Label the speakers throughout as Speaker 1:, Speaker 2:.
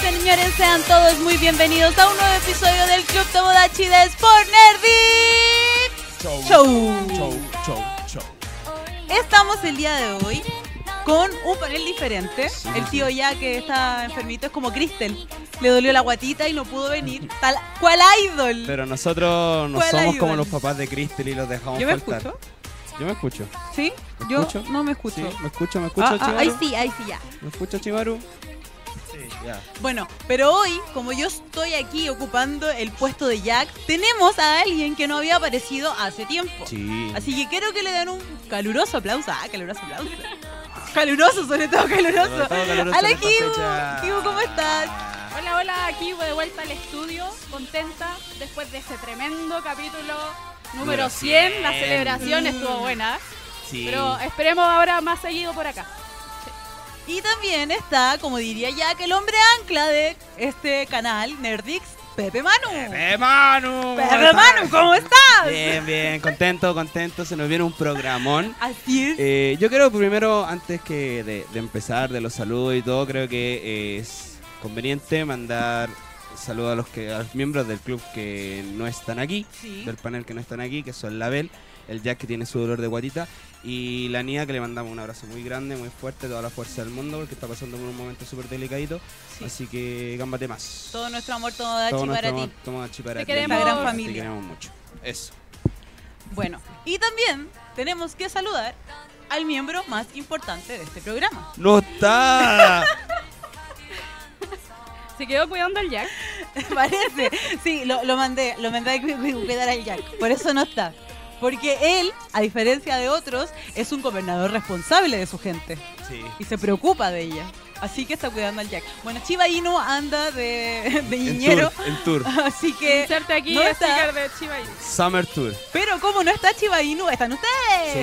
Speaker 1: señores, sean todos muy bienvenidos a un nuevo episodio del Club Tomodachi de Sport Nerdy
Speaker 2: Show.
Speaker 1: Show.
Speaker 2: Show, show, show.
Speaker 1: Estamos el día de hoy con un panel diferente. El tío ya que está enfermito es como Kristen. Le dolió la guatita y no pudo venir. Tal cual idol.
Speaker 3: Pero nosotros no
Speaker 1: ¿Cuál
Speaker 3: somos
Speaker 1: ayudan?
Speaker 3: como los papás de Crystal y los dejamos
Speaker 1: ¿Yo me
Speaker 3: faltar.
Speaker 1: escucho?
Speaker 3: Yo me escucho.
Speaker 1: ¿Sí?
Speaker 3: ¿Me
Speaker 1: Yo
Speaker 3: escucho?
Speaker 1: no me
Speaker 3: Sí,
Speaker 1: escucho.
Speaker 3: me escucho, me escucho,
Speaker 1: Ah, ah,
Speaker 3: Chimaru.
Speaker 1: ahí sí, ahí sí ya.
Speaker 3: ¿Me escucho, Chimaru? Sí, ya.
Speaker 1: Bueno, pero hoy, como yo estoy aquí ocupando el puesto de Jack, tenemos a alguien que no había aparecido hace tiempo.
Speaker 3: Sí.
Speaker 1: Así que quiero que le den un caluroso aplauso. Ah, caluroso aplauso. Caluroso, sobre todo caluroso. Hola, Kibu. Kibu, ¿cómo estás?
Speaker 4: Hola, hola, aquí de vuelta al estudio, contenta después de ese tremendo capítulo número
Speaker 3: Número
Speaker 4: 100. La
Speaker 3: 100.
Speaker 4: celebración
Speaker 1: Mm.
Speaker 4: estuvo buena,
Speaker 3: Sí.
Speaker 1: eh,
Speaker 4: pero esperemos ahora más seguido por acá.
Speaker 1: Y también está, como diría Jack, el hombre ancla de este canal, Nerdix, Pepe Manu.
Speaker 3: ¡Pepe Manu!
Speaker 1: Pepe Manu, ¿cómo estás?
Speaker 3: Bien, bien, contento, contento. Se nos viene un programón.
Speaker 1: Así es.
Speaker 3: Eh, yo creo primero, antes que de, de empezar, de los saludos y todo, creo que eh, es conveniente mandar saludos a los que a los miembros del club que no están aquí,
Speaker 1: Sí.
Speaker 3: del panel que no están aquí, que son la Bel, el Jack que tiene su dolor de guatita y la Nia que le mandamos un abrazo muy grande, muy fuerte, toda la fuerza del mundo porque está pasando por un momento súper delicadito,
Speaker 1: Sí.
Speaker 3: así que gámbate más.
Speaker 1: Todo nuestro amor, todo Dachi
Speaker 3: Todo
Speaker 1: para
Speaker 3: nuestro
Speaker 1: ti.
Speaker 3: amor, Tomodachi para
Speaker 4: Te
Speaker 3: ti.
Speaker 4: queremos. La gran
Speaker 3: Te
Speaker 1: familia.
Speaker 3: queremos mucho. Eso.
Speaker 1: Bueno, y también tenemos que saludar al miembro más importante de este programa.
Speaker 3: ¡No está!
Speaker 4: Se quedó cuidando el Jack.
Speaker 1: Parece. Sí, lo, lo mandé, lo mandé a cu- cuidar al Jack. Por eso no está. Porque él, a diferencia de otros, es un gobernador responsable de su gente
Speaker 3: sí.
Speaker 1: y se preocupa de ella. Así que está cuidando al Jack. Bueno, Chiva Inu anda de, de niñero,
Speaker 3: En tour, en tour.
Speaker 1: así
Speaker 3: Eh,
Speaker 1: que...
Speaker 4: Inserte aquí
Speaker 1: no
Speaker 4: el
Speaker 1: está.
Speaker 4: sticker de Chiva Inu.
Speaker 3: Summer Tour.
Speaker 1: Pero como no está Chiva Inu, están ustedes.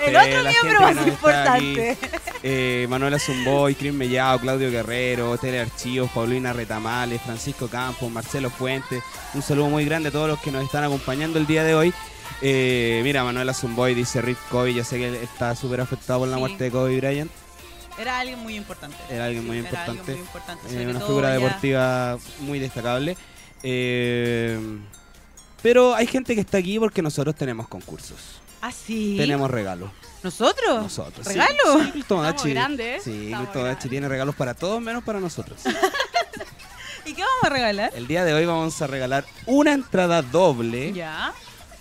Speaker 1: El
Speaker 3: El
Speaker 1: otro miembro más importante.
Speaker 3: Eh, Manuela Zumboy, Cris Mellado, Claudio Guerrero, Tele Archivos, Paulina Retamales, Francisco Campos, Marcelo Fuentes. Un saludo muy grande a todos los que nos están acompañando el día de hoy. Eh, mira, Manuela Zumboy dice Rick Kobe. Yo sé que él está súper afectado por la
Speaker 1: Sí.
Speaker 3: muerte de Kobe Bryant.
Speaker 1: Era alguien muy importante.
Speaker 3: Era alguien muy
Speaker 1: Era
Speaker 3: importante.
Speaker 1: alguien muy importante.
Speaker 3: Eh,
Speaker 1: sobre
Speaker 3: una
Speaker 1: todo
Speaker 3: figura
Speaker 1: ya-
Speaker 3: deportiva muy destacable. Eh, pero hay gente que está aquí porque nosotros tenemos concursos.
Speaker 1: Ah, sí.
Speaker 3: Tenemos regalos.
Speaker 1: ¿Nosotros?
Speaker 3: Nosotros. sí.
Speaker 1: ¿Regalo?
Speaker 3: Sí, el Tomodachi.
Speaker 4: Estamos grandes,
Speaker 3: Sí,
Speaker 4: estamos
Speaker 3: el Tomodachi
Speaker 4: grandes.
Speaker 3: tiene regalos para todos menos para nosotros.
Speaker 1: ¿Y qué vamos a regalar?
Speaker 3: El día de hoy vamos a regalar una entrada doble
Speaker 1: Ya.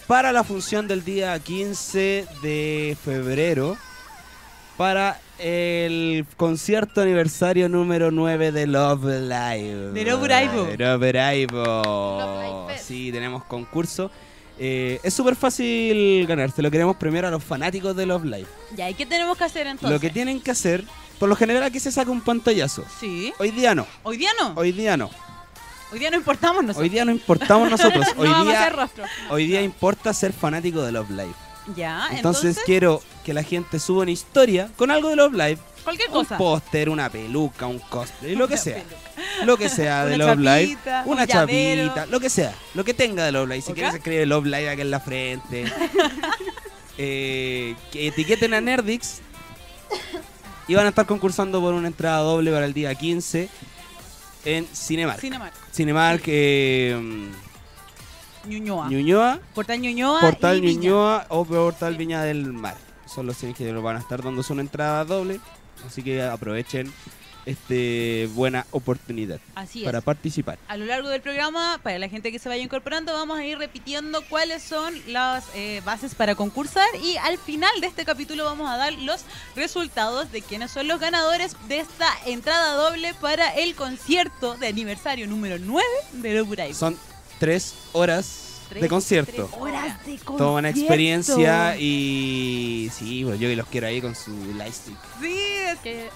Speaker 3: para la función del día 15 de febrero para el concierto aniversario número 9 de Love Live.
Speaker 1: De Love Live.
Speaker 3: De Love Live.
Speaker 5: Live Fest.
Speaker 3: Sí, tenemos concurso. Eh, es súper fácil ganar, te lo queremos primero a los fanáticos de Love Live.
Speaker 1: Ya, ¿y qué tenemos que hacer entonces?
Speaker 3: Lo que tienen que hacer, por lo general aquí se saca un pantallazo.
Speaker 1: Sí.
Speaker 3: Hoy día no,
Speaker 1: Hoy día no. Hoy,
Speaker 3: hoy día no.
Speaker 1: día no importamos
Speaker 3: Hoy
Speaker 1: nosotros.
Speaker 3: día no importamos nosotros. Hoy
Speaker 4: no vamos a hacer
Speaker 3: día,
Speaker 4: rostro. no.
Speaker 3: hoy día importa ser fanático de Love Live.
Speaker 1: Ya,
Speaker 3: Entonces,
Speaker 1: Ah, entonces,
Speaker 3: quiero que la gente suba una historia con algo de Love Live.
Speaker 1: cualquier
Speaker 3: Un
Speaker 1: cosa.
Speaker 3: póster, una peluca, un cosplay, lo que
Speaker 1: Una
Speaker 3: sea. Lo que sea de
Speaker 1: Una
Speaker 3: Love Live.
Speaker 1: chapita, un
Speaker 3: Una
Speaker 1: llavero.
Speaker 3: chapita, lo que sea. Lo que tenga de Love Live. Si
Speaker 1: ¿Ok?
Speaker 3: quieres escribe Love Live acá en la frente. Eh, que etiqueten a Nerdix. Y van a estar concursando por una entrada doble para el día 15 en Cinemark.
Speaker 1: Cinemark.
Speaker 3: Cinemark eh, mm,
Speaker 1: Ñuñoa.
Speaker 3: Ñuñoa,
Speaker 1: Portal Ñuñoa.
Speaker 3: Portal
Speaker 1: y Viña.
Speaker 3: Ñuñoa o Portal Viña del Mar. Son los cines que lo van a estar dando una entrada doble, así que aprovechen este buena oportunidad
Speaker 1: Así es.
Speaker 3: para participar.
Speaker 1: A lo largo del programa, para la gente que se vaya incorporando, vamos a ir repitiendo cuáles son las eh, bases para concursar y al final de este capítulo vamos a dar los resultados de quiénes son los ganadores de esta entrada doble para el concierto de aniversario número 9 de Loburay.
Speaker 3: Son tres horas de concierto.
Speaker 1: horas de concierto.
Speaker 3: Toda una experiencia y sí, pues yo que los quiero ahí con su lightstick.
Speaker 1: Sí, es-
Speaker 4: Que,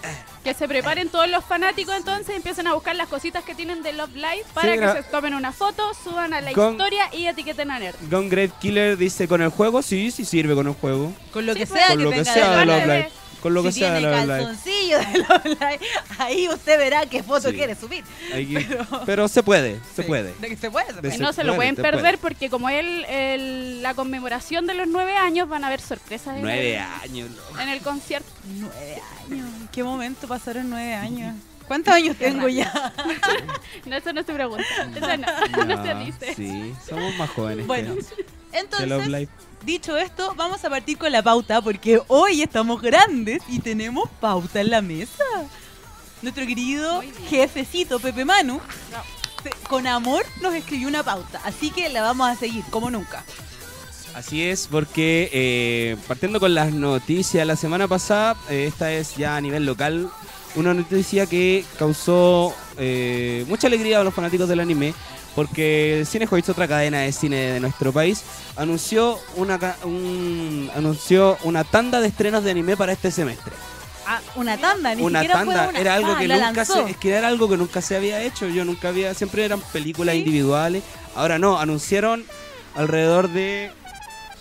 Speaker 4: que se preparen todos los fanáticos entonces y empiecen a buscar las cositas que tienen de Love Live para
Speaker 3: Sí,
Speaker 4: que
Speaker 3: mira.
Speaker 4: se tomen una foto, suban a la
Speaker 3: Con-
Speaker 4: historia y etiqueten a Nerd.
Speaker 3: Gone Great Killer dice con el juego, sí, sí sirve con el juego.
Speaker 1: con lo
Speaker 4: Sí,
Speaker 1: que
Speaker 4: pues.
Speaker 1: sea
Speaker 3: Con
Speaker 1: que
Speaker 3: lo
Speaker 1: tenga
Speaker 3: que
Speaker 1: de
Speaker 3: sea
Speaker 1: Love
Speaker 3: de Love
Speaker 1: Live.
Speaker 3: Live. Con lo que
Speaker 1: si
Speaker 3: sea de
Speaker 1: tiene
Speaker 3: Love Live.
Speaker 1: calzoncillo de Love Live, ahí usted verá qué foto
Speaker 3: Sí.
Speaker 1: quiere subir.
Speaker 3: Aquí- pero... se puede, se
Speaker 1: Sí,
Speaker 3: puede.
Speaker 1: de que se puede, se
Speaker 3: De
Speaker 1: puede.
Speaker 3: Se
Speaker 4: Eh, no se
Speaker 3: puede,
Speaker 4: lo pueden
Speaker 3: se
Speaker 4: perder
Speaker 3: puede.
Speaker 4: porque como él el- la conmemoración de los nueve años van a haber sorpresas en,
Speaker 3: Nueve
Speaker 4: el,
Speaker 3: años. loco.
Speaker 4: en el concierto.
Speaker 1: Nueve años. ¿En qué momento pasaron nueve años? ¿Cuántos años
Speaker 4: Qué
Speaker 1: tengo
Speaker 4: raro.
Speaker 1: ya?
Speaker 4: No, eso no es tu pregunta. Eso no, no se dice.
Speaker 3: sí, somos más jóvenes.
Speaker 1: Bueno,
Speaker 3: que- que Love
Speaker 1: Entonces,
Speaker 3: Live.
Speaker 1: dicho esto, vamos a partir con la pauta porque hoy estamos grandes y tenemos pauta en la mesa. Nuestro querido
Speaker 4: Muy bien.
Speaker 1: jefecito Pepe Manu,
Speaker 4: Bravo.
Speaker 1: se- con amor, nos escribió una pauta, así que la vamos a seguir como nunca.
Speaker 3: Así es, porque eh, partiendo con las noticias, la semana pasada, eh, esta es ya a nivel local, una noticia que causó eh, mucha alegría a los fanáticos del anime, porque Cinehoist, otra cadena de cine de nuestro país, anunció una, ca- un- anunció una tanda de estrenos de anime para este semestre.
Speaker 1: Ah, una tanda, ni
Speaker 3: una
Speaker 1: siquiera fue
Speaker 3: tanda
Speaker 1: una.
Speaker 3: era algo
Speaker 1: Ah,
Speaker 3: que
Speaker 1: la
Speaker 3: nunca
Speaker 1: lanzó.
Speaker 3: se, es que era algo que nunca se había hecho yo nunca había siempre eran películas
Speaker 1: Sí.
Speaker 3: individuales ahora no anunciaron alrededor de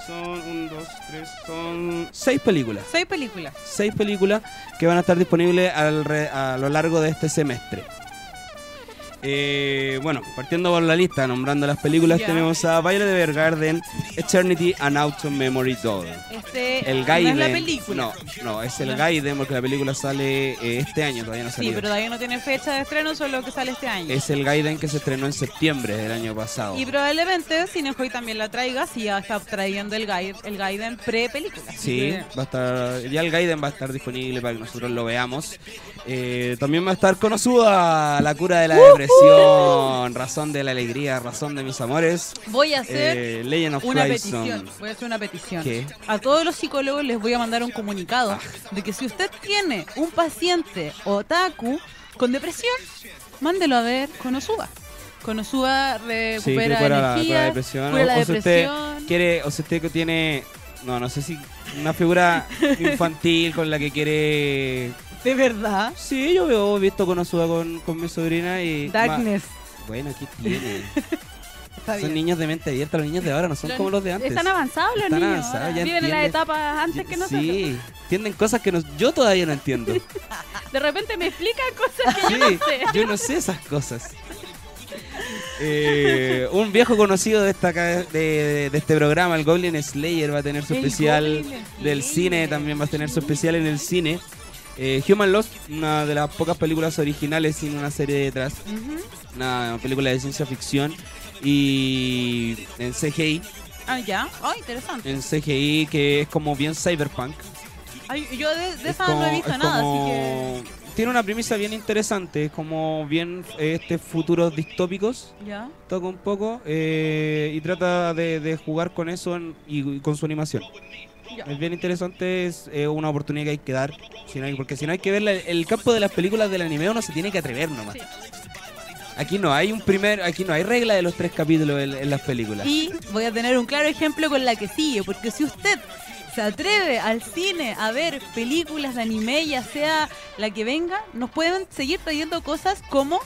Speaker 3: son un dos tres son seis películas
Speaker 1: Soy película.
Speaker 3: seis películas que van a estar disponibles alre- a lo largo de este semestre Eh, bueno, partiendo por la lista, nombrando las películas,
Speaker 1: Ya.
Speaker 3: tenemos a Violet Evergarden, Eternity and Autumn Memory Doll.
Speaker 1: Este,
Speaker 3: El
Speaker 1: no
Speaker 3: Gaiden.
Speaker 1: es la película.
Speaker 3: No, no, es el Gaiden porque la película sale eh, este año, todavía no
Speaker 1: sí,
Speaker 3: salió.
Speaker 1: pero todavía no tiene fecha de estreno, solo que sale este año.
Speaker 3: Es el Gaiden que se estrenó en septiembre del año pasado.
Speaker 1: Y probablemente Cinejoy también la traiga si ya está trayendo el, Gai- el Gaiden pre-película.
Speaker 3: Sí,
Speaker 1: eh,
Speaker 3: va a estar, ya el Gaiden va a estar disponible para que nosotros lo veamos. Eh, también va a estar Konosuba, la cura de la depresión, razón de la alegría, razón de mis amores.
Speaker 1: Voy a hacer
Speaker 3: Eh, Legend of
Speaker 1: una
Speaker 3: Horizon.
Speaker 1: petición. Voy a hacer una petición.
Speaker 3: ¿Qué? Ah.
Speaker 1: A todos los psicólogos les voy a mandar un comunicado de que si usted tiene un paciente otaku con depresión, mándelo a ver con Osuba. Con Osuba recupera,
Speaker 3: Sí, que fuera la,
Speaker 1: energía,
Speaker 3: con la depresión.
Speaker 1: cura
Speaker 3: o,
Speaker 1: la
Speaker 3: o si usted
Speaker 1: depresión.
Speaker 3: quiere, o si usted que tiene, no, no sé si una figura infantil con la que quiere.
Speaker 1: De verdad.
Speaker 3: Sí, yo veo, he visto con Osuda con, con mi sobrina y.
Speaker 1: Darkness.
Speaker 3: Ma- Bueno, ¿qué tiene?
Speaker 1: Está
Speaker 3: son
Speaker 1: bien.
Speaker 3: niños de mente abierta, los niños de ahora no son
Speaker 4: Los-
Speaker 3: como los de antes.
Speaker 4: Están avanzados los
Speaker 3: Están
Speaker 4: niños.
Speaker 3: avanzados,
Speaker 4: ahora.
Speaker 3: ya
Speaker 4: Viven en las
Speaker 3: entienden.
Speaker 4: etapas antes que nosotros.
Speaker 3: Sí, entienden cosas que nos- yo todavía no entiendo.
Speaker 4: De repente me explican cosas que
Speaker 3: Sí,
Speaker 4: yo no sé.
Speaker 3: yo no sé esas cosas. Eh, un viejo conocido de, esta, ca- de, de- de este programa, el Goblin Slayer, va a tener su
Speaker 1: El
Speaker 3: especial
Speaker 1: Goblin
Speaker 3: del cine, también va a tener su especial en el cine. Eh, Human Lost, una de las pocas películas originales sin una serie detrás,
Speaker 1: Ujú.
Speaker 3: una película de ciencia ficción y en CGI,
Speaker 1: Ah, ya. Ah, interesante.
Speaker 3: en CGI que es como bien cyberpunk.
Speaker 1: Ay, yo de, de
Speaker 3: Es
Speaker 1: esa no he
Speaker 3: como-
Speaker 1: visto
Speaker 3: es
Speaker 1: nada, así
Speaker 3: como- Tiene una premisa bien interesante, es como bien eh, este futuros distópicos,
Speaker 1: que. Ya.
Speaker 3: toca un poco, eh, y trata de, de jugar con eso en- y con su animación.
Speaker 1: Ya.
Speaker 3: Es bien interesante, es eh, una oportunidad que hay que dar, si no hay- porque si no hay que ver la- el campo de las películas del anime, uno se tiene que atrever nomás.
Speaker 4: Sí.
Speaker 3: Aquí no hay un primer, aquí no hay regla de los tres capítulos en, en las películas.
Speaker 1: Y voy a tener un claro ejemplo con la que sigue, porque si usted se atreve al cine a ver películas de anime, ya sea la que venga, nos pueden seguir trayendo cosas como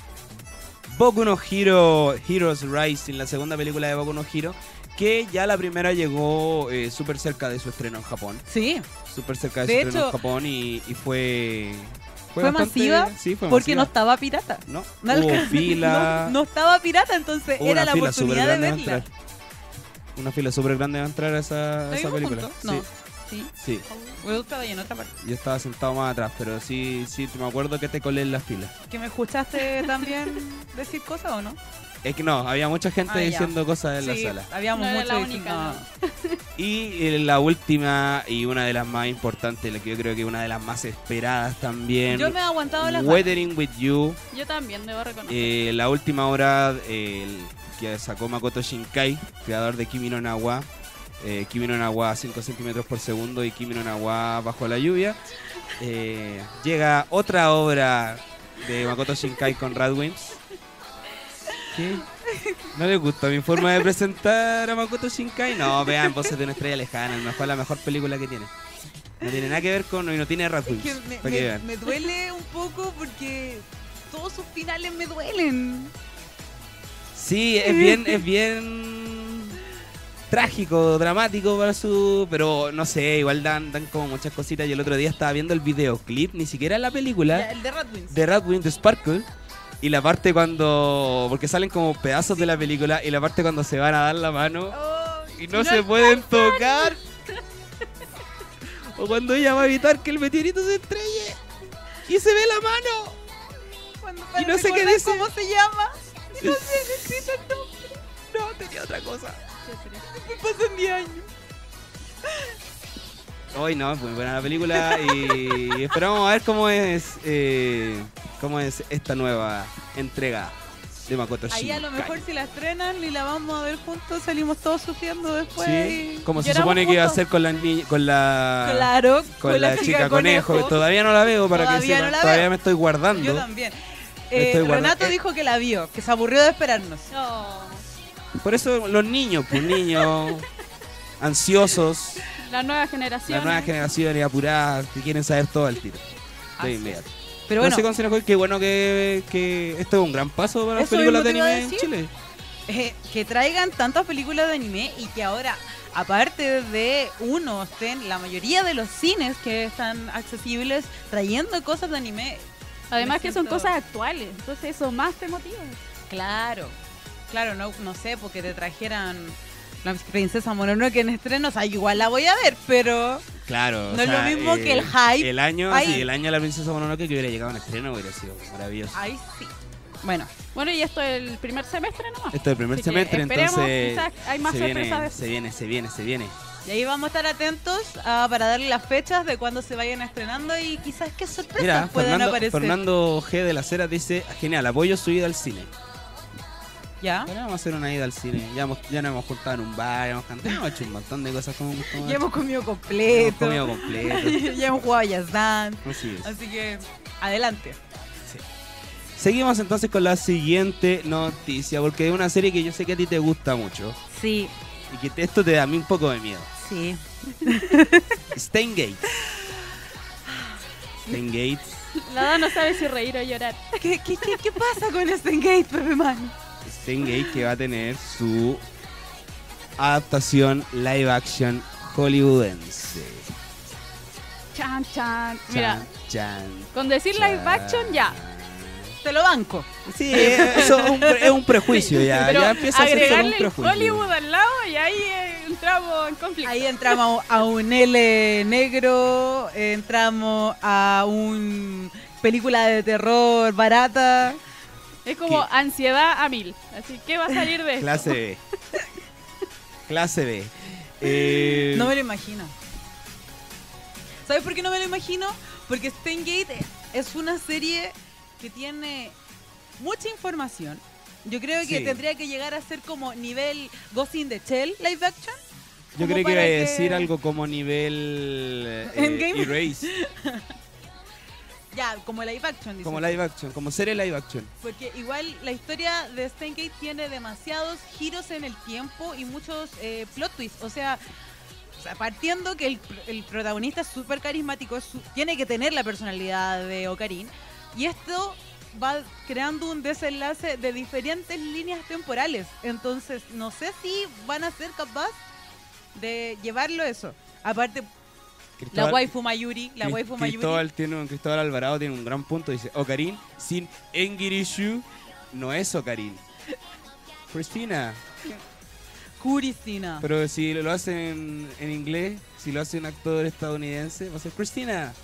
Speaker 3: Boku no Hero Heroes Rising, la segunda película de Boku no Hero, que ya la primera llegó eh, súper cerca de su estreno en Japón.
Speaker 1: sí,
Speaker 3: Súper cerca de,
Speaker 1: De
Speaker 3: su estreno en
Speaker 1: hecho,
Speaker 3: Japón y, y fue.
Speaker 1: ¿Fue masiva?
Speaker 3: Sí, fue
Speaker 1: porque no
Speaker 3: masiva.
Speaker 1: estaba pirata.
Speaker 3: No,
Speaker 1: no
Speaker 3: hubo
Speaker 1: alcanzó-
Speaker 3: fila.
Speaker 1: No, no estaba pirata, entonces
Speaker 3: hubo
Speaker 1: era
Speaker 3: una
Speaker 1: la
Speaker 3: fila súper
Speaker 1: oportunidad de
Speaker 3: grande de
Speaker 1: verla.
Speaker 3: entrar. Una fila súper grande de entrar a esa, a esa
Speaker 1: ¿Estuvimos
Speaker 3: película.
Speaker 1: juntos? No,
Speaker 3: Sí,
Speaker 1: sí.
Speaker 3: sí.
Speaker 1: Yo estaba en otra parte.
Speaker 3: Yo estaba sentado más atrás, pero sí, sí, me acuerdo que te colé en las filas.
Speaker 1: ¿Que me escuchaste también decir cosas o no?
Speaker 3: Es que no, había mucha gente
Speaker 1: Ah, ya.
Speaker 3: diciendo cosas en
Speaker 1: sí,
Speaker 3: la sala.
Speaker 1: habíamos
Speaker 4: No era
Speaker 1: mucho
Speaker 4: la
Speaker 1: diciendo-
Speaker 4: única,
Speaker 3: Y eh, la última y una de las más importantes, la que yo creo que una de las más esperadas también.
Speaker 1: Yo me he aguantado las ganas.
Speaker 3: Weathering with You,
Speaker 4: Yo también debo reconocer.
Speaker 3: eh, la última hora eh, el que sacó Makoto Shinkai, creador de Kimi no Nawa. eh, Kimi no Nawa a 5 centímetros por segundo y Kimi no Nawa bajo la lluvia. Eh, llega otra obra de Makoto Shinkai con Radwimps. ¿Qué? ¿No les gusta mi forma de presentar a Makoto Shinkai? No, vean, Voces de una estrella lejana, a lo mejor la mejor película que tiene. No tiene nada que ver con... y no tiene
Speaker 1: Es
Speaker 3: Radwimps.
Speaker 1: que me,
Speaker 3: para que
Speaker 1: me-
Speaker 3: vean.
Speaker 1: me duele un poco porque todos sus finales me duelen.
Speaker 3: Sí, es bien, es bien trágico, dramático para su. Pero no sé, igual dan, dan como muchas cositas. Y el otro día estaba viendo el videoclip, ni siquiera la película,
Speaker 1: el de Radwins.
Speaker 3: de Radwin the Sparkle. Y la parte cuando. Porque salen como pedazos de la película. Y la parte cuando se van a dar la mano.
Speaker 1: Oh,
Speaker 3: Y no, se pueden tocar. O cuando ella va a evitar que el meteorito se estrelle. Y se ve la mano.
Speaker 1: cuando para
Speaker 3: Y no sé qué
Speaker 1: recordar
Speaker 3: dice.
Speaker 1: cómo se llama. Y no sé, necesito el nombre.
Speaker 3: No, tenía otra cosa.
Speaker 1: Me pasan 10 años.
Speaker 3: Hoy no, es muy buena la película y esperamos a ver cómo es eh, cómo es esta nueva entrega de Makoto
Speaker 1: Ahí a lo
Speaker 3: Shinkai.
Speaker 1: mejor si la estrenan y la vamos a ver juntos, salimos todos sufriendo después.
Speaker 3: Sí,
Speaker 1: y-
Speaker 3: como se
Speaker 1: lloramos
Speaker 3: supone que iba a
Speaker 1: juntos.
Speaker 3: ser con la niña, con la
Speaker 1: Claro,
Speaker 3: con, la, chica, conejo. que Todavía no la veo para que
Speaker 1: Todavía
Speaker 3: sepan,
Speaker 1: no la
Speaker 3: todavía
Speaker 1: veo.
Speaker 3: me estoy
Speaker 1: Yo
Speaker 3: guardando.
Speaker 1: también.
Speaker 3: Me
Speaker 1: Eh,
Speaker 3: estoy guardando.
Speaker 1: Renato
Speaker 3: Eh.
Speaker 1: dijo que la vio, que se aburrió de esperarnos.
Speaker 4: No.
Speaker 3: Por eso los niños, pues niños ansiosos,
Speaker 4: La nueva generación.
Speaker 3: la nueva generación y apurada que quieren saber todo al tiro. De inmediato.
Speaker 1: Ah, Pero
Speaker 3: No
Speaker 1: bueno,
Speaker 3: sé, Consuelo Joy, qué bueno que, que esto es un gran paso para las
Speaker 1: Eso
Speaker 3: películas de
Speaker 1: mismo te iba a
Speaker 3: anime en
Speaker 1: decir.
Speaker 3: Chile.
Speaker 1: eh, que traigan tantas películas de anime y que ahora, aparte de uno, estén la mayoría de los cines que están accesibles trayendo cosas de anime.
Speaker 4: Además
Speaker 1: Me
Speaker 4: que son
Speaker 1: siento-
Speaker 4: cosas actuales, entonces eso más te motiva.
Speaker 1: Claro. Claro, no, no sé, porque te trajeran la princesa Mononoke en estreno, o sea, igual la voy a ver, pero...
Speaker 3: Claro. o
Speaker 1: No es
Speaker 3: sea, eh,
Speaker 1: lo mismo que el hype.
Speaker 3: El año,
Speaker 1: Ay.
Speaker 3: sí, el año de la princesa Mononoke que hubiera llegado en estreno hubiera sido maravilloso.
Speaker 1: Ay, sí. Bueno,
Speaker 4: Bueno, y esto es el primer semestre nomás.
Speaker 3: Esto es el primer
Speaker 4: Así que
Speaker 3: semestre,
Speaker 4: esperemos,
Speaker 3: entonces
Speaker 4: quizás hay más
Speaker 3: se,
Speaker 4: sorpresas
Speaker 3: viene,
Speaker 4: de-
Speaker 3: se viene, se viene, se viene.
Speaker 1: y ahí vamos a estar atentos ah, para darle las fechas de cuándo se vayan estrenando y quizás qué sorpresas
Speaker 3: Mira,
Speaker 1: puedan
Speaker 3: Fernando,
Speaker 1: aparecer.
Speaker 3: Fernando G de la Cera dice, genial, apoyo su ida al cine.
Speaker 1: ¿Ya?
Speaker 3: Ahora vamos a hacer una ida al cine. Ya, hemos- ya nos hemos juntado en un bar, hemos cantado, hemos hecho un montón de cosas como, como-
Speaker 1: Ya hemos comido
Speaker 3: hemos
Speaker 1: completo.
Speaker 3: comido completo.
Speaker 1: ya hemos jugado a Just Dance.
Speaker 3: Así es.
Speaker 1: Así que, adelante.
Speaker 3: Seguimos entonces con la siguiente noticia, porque es una serie que yo sé que a ti te gusta mucho
Speaker 1: Sí,
Speaker 3: y que te- esto te da a mí un poco de miedo.
Speaker 1: sí.
Speaker 3: Steingate. Steingate.
Speaker 4: La edad no sabe si reír o llorar.
Speaker 1: ¿Qué, qué, qué, qué pasa con este Gate, Pepe Man?
Speaker 3: Steingate que va a tener su adaptación live action hollywoodense.
Speaker 4: Chan, chan.
Speaker 3: Chan,
Speaker 4: Mira,
Speaker 3: chan,
Speaker 4: con decir
Speaker 3: chan.
Speaker 4: live action ya.
Speaker 1: Te lo banco.
Speaker 3: Sí, eso es un, pre- es un prejuicio ya.
Speaker 4: Pero
Speaker 3: ya empieza a ser solo un
Speaker 4: agregarle
Speaker 3: prejuicio.
Speaker 4: Hollywood al lado y ahí eh, entramos en conflicto.
Speaker 1: Ahí entramos a un L negro, entramos a un película de terror barata.
Speaker 4: Es como
Speaker 3: ¿Qué?
Speaker 4: ansiedad a mil. Así que va a salir de esto?
Speaker 3: Clase B. Clase B. Eh,
Speaker 1: No me lo imagino. ¿Sabes por qué no me lo imagino? Porque Steingate es una serie que tiene mucha información. Yo creo que
Speaker 3: Sí.
Speaker 1: tendría que llegar a ser como nivel Ghost in the Shell live action.
Speaker 3: Yo
Speaker 1: como
Speaker 3: creo que
Speaker 1: para
Speaker 3: iba a
Speaker 1: que-
Speaker 3: decir algo como nivel eh,
Speaker 1: Endgame.
Speaker 3: Erase,
Speaker 1: Ya, como live action. dices
Speaker 3: como
Speaker 1: tú.
Speaker 3: live action, como serie live action.
Speaker 1: Porque igual la historia de Steingate tiene demasiados giros en el tiempo y muchos eh, plot twists. O sea, o sea, partiendo que el, pr- el protagonista es súper carismático, es su- tiene que tener la personalidad de Ocarín. Y esto va creando un desenlace de diferentes líneas temporales. Entonces, no sé si van a ser capaz de llevarlo eso. Aparte, la
Speaker 3: Cristóbal-
Speaker 1: waifu Mayuri, la
Speaker 3: Cri-
Speaker 1: waifu Mayuri.
Speaker 3: Cristóbal, tiene un, Cristóbal Alvarado tiene un gran punto. Dice, Ocarín sin Engirishu no es Ocarín. Cristina,
Speaker 1: Kurisina.
Speaker 3: pero si lo hacen en inglés, si lo hace un actor estadounidense, va a ser Cristina.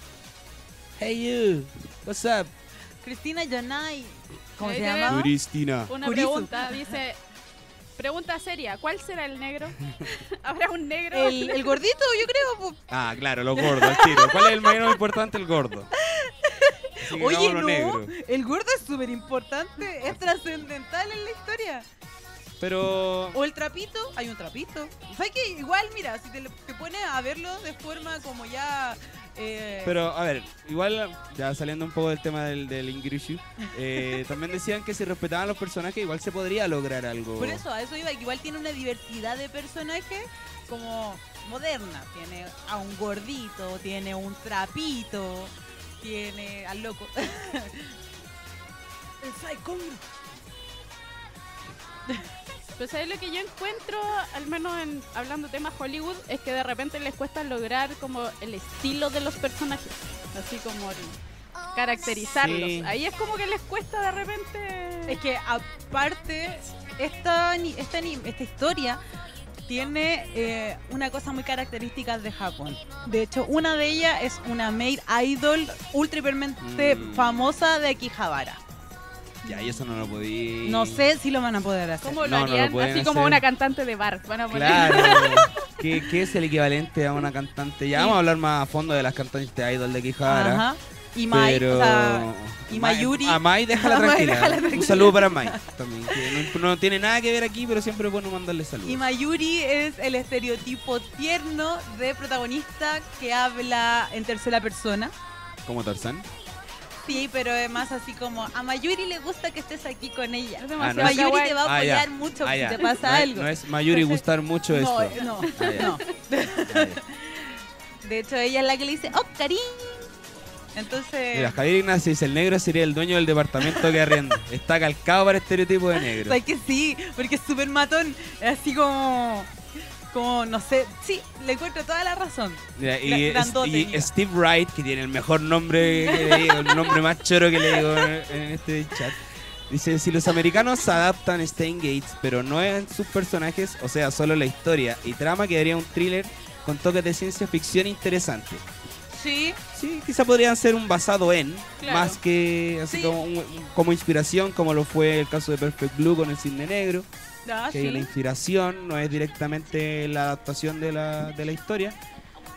Speaker 3: Hey you, what's up?
Speaker 1: Cristina Yanai. ¿Cómo
Speaker 4: Ahí
Speaker 1: se
Speaker 4: tenemos.
Speaker 1: llama?
Speaker 3: Cristina.
Speaker 4: Una
Speaker 1: Por eso.
Speaker 4: pregunta, dice. Pregunta seria, ¿cuál será el negro? ¿Habrá un negro?
Speaker 1: El, el gordito, yo creo. po.
Speaker 3: Ah, claro, los gordos, al tiro. ¿Cuál es el mayor importante? El gordo. Así que
Speaker 1: Oye,
Speaker 3: hagámoslo
Speaker 1: no.
Speaker 3: negro.
Speaker 1: El gordo es súper importante. Es trascendental en la historia.
Speaker 3: Pero
Speaker 1: O el trapito. Hay un trapito. ¿Sabes qué? Igual, mira, si te, lo- te pones a verlo de forma como ya. eh,
Speaker 3: Pero, a ver, igual, ya saliendo un poco del tema del, del Ingrishu, eh, también decían que si respetaban los personajes, igual se podría lograr algo.
Speaker 1: Por eso, a eso iba. que Igual tiene una diversidad de personajes como moderna. Tiene a un gordito, tiene un trapito, tiene al loco. el psycho.
Speaker 4: Pero Pues, ¿sabes lo que yo encuentro, al menos en, hablando temas Hollywood, es que de repente les cuesta lograr como el estilo de los personajes, así como el- caracterizarlos.
Speaker 3: Sí.
Speaker 4: Ahí es como que les cuesta de repente...
Speaker 1: Es que aparte, esta, ani- esta, ani- esta historia tiene eh, una cosa muy característica de Japón. De hecho, una de ellas es una maid idol ultra hipermente
Speaker 3: Mm.
Speaker 1: famosa de Akihabara.
Speaker 3: Ya, y eso no lo podí.
Speaker 1: No sé si lo van a poder hacer.
Speaker 4: ¿Cómo lo
Speaker 3: No, no lo
Speaker 4: harían?
Speaker 3: pueden
Speaker 4: Así
Speaker 3: hacer.
Speaker 4: como una cantante de bar. Van a poner
Speaker 3: Claro. ¿Qué, qué es el equivalente a una cantante? Ya
Speaker 1: Sí.
Speaker 3: vamos a hablar más a fondo de las cantantes de Idol de Quijara.
Speaker 1: Ajá. Y Mai,
Speaker 3: Pero...
Speaker 1: o sea, y
Speaker 3: Mai-
Speaker 1: Mayuri.
Speaker 3: A Mai, déjala
Speaker 1: A Mai,
Speaker 3: tranquila.
Speaker 1: déjala
Speaker 3: Un
Speaker 1: tranquila.
Speaker 3: saludo para Mai también. que no, no tiene nada que ver aquí, pero siempre es bueno mandarle saludos.
Speaker 1: y Mayuri es el estereotipo tierno de protagonista que habla en tercera persona.
Speaker 3: Como Tarzán.
Speaker 1: Sí, pero es más así como a Mayuri le gusta que estés aquí con ella.
Speaker 4: Es
Speaker 3: Ah, no
Speaker 4: demasiado
Speaker 3: es-
Speaker 1: Mayuri
Speaker 4: kawaii.
Speaker 1: te va a
Speaker 3: Ah, ya.
Speaker 1: apoyar mucho
Speaker 3: Ah,
Speaker 1: si
Speaker 3: ya.
Speaker 1: te pasa
Speaker 3: no, es-
Speaker 1: algo.
Speaker 3: no es Mayuri gustar mucho
Speaker 1: no,
Speaker 3: esto.
Speaker 1: no,
Speaker 3: Ah, ya.
Speaker 1: no.
Speaker 3: Ah, ya.
Speaker 1: De hecho, ella es la que le dice, oh, cariño. Entonces,
Speaker 3: Mira, Javier Ignacio dice, el negro sería el dueño del departamento que arrienda. Está calcado para estereotipo de negro.
Speaker 1: sabes que sí, porque es súper matón. Es así como, como, no sé, sí, le encuentro toda la razón.
Speaker 3: Mira,
Speaker 1: Gra-
Speaker 3: y, es-
Speaker 1: grandote,
Speaker 3: y
Speaker 1: mira.
Speaker 3: Steve Wright, que tiene el mejor nombre, que le digo, el nombre más choro que le digo en, en este chat. Dice, si los americanos adaptan Stain Gates, pero no en sus personajes, o sea, solo la historia y trama, quedaría un thriller con toques de ciencia ficción interesante.
Speaker 1: Sí,
Speaker 3: Sí, quizá podrían ser un basado en,
Speaker 4: Claro.
Speaker 3: más que así
Speaker 1: Sí.
Speaker 3: como, un- como inspiración, como lo fue el caso de Perfect Blue con el Cisne Negro.
Speaker 1: ah,
Speaker 3: que la
Speaker 1: sí.
Speaker 3: inspiración no es directamente la adaptación de la, de la historia,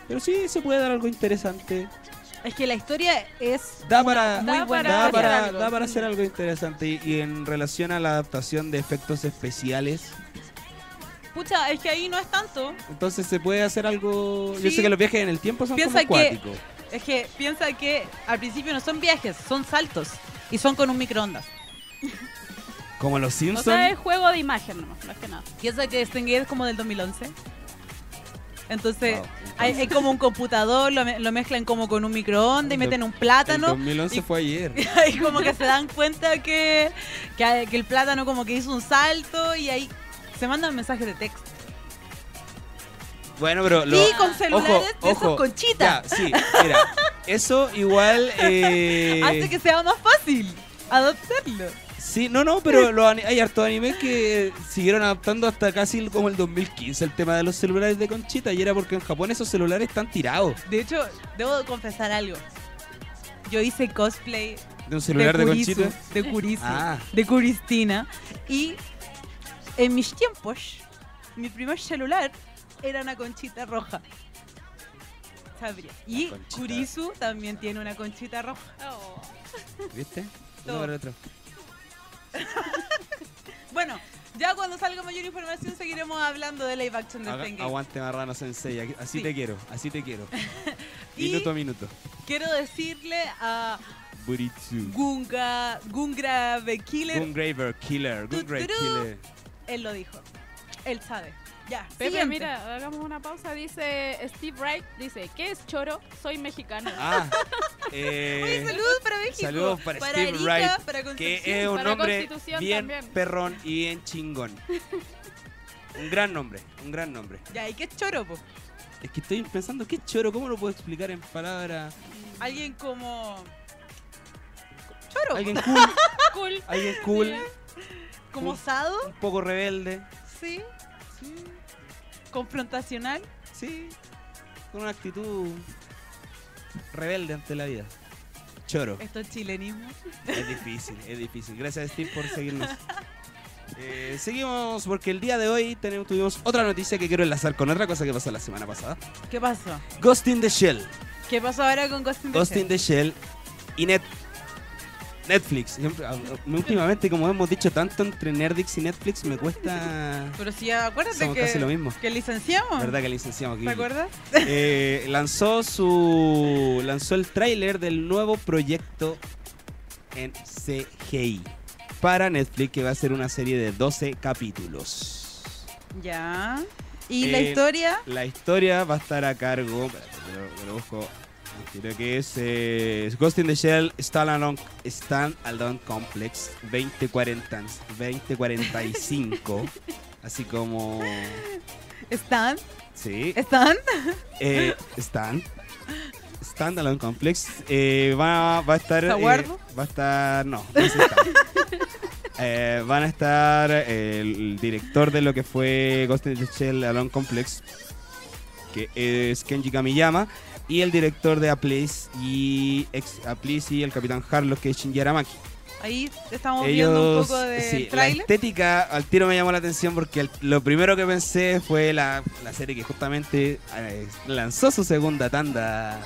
Speaker 3: pero sí se puede dar algo interesante.
Speaker 1: Es que la historia es
Speaker 3: Da para,
Speaker 1: muy buena
Speaker 3: da
Speaker 1: historia.
Speaker 3: para-
Speaker 4: algo.
Speaker 3: da para hacer algo interesante. Y, y en relación a la adaptación de efectos especiales,
Speaker 1: Pucha, es que ahí no es tanto.
Speaker 3: entonces se puede hacer algo. Yo
Speaker 1: Sí.
Speaker 3: sé que los viajes en el tiempo son
Speaker 1: Piensa
Speaker 3: como
Speaker 1: que-
Speaker 3: acuáticos.
Speaker 1: Es que piensa que al principio no son viajes, son saltos. Y son con un microondas.
Speaker 3: Como los
Speaker 4: O
Speaker 3: Simpsons.
Speaker 4: sea, es juego de imagen nomás, más que nada.
Speaker 1: Piensa que Stengate es como del 2011. Entonces,
Speaker 3: Wow,
Speaker 1: eh, hay, hay como un computador, lo, me- lo mezclan como con un microondas y
Speaker 3: El
Speaker 1: meten
Speaker 3: do-
Speaker 1: un
Speaker 3: el
Speaker 1: plátano.
Speaker 3: 2011
Speaker 1: y-
Speaker 3: fue ayer.
Speaker 1: y como que se dan cuenta que, que, que el plátano como que hizo un salto y ahí se mandan mensajes de texto.
Speaker 3: Bueno, pero lo,
Speaker 1: y con celulares de esos conchitas.
Speaker 3: Ya, sí, mira. Eso igual. eh,
Speaker 1: Hace que sea más fácil adoptarlo.
Speaker 3: Sí, no, no, pero los ani- hay hartos animes que siguieron adaptando hasta casi el- como el 2015 el tema de los celulares de conchita y era porque en Japón esos celulares están tirados
Speaker 1: De hecho, debo confesar algo. Yo hice cosplay
Speaker 3: de un celular de,
Speaker 1: Kurisu,
Speaker 3: conchita.
Speaker 1: de Kurisu,
Speaker 3: Ah.
Speaker 1: de Kuristina. Y en mis tiempos, mi primer celular era una conchita roja. Sabría. Y
Speaker 3: La conchita.
Speaker 1: Kurisu también tiene una conchita roja.
Speaker 3: ¿Viste? Uno
Speaker 1: Todo.
Speaker 3: para otro.
Speaker 1: Bueno, ya cuando salga mayor información seguiremos hablando de live action de
Speaker 3: Aga-
Speaker 1: Steins Gate.
Speaker 3: aguante marrano sensei, aquí- así
Speaker 1: Sí.
Speaker 3: te quiero, así te quiero.
Speaker 1: Y-
Speaker 3: Minuto a minuto.
Speaker 1: Quiero decirle a
Speaker 3: Buritsu.
Speaker 1: Gunga, Gungra The Killer,
Speaker 3: Gungraver Killer, Gungrave
Speaker 1: Tuturú.
Speaker 3: Killer.
Speaker 1: él lo dijo. Él sabe. Ya,
Speaker 4: Pepe,
Speaker 1: siguiente.
Speaker 4: mira, hagamos una pausa. Dice Steve Wright, dice, ¿qué es choro? Soy mexicano.
Speaker 3: Ah, eh,
Speaker 1: Oye, saludos para México.
Speaker 3: saludos para Steve
Speaker 1: Arica,
Speaker 3: Wright,
Speaker 1: para
Speaker 3: que
Speaker 1: Concepción.
Speaker 3: es un
Speaker 4: para
Speaker 3: nombre
Speaker 4: Constitución
Speaker 3: bien
Speaker 4: también.
Speaker 3: perrón y bien chingón. Un gran nombre, un gran nombre.
Speaker 1: Ya, ¿y qué choro, po?
Speaker 3: Es que estoy pensando, ¿qué choro? ¿Cómo lo puedo explicar en palabras?
Speaker 1: Alguien como... Choro,
Speaker 3: Alguien cool,
Speaker 4: cool.
Speaker 3: alguien cool,
Speaker 1: como osado,
Speaker 3: un poco rebelde,
Speaker 1: sí. Confrontacional.
Speaker 3: sí, con una actitud rebelde ante la vida. Choro.
Speaker 1: Esto es chilenismo.
Speaker 3: Es difícil, es difícil. Gracias Steve por seguirnos. Eh, seguimos porque el día de hoy tenemos, tuvimos otra noticia que quiero enlazar con otra cosa que pasó la semana pasada.
Speaker 1: ¿Qué pasó?
Speaker 3: Ghost in the Shell.
Speaker 1: ¿Qué pasó ahora con Ghost in the
Speaker 3: Ghost in
Speaker 1: Shell?
Speaker 3: the Shell y Net Netflix. Siempre- ah, Últimamente, como hemos dicho tanto entre Nerdix y Netflix, me cuesta.
Speaker 1: Pero si ya, acuérdate
Speaker 3: Somos
Speaker 1: que...
Speaker 3: casi lo mismo.
Speaker 1: Que licenciamos.
Speaker 3: ¿Verdad que licenciamos aquí?
Speaker 1: ¿Te acuerdas?
Speaker 3: Eh, lanzó su. Lanzó el tráiler del nuevo proyecto en CGI para Netflix, que va a ser una serie de 12 capítulos.
Speaker 1: Ya. ¿Y la
Speaker 3: Eh,
Speaker 1: historia?
Speaker 3: La historia va a estar a cargo. espérate, te lo- te lo busco. Creo que es eh, Ghost in the Shell Standalone Stand Alone Complex 2040, 2045. así como.
Speaker 1: ¿Están?
Speaker 3: Sí.
Speaker 1: ¿Están?
Speaker 3: Eh, Stan. Standalone Complex. eh, va, va a estar. eh,
Speaker 1: ¿Saguardo?
Speaker 3: va a estar. No, no es Stan. Eh, van a estar eh, el director de lo que fue Ghost in the Shell Alone Complex, que es Kenji Kamiyama, y el director de A Place y, ex, A Place y el Capitán Harlock, que es Shinji Aramaki.
Speaker 1: Ahí estamos viendo un
Speaker 3: Ellos,
Speaker 1: poco del
Speaker 3: sí, la
Speaker 1: tráiler.
Speaker 3: estética al tiro me llamó la atención porque el- lo primero que pensé fue la, la serie que justamente eh, lanzó su segunda tanda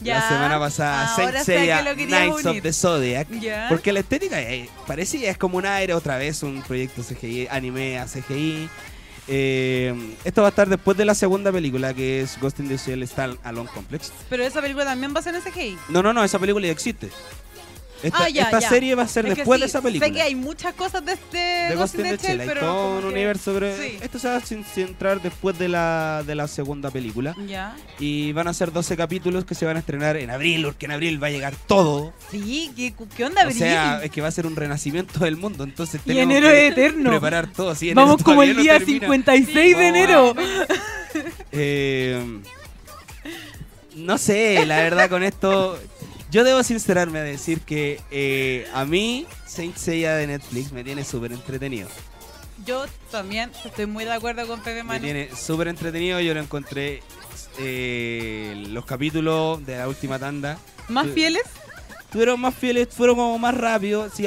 Speaker 3: la
Speaker 1: Ya,
Speaker 3: semana pasada,
Speaker 1: ahora sé
Speaker 3: Sensei
Speaker 1: que lo querías
Speaker 3: Knights
Speaker 1: unir.
Speaker 3: of the Zodiac.
Speaker 1: Ya.
Speaker 3: Porque la estética eh, parece ya es como un aire otra vez, un proyecto CGI, anime a CGI. Eh, esto va a estar después de la segunda película que es Ghost in the Shell Star Alone Complex.
Speaker 1: Pero esa película también va a ser en CGI.
Speaker 3: No, no, no, esa película ya existe. Esta,
Speaker 1: Ah, ya,
Speaker 3: esta
Speaker 1: ya.
Speaker 3: serie va a ser
Speaker 1: Es que
Speaker 3: después
Speaker 1: sí,
Speaker 3: de esa película.
Speaker 1: Sé que hay muchas cosas de este
Speaker 3: de Ghost in the Shell, hay
Speaker 1: pero
Speaker 3: todo
Speaker 1: como
Speaker 3: un
Speaker 1: que-
Speaker 3: universo. Pero
Speaker 1: sí.
Speaker 3: esto se va a cen- centrar después de la, de la segunda película.
Speaker 1: Ya.
Speaker 3: Y van a ser 12 capítulos que se van a estrenar en abril, porque en abril va a llegar todo.
Speaker 1: Sí, ¿qué, qué onda,
Speaker 3: O
Speaker 1: Abril?
Speaker 3: sea, es que va a ser un renacimiento del mundo. Entonces
Speaker 2: Y
Speaker 3: tenemos
Speaker 2: enero
Speaker 3: que-
Speaker 2: es eterno.
Speaker 3: preparar todo. sí, en
Speaker 2: Vamos
Speaker 3: enero
Speaker 2: como el día
Speaker 3: todavía no termina.
Speaker 2: 56 de
Speaker 3: Sí,
Speaker 2: enero.
Speaker 3: Eh, no sé, la verdad con esto... Yo debo sincerarme a decir que eh, a mí Saint Seiya de Netflix me tiene súper entretenido.
Speaker 1: Yo también estoy muy de acuerdo con Pepe
Speaker 3: Me
Speaker 1: Manu.
Speaker 3: tiene súper entretenido. Yo lo encontré eh, los capítulos de la última tanda.
Speaker 1: ¿Más fieles?
Speaker 3: Fueron más fieles, fueron como más rápidos. Sí,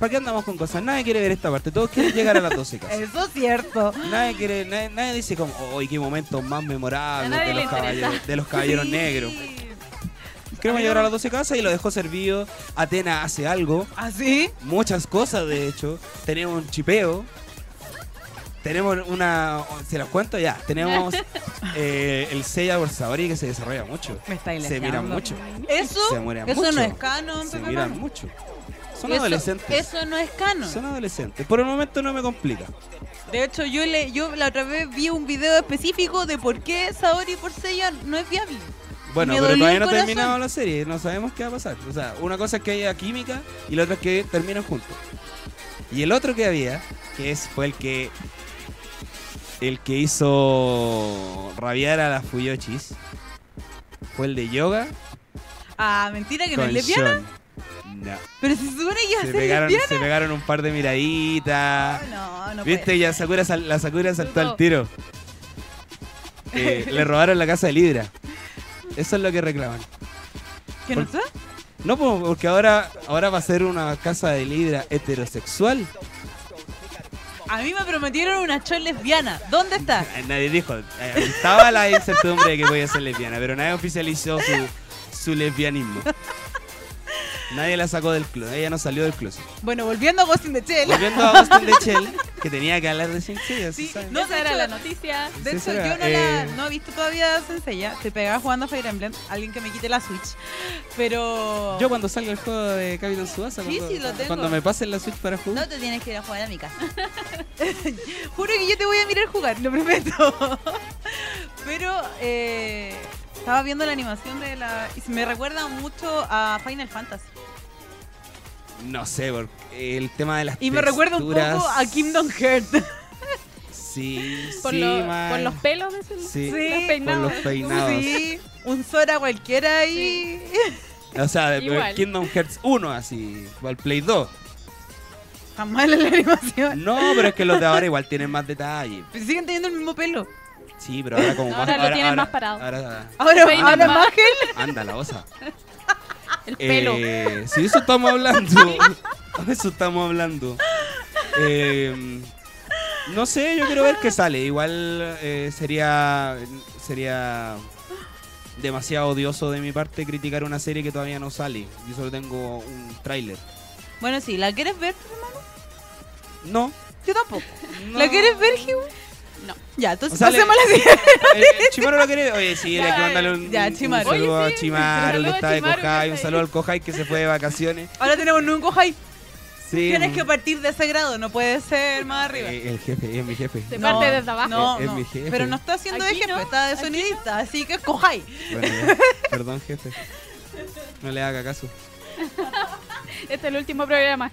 Speaker 3: ¿Para qué andamos con cosas? Nadie quiere ver esta parte. Todos quieren llegar a las 12 casas.
Speaker 1: Eso es cierto.
Speaker 3: Nadie, quiere, nadie, nadie dice como, hoy qué momentos más memorables
Speaker 4: A nadie
Speaker 3: de
Speaker 4: le
Speaker 3: los,
Speaker 4: interesa.
Speaker 3: caballeros, de los caballeros
Speaker 1: Sí.
Speaker 3: negros. Creo que llegaron a las 12 casas y lo dejó servido. Atena hace algo,
Speaker 1: ¿Ah, sí?
Speaker 3: muchas cosas de hecho. Tenemos un chipeo. Tenemos una... ¿Se los cuento ya? Tenemos eh, el Seiya por Saori que se desarrolla mucho.
Speaker 1: Me está
Speaker 3: Se mira mucho.
Speaker 1: Eso,
Speaker 3: Se mira
Speaker 1: eso
Speaker 3: mucho.
Speaker 1: no es canon,
Speaker 3: Se
Speaker 1: Pepe
Speaker 3: mira
Speaker 1: Manu.
Speaker 3: mucho. Son
Speaker 1: Eso-
Speaker 3: adolescentes.
Speaker 1: Eso no es canon.
Speaker 3: Son adolescentes. Por el momento no me complica.
Speaker 1: De hecho, yo le, yo la otra vez vi un video específico de por qué Saori por Seiya no es viable.
Speaker 3: Bueno,
Speaker 1: Me
Speaker 3: pero
Speaker 1: dolió el
Speaker 3: todavía no ha
Speaker 1: corazón.
Speaker 3: terminado la serie, no sabemos qué va a pasar. O sea, una cosa es que haya química y la otra es que terminan juntos. Y el otro que había, que es, fue el que el que hizo rabiar a las Fuyochis, fue el de yoga
Speaker 1: Ah, mentira que no
Speaker 3: con
Speaker 1: es lesbiana.
Speaker 3: Sean. No.
Speaker 1: Pero se supone que iba a
Speaker 3: Se
Speaker 1: ser
Speaker 3: pegaron,
Speaker 1: lesbiana.
Speaker 3: se pegaron un par de miraditas.
Speaker 1: No, no
Speaker 3: Viste,
Speaker 1: puede.
Speaker 3: ya Sakura sal- la Sakura saltó al
Speaker 4: No.
Speaker 3: tiro. Eh, le robaron la casa de Libra. Eso es lo que reclaman.
Speaker 1: ¿Que no está?
Speaker 3: No, po, porque ahora, ahora va a ser una casa de Libra heterosexual.
Speaker 1: A mí me prometieron una chon lesbiana. ¿Dónde está?
Speaker 3: Eh, Nadie dijo, eh, estaba la incertidumbre de que podía ser lesbiana, pero nadie oficializó su, su lesbianismo. Nadie la sacó del club, ella no salió del closet.
Speaker 1: Bueno, volviendo a Ghost in the Shell.
Speaker 3: Volviendo a Austin de Shell, que tenía que hablar de Sin Seiya,
Speaker 1: Sí,
Speaker 3: ¿sí saben?
Speaker 1: no,
Speaker 4: Esa
Speaker 1: de
Speaker 4: era
Speaker 1: hecho-
Speaker 4: la noticia.
Speaker 1: De
Speaker 3: Sí,
Speaker 1: hecho,
Speaker 3: será.
Speaker 1: yo no, la,
Speaker 3: Eh.
Speaker 1: no he visto todavía Senseiya. Se pegaba jugando a Fire Emblem. Alguien que me quite la Switch. Pero...
Speaker 3: Yo cuando salga el juego de Capitán Subasa,
Speaker 1: Sí,
Speaker 3: cuando,
Speaker 1: sí, lo tengo.
Speaker 3: cuando me pasen la Switch para jugar,
Speaker 1: No te tienes que ir a jugar a mi casa. Juro que yo te voy a mirar jugar, lo prometo. Pero eh, estaba viendo la animación de la... Y me recuerda mucho a Final Fantasy.
Speaker 3: no sé, porque el tema de las
Speaker 1: Y me recuerda un
Speaker 3: texturas-
Speaker 1: poco a Kingdom Hearts.
Speaker 3: Sí,
Speaker 4: Por,
Speaker 3: sí,
Speaker 4: lo-
Speaker 3: man.
Speaker 4: por los pelos de ese
Speaker 3: Sí,
Speaker 4: los
Speaker 1: Sí.
Speaker 4: peinados.
Speaker 3: por los peinados.
Speaker 1: Sí, un Sora cualquiera ahí.
Speaker 3: O sea, de-
Speaker 4: Igual.
Speaker 3: Kingdom Hearts 1, así, o al Play 2.
Speaker 1: Está mala la animación.
Speaker 3: No, pero es que los de ahora igual tienen más detalle.
Speaker 1: Pero siguen teniendo el mismo pelo.
Speaker 3: Sí, pero ahora como más...
Speaker 4: Ahora lo tienen más parado.
Speaker 3: Ahora,
Speaker 1: Ahora,
Speaker 4: Peinan
Speaker 1: ahora
Speaker 4: más.
Speaker 1: más gel.
Speaker 3: anda, la osa.
Speaker 4: El pelo.
Speaker 3: Eh, sí, eso estamos hablando. eso estamos hablando. Eh, no sé, yo quiero ver qué sale. Igual eh, sería... Sería... Demasiado odioso de mi parte criticar una serie que todavía no sale. Yo solo tengo un tráiler.
Speaker 1: Bueno, sí, ¿la quieres ver?
Speaker 3: No.
Speaker 1: Yo tampoco.
Speaker 3: no.
Speaker 1: ¿La quieres ver, Gil?
Speaker 4: No.
Speaker 1: Ya, entonces
Speaker 3: O sea, le-
Speaker 1: pasemos a la siguiente.
Speaker 3: Eh, Chimaru lo quiere. Oye, sí, le hay que
Speaker 4: Ya,
Speaker 3: mandarle un,
Speaker 1: ya,
Speaker 3: un
Speaker 1: Chimaru.
Speaker 3: saludo
Speaker 4: Oye,
Speaker 3: a
Speaker 4: sí,
Speaker 3: Chimaru,
Speaker 4: saludo
Speaker 3: que
Speaker 4: a
Speaker 3: está de
Speaker 4: Chimaru, que
Speaker 3: Cojai.
Speaker 4: está
Speaker 3: Un
Speaker 4: ahí.
Speaker 3: saludo al Cojai que se fue de vacaciones.
Speaker 1: Ahora tenemos un Nungo High.
Speaker 3: Sí,
Speaker 1: Tienes que partir de ese grado, no puede ser más arriba.
Speaker 3: eh, El jefe, es mi jefe.
Speaker 4: Se
Speaker 1: No,
Speaker 4: parte desde abajo.
Speaker 1: No,
Speaker 3: Es- es
Speaker 1: no.
Speaker 3: mi jefe.
Speaker 1: Pero no está haciendo de
Speaker 4: Aquí
Speaker 1: jefe,
Speaker 4: no,
Speaker 1: está de
Speaker 4: aquí
Speaker 1: sonidista, así que cojáis.
Speaker 3: Bueno, ya. Perdón, jefe. No le haga caso.
Speaker 4: Este es el último programa.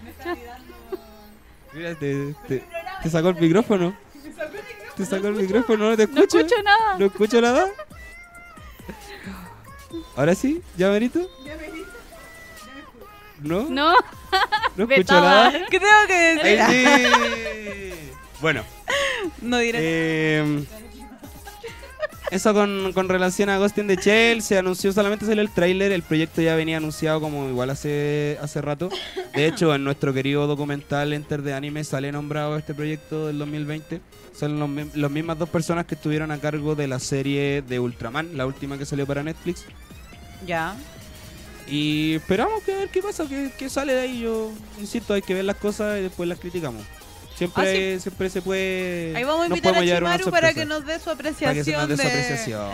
Speaker 3: Mira, te, te- te sacó el micrófono. Te sacó el micrófono, no te
Speaker 4: No
Speaker 3: escucho. ¿eh?
Speaker 4: escucho nada.
Speaker 3: No escucho nada. Ahora sí, ya verito. No, no,
Speaker 4: No,
Speaker 3: escucho
Speaker 4: vetada.
Speaker 3: nada.
Speaker 1: ¿Qué tengo que
Speaker 3: Ahí
Speaker 1: decir?
Speaker 3: sí. Bueno,
Speaker 1: No diré.
Speaker 3: Eh, Eso con, con relación a Ghost in the Shell, se anunció, solamente salió el tráiler, el proyecto ya venía anunciado como igual hace, hace rato. De hecho, en nuestro querido documental Enter de Anime sale nombrado este proyecto del 2020. Son los mi- las mismas dos personas que estuvieron a cargo de la serie de Ultraman, la última que salió para Netflix.
Speaker 1: Ya.
Speaker 3: Y esperamos que a ver qué pasa, qué, qué sale de ahí. Yo insisto, hay que ver las cosas y después las criticamos. Siempre,
Speaker 1: Ah, sí.
Speaker 3: hay- siempre se puede.
Speaker 1: Ahí vamos a
Speaker 3: nos
Speaker 1: invitar a
Speaker 3: eh, podemos llevar una
Speaker 1: Chimaru para
Speaker 3: sorpresa.
Speaker 1: que nos dé su
Speaker 3: Para que se
Speaker 1: apreciación,
Speaker 3: nos dé su
Speaker 1: de-
Speaker 3: apreciación.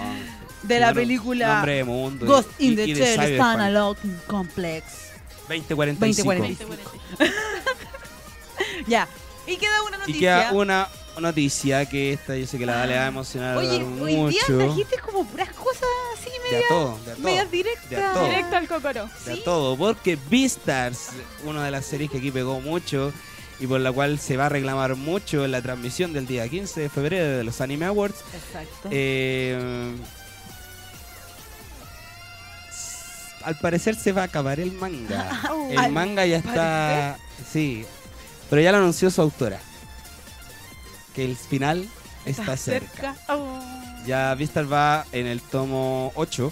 Speaker 1: de la
Speaker 3: Claro,
Speaker 1: película
Speaker 3: Nombre de mundo. y-
Speaker 1: Ghost
Speaker 3: y-
Speaker 1: in
Speaker 3: y
Speaker 1: the
Speaker 3: de
Speaker 1: Shell
Speaker 3: Cyberpunk.
Speaker 1: Standalone Complex.
Speaker 3: 2045.
Speaker 1: 2045. Ya. Y queda una
Speaker 3: Y
Speaker 1: noticia.
Speaker 3: queda una noticia que esta yo sé que la Dale va a emocionar
Speaker 1: Oye, hoy día
Speaker 3: mucho.
Speaker 1: trajiste como puras cosas así,
Speaker 3: De a todo, de a
Speaker 1: medias
Speaker 3: todo.
Speaker 1: directas.
Speaker 3: de a todo.
Speaker 4: Directo al Cocoro.
Speaker 3: De a
Speaker 1: Sí.
Speaker 3: todo, porque Beastars, una de las series que aquí pegó mucho y por la cual se va a reclamar mucho en la transmisión del día 15 de febrero de los Anime Awards,
Speaker 1: Exacto.
Speaker 3: Eh, s- al parecer se va a acabar el manga. El
Speaker 1: Ah, Al
Speaker 3: manga ya está. Sí. Pero ya lo anunció su autora. Que el final está cerca.
Speaker 4: Oh.
Speaker 3: Ya Vistar va en el tomo 8.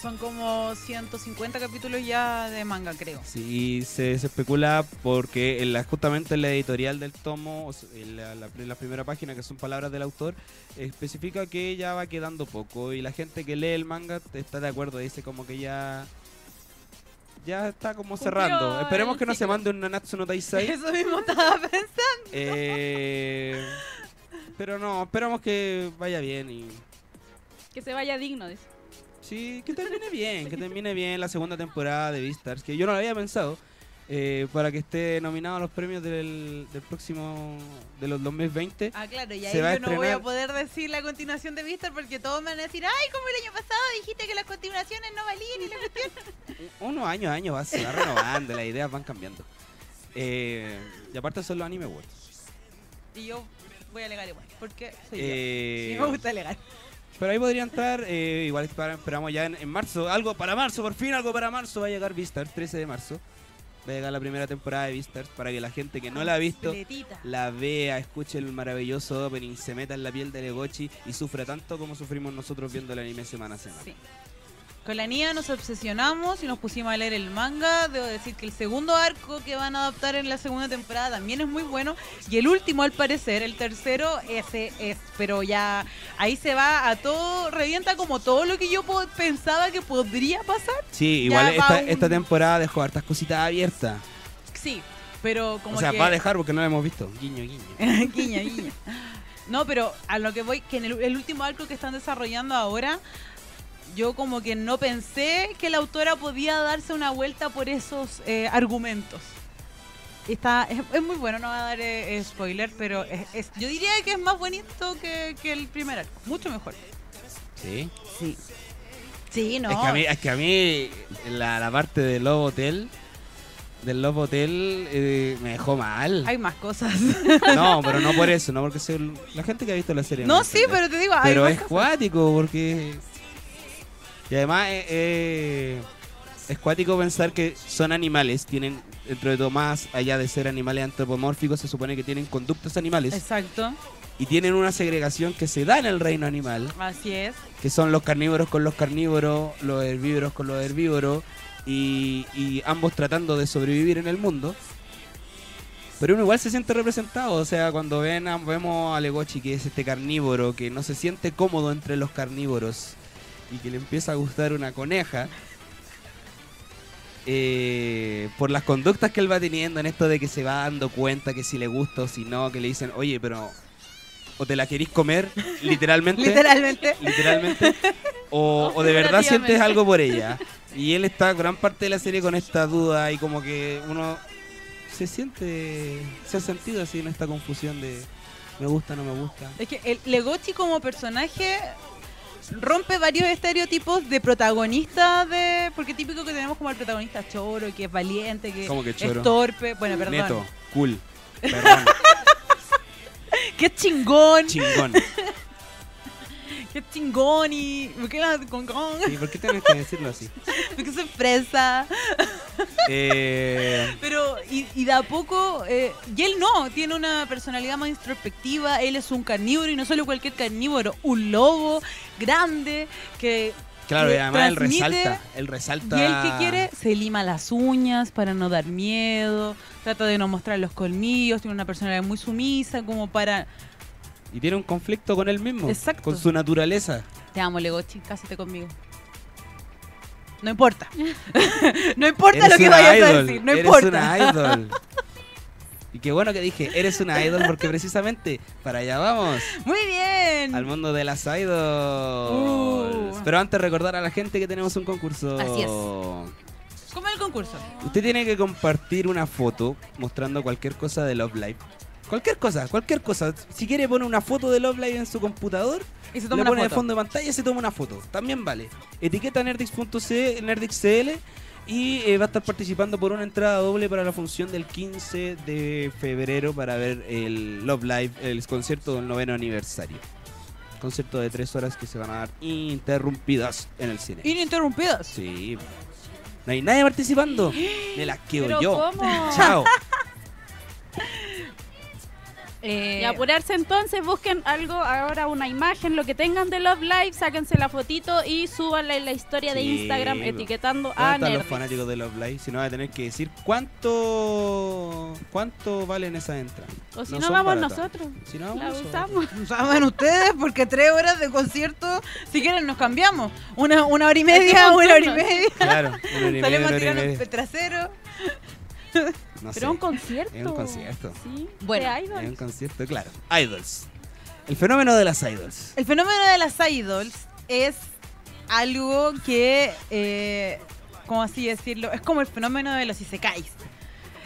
Speaker 1: Son como 150 capítulos ya de manga, creo.
Speaker 3: Sí, y se, se especula porque en la- justamente en la editorial del tomo, o sea, en la, la- en la primera página, que son palabras del autor, especifica que ya va quedando poco y la gente que lee el manga está de acuerdo, dice como que ya... Ya está como
Speaker 4: Cumplió
Speaker 3: cerrando. Esperemos
Speaker 4: el
Speaker 3: que no se
Speaker 4: ciclo.
Speaker 3: mande un Nanatsu no Taisai.
Speaker 1: Eso mismo estaba pensando.
Speaker 3: Eh, pero no, esperamos que vaya bien y...
Speaker 4: Que se vaya digno. dice.
Speaker 3: Sí, que termine bien, que termine bien la segunda temporada de Beastars, que yo no lo había pensado, eh, para que esté nominado a los premios del, del próximo, de los 2020.
Speaker 1: Ah, claro, y
Speaker 3: Se
Speaker 1: ahí
Speaker 3: va a
Speaker 1: yo no voy a
Speaker 3: estrenar.
Speaker 1: poder decir la continuación de Vistar porque todos me van a decir, ay, como el año pasado dijiste que las continuaciones no valían y la cuestión". eh.
Speaker 3: Unos años a años va, se va renovando, las ideas van cambiando. Eh, y aparte son los anime awards.
Speaker 1: Y yo voy a alegar igual, porque soy yo.
Speaker 3: Eh,
Speaker 1: Sí, me gusta alegar.
Speaker 3: pero ahí podría entrar, eh, igual espera- esperamos ya en, en marzo, algo para marzo, por fin algo para marzo, va a llegar Beastars, 13 de marzo. Va a llegar la primera temporada de Beastars para que la gente que no la ha visto
Speaker 1: Completita.
Speaker 3: la vea, escuche el maravilloso opening, se meta en la piel de Legochi y sufra tanto como sufrimos nosotros viendo el anime semana a semana.
Speaker 1: Sí. Con la niña nos obsesionamos y nos pusimos a leer el manga. Debo decir que el segundo arco que van a adaptar en la segunda temporada también es muy bueno. Y el último, al parecer, el tercero, ese es. Pero ya ahí se va a todo, revienta como todo lo que yo po- pensaba que podría pasar.
Speaker 3: Sí,
Speaker 1: Ya
Speaker 3: igual
Speaker 1: va
Speaker 3: esta,
Speaker 1: un-
Speaker 3: esta temporada dejó hartas cositas abiertas.
Speaker 1: Sí, pero como
Speaker 3: O sea,
Speaker 1: que.
Speaker 3: va a dejar porque no la hemos visto. Guiño, guiño.
Speaker 1: Guiña, guiña. No, pero a lo que voy, que en el, el último arco que están desarrollando ahora, yo como que no pensé que la autora podía darse una vuelta por esos eh, argumentos. Está, es, es muy bueno, no va a dar eh, spoiler, pero es, es- yo diría que es más bonito que, que el primer arco, mucho mejor.
Speaker 3: Sí.
Speaker 1: Sí. Sí, no.
Speaker 3: Es que a mí, es que a mí la, la parte del Love Hotel, del Love Hotel, eh, me dejó mal.
Speaker 1: Hay más cosas.
Speaker 3: No, pero no por eso, no porque soy el- la gente que ha visto la serie. me va
Speaker 1: No,
Speaker 3: a
Speaker 1: sí,
Speaker 3: entender.
Speaker 1: pero te digo, hay
Speaker 3: Pero
Speaker 1: más
Speaker 3: es
Speaker 1: cosas.
Speaker 3: cuático porque. Y además eh, eh, es cuático pensar que son animales, tienen, dentro de todo más allá de ser animales antropomórficos, se supone que tienen conductas animales
Speaker 1: Exacto,
Speaker 3: y tienen una segregación que se da en el reino animal,
Speaker 1: así es.
Speaker 3: que son los carnívoros con los carnívoros, los herbívoros con los herbívoros y, y ambos tratando de sobrevivir en el mundo. Pero uno igual se siente representado, o sea, cuando ven a- vemos a Legochi, que es este carnívoro, que no se siente cómodo entre los carnívoros y que le empieza a gustar una coneja, eh, por las conductas que él va teniendo en esto de que se va dando cuenta que si le gusta o si no, que le dicen, oye, pero o te la querís comer, literalmente,
Speaker 1: Literalmente.
Speaker 3: literalmente, o,
Speaker 4: O
Speaker 3: o de verdad
Speaker 4: figurativamente.
Speaker 3: sientes algo por ella. Y él está gran parte de la serie con esta duda y como que uno se siente, se ha sentido así en esta confusión de me gusta, no me gusta.
Speaker 1: Es que el Legochi como personaje rompe varios estereotipos de protagonista de porque típico que tenemos como el protagonista choro que es valiente que,
Speaker 3: Como que choro.
Speaker 1: es torpe bueno perdón
Speaker 3: Neto, cool, perdón,
Speaker 1: que es chingón
Speaker 3: chingón.
Speaker 1: qué chingón y ¿por qué la con con?
Speaker 3: ¿Y por qué tienes que decirlo así?
Speaker 1: Porque soy fresa.
Speaker 3: Eh,
Speaker 1: Pero, y, y de a poco, eh, y él no, tiene una personalidad más introspectiva, él es un carnívoro y no solo cualquier carnívoro, un lobo grande que...
Speaker 3: claro, y
Speaker 1: que
Speaker 3: además él
Speaker 1: transmite-
Speaker 3: resalta. Él resalta.
Speaker 1: Y él que quiere se lima las uñas para no dar miedo, trata de no mostrar los colmillos, tiene una personalidad muy sumisa como para...
Speaker 3: Y tiene un conflicto con él mismo.
Speaker 1: Exacto.
Speaker 3: Con su naturaleza.
Speaker 1: Te amo, Legochi, cásate conmigo. No importa. no importa lo
Speaker 3: Eres
Speaker 1: que
Speaker 3: una
Speaker 1: vayas a
Speaker 3: idol,
Speaker 1: decir, no
Speaker 3: eres
Speaker 1: importa.
Speaker 3: una idol. Y qué bueno que dije, eres una idol porque precisamente para allá vamos,
Speaker 1: Muy bien.
Speaker 3: al mundo de las idols.
Speaker 1: Uh.
Speaker 3: Pero antes recordar a la gente que tenemos un concurso.
Speaker 1: Así ¿Cómo es el concurso?
Speaker 3: Usted tiene que compartir una foto mostrando cualquier cosa de Love Live. Cualquier cosa, cualquier cosa. Si quiere pone una foto de Love Live en su computador,
Speaker 1: Y se
Speaker 3: le
Speaker 1: toma
Speaker 3: pone
Speaker 1: una
Speaker 3: de
Speaker 1: foto.
Speaker 3: fondo de pantalla y se toma una foto. También vale. Etiqueta nerdix.cl nerdixcl, y eh, va a estar participando por una entrada doble para la función del 15 de febrero para ver el Love Live, el concierto del noveno aniversario. Concierto de tres horas que se van a dar interrumpidas en el cine.
Speaker 1: Ininterrumpidas.
Speaker 3: Sí. No hay nadie participando. Me la quedo
Speaker 4: Pero
Speaker 3: yo.
Speaker 4: ¿cómo?
Speaker 3: Chao.
Speaker 1: Eh,
Speaker 4: Y
Speaker 1: pues,
Speaker 4: apurarse entonces, busquen algo, ahora una imagen, lo que tengan de Love Live, sáquense la fotito y súbanla en la historia de
Speaker 3: Sí,
Speaker 4: Instagram
Speaker 3: bo.
Speaker 4: etiquetando
Speaker 1: Ah,
Speaker 3: ¿Dónde
Speaker 4: a
Speaker 3: están los
Speaker 4: Nerdix.
Speaker 3: fanáticos de Love Live? Si no, va a tener que decir cuánto cuánto valen esas entradas.
Speaker 4: O si
Speaker 3: No
Speaker 4: no,
Speaker 3: son
Speaker 4: vamos
Speaker 3: baratas.
Speaker 4: nosotros,
Speaker 3: Si no,
Speaker 4: la
Speaker 3: vamos a-
Speaker 4: usamos.
Speaker 1: Saben ustedes, porque tres horas de concierto, si quieren nos cambiamos. Una, una hora y media,
Speaker 4: Hacemos
Speaker 1: una hora y
Speaker 4: turnos.
Speaker 1: media.
Speaker 3: Claro, una hora y media,
Speaker 1: Salimos
Speaker 3: una
Speaker 1: a
Speaker 3: hora y
Speaker 1: tirar
Speaker 3: media.
Speaker 1: un trasero.
Speaker 3: No sé.
Speaker 4: Pero es un concierto.
Speaker 3: Es un concierto.
Speaker 4: Sí,
Speaker 1: Bueno,
Speaker 4: de
Speaker 3: Es un
Speaker 4: idols.
Speaker 3: concierto, claro. Idols. El fenómeno de las idols.
Speaker 1: El fenómeno de las idols es algo que, eh, ¿cómo así decirlo? Es como el fenómeno de los isekais.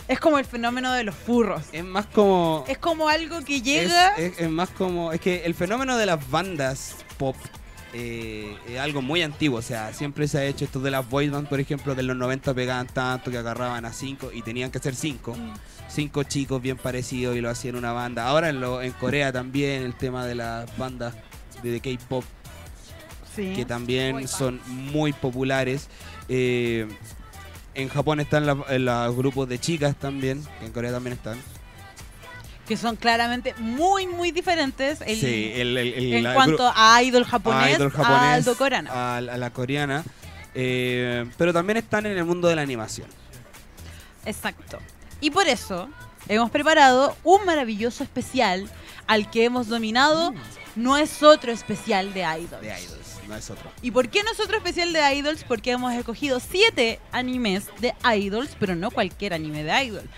Speaker 1: Es como el fenómeno de los furros.
Speaker 3: Es más como.
Speaker 1: Es como algo que
Speaker 3: es,
Speaker 1: llega...
Speaker 3: es- es más como. Es que el fenómeno de las bandas pop eh, es algo muy antiguo. O sea, siempre se ha hecho esto de las boy band, por ejemplo, de los 90 pegaban tanto que agarraban a cinco y tenían que ser cinco.
Speaker 4: Mm.
Speaker 3: Cinco chicos bien parecidos y lo hacían una banda. Ahora en, lo, en Corea también el tema de las bandas de K-pop
Speaker 1: Sí.
Speaker 3: que también
Speaker 4: Boy
Speaker 3: son muy populares. Eh, en Japón están la- eh, los grupos de chicas también, que en Corea también están.
Speaker 1: Que son claramente muy, muy diferentes. el-
Speaker 3: Sí, el- el- el-
Speaker 1: En
Speaker 3: la
Speaker 1: cuanto
Speaker 3: gru-
Speaker 1: a idol
Speaker 3: a
Speaker 1: japonés,
Speaker 3: idol japonés,
Speaker 1: a idol coreano.
Speaker 3: A, la- a la coreana. Eh, pero también están en el mundo de la animación.
Speaker 1: Exacto. Y por eso hemos preparado un maravilloso especial al que hemos dominado no es otro especial de idols.
Speaker 3: Mm. De idols, no es otro.
Speaker 1: ¿Y por qué no es otro especial de idols? Porque hemos escogido siete animes de idols, pero no cualquier anime de idol.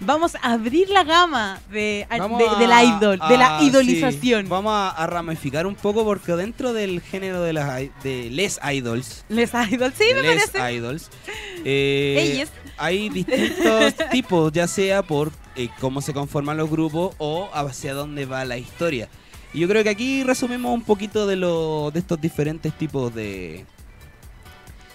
Speaker 1: Vamos a abrir la gama de,
Speaker 3: Vamos
Speaker 1: Ah, de- de la
Speaker 3: a-
Speaker 1: idol, de la
Speaker 3: a-
Speaker 1: idolización.
Speaker 3: sí, Ah, vamos a, a ramificar un poco porque dentro del género de, las, i- de les idols,
Speaker 1: Les idols, sí, me
Speaker 3: les
Speaker 1: parece.
Speaker 3: idols, eh,
Speaker 1: Ellas.
Speaker 3: hay distintos tipos, ya sea por eh, cómo se conforman los grupos o hacia dónde va la historia. Y yo creo que aquí resumimos un poquito de, lo, de estos diferentes tipos de,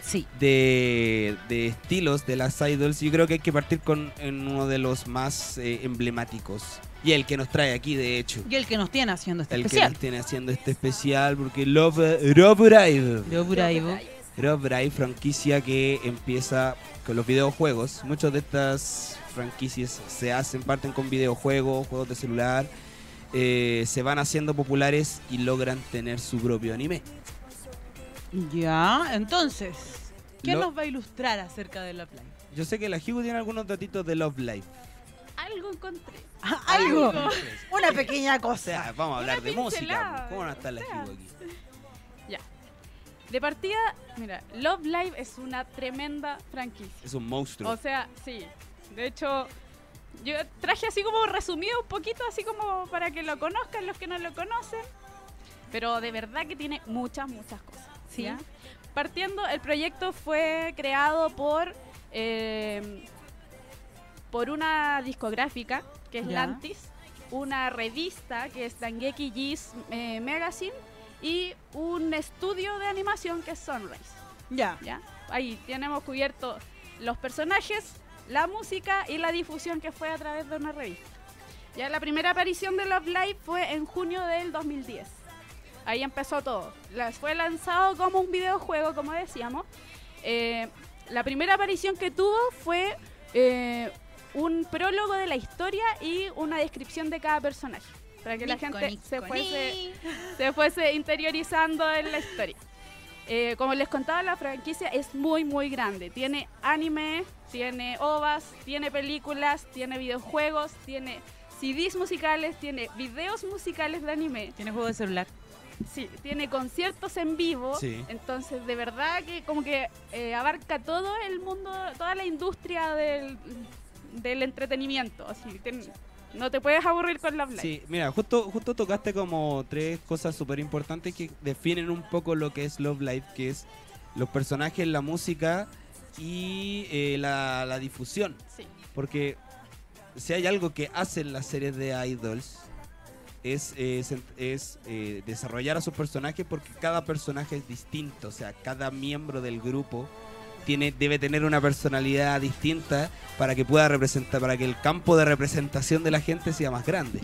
Speaker 1: Sí.
Speaker 3: de, de estilos de las idols. Yo creo que hay que partir con en uno de los más eh, emblemáticos. Y el que nos trae aquí, de hecho.
Speaker 1: Y el que nos tiene haciendo este
Speaker 3: El que
Speaker 1: especial.
Speaker 3: nos tiene haciendo este especial porque Love, Love Drive.
Speaker 1: De Obura Ivo.
Speaker 3: Rob Drive, franquicia que empieza con los videojuegos. Muchas de estas franquicias se hacen, parten con videojuegos, juegos de celular, eh, se van haciendo populares y logran tener su propio anime.
Speaker 1: Ya, entonces, ¿qué
Speaker 3: Lo-
Speaker 1: nos va a ilustrar acerca de la playa?
Speaker 3: Yo sé que la Higo tiene algunos datitos de Love Live.
Speaker 4: Algo encontré.
Speaker 1: algo,
Speaker 4: Ah, Algo.
Speaker 1: una pequeña
Speaker 3: O sea,
Speaker 1: cosa.
Speaker 3: vamos a hablar de música.
Speaker 4: pincelada.
Speaker 3: ¿Cómo van a estar la
Speaker 4: O sea.
Speaker 3: Higo aquí?
Speaker 4: De partida, mira, Love Live es una tremenda franquicia.
Speaker 3: Es un monstruo.
Speaker 4: O sea, sí. De hecho, yo traje así como resumido un poquito, así como para que lo conozcan los que no lo conocen. Pero de verdad que tiene muchas, muchas cosas.
Speaker 1: Sí.
Speaker 4: ¿ya? Partiendo, el proyecto fue creado por, eh, por una discográfica, que es
Speaker 1: Ya.
Speaker 4: Lantis, una revista, que es Dangeki G's eh, Magazine, y un estudio de animación, que es Sunrise.
Speaker 1: Ya.
Speaker 4: ¿ya? Ahí tenemos cubierto los personajes, la música y la difusión que fue a través de una revista. Ya la primera aparición de Love Live fue en junio del 2010. Ahí empezó todo. Las- fue lanzado como un videojuego, como decíamos. Eh, la primera aparición que tuvo fue eh, un prólogo de la historia y una descripción de cada personaje. Para que la
Speaker 1: Nico,
Speaker 4: gente
Speaker 1: Nico,
Speaker 4: se fuese
Speaker 1: ni.
Speaker 4: se fuese interiorizando en la historia. Eh, como les contaba, la franquicia es muy, muy grande. Tiene anime, tiene ovas, tiene películas, tiene videojuegos, tiene CDs musicales, tiene videos musicales de anime,
Speaker 1: Tiene juego de celular.
Speaker 4: sí, tiene conciertos en vivo.
Speaker 3: Sí.
Speaker 4: Entonces, de verdad que como que eh, abarca todo el mundo, toda la industria del, del entretenimiento. Así, ten- no te puedes aburrir con la Play.
Speaker 3: Sí, mira, justo, justo tocaste como tres cosas súper importantes que definen un poco lo que es Love Live, que es los personajes, la música y eh, la, la difusión.
Speaker 4: Sí.
Speaker 3: Porque si hay algo que hacen las series de idols es, eh, sen- es, eh, desarrollar a sus personajes porque cada personaje es distinto, o sea, cada miembro del grupo tiene, debe tener una personalidad distinta para que pueda representar, para que el campo de representación de la gente sea más grande.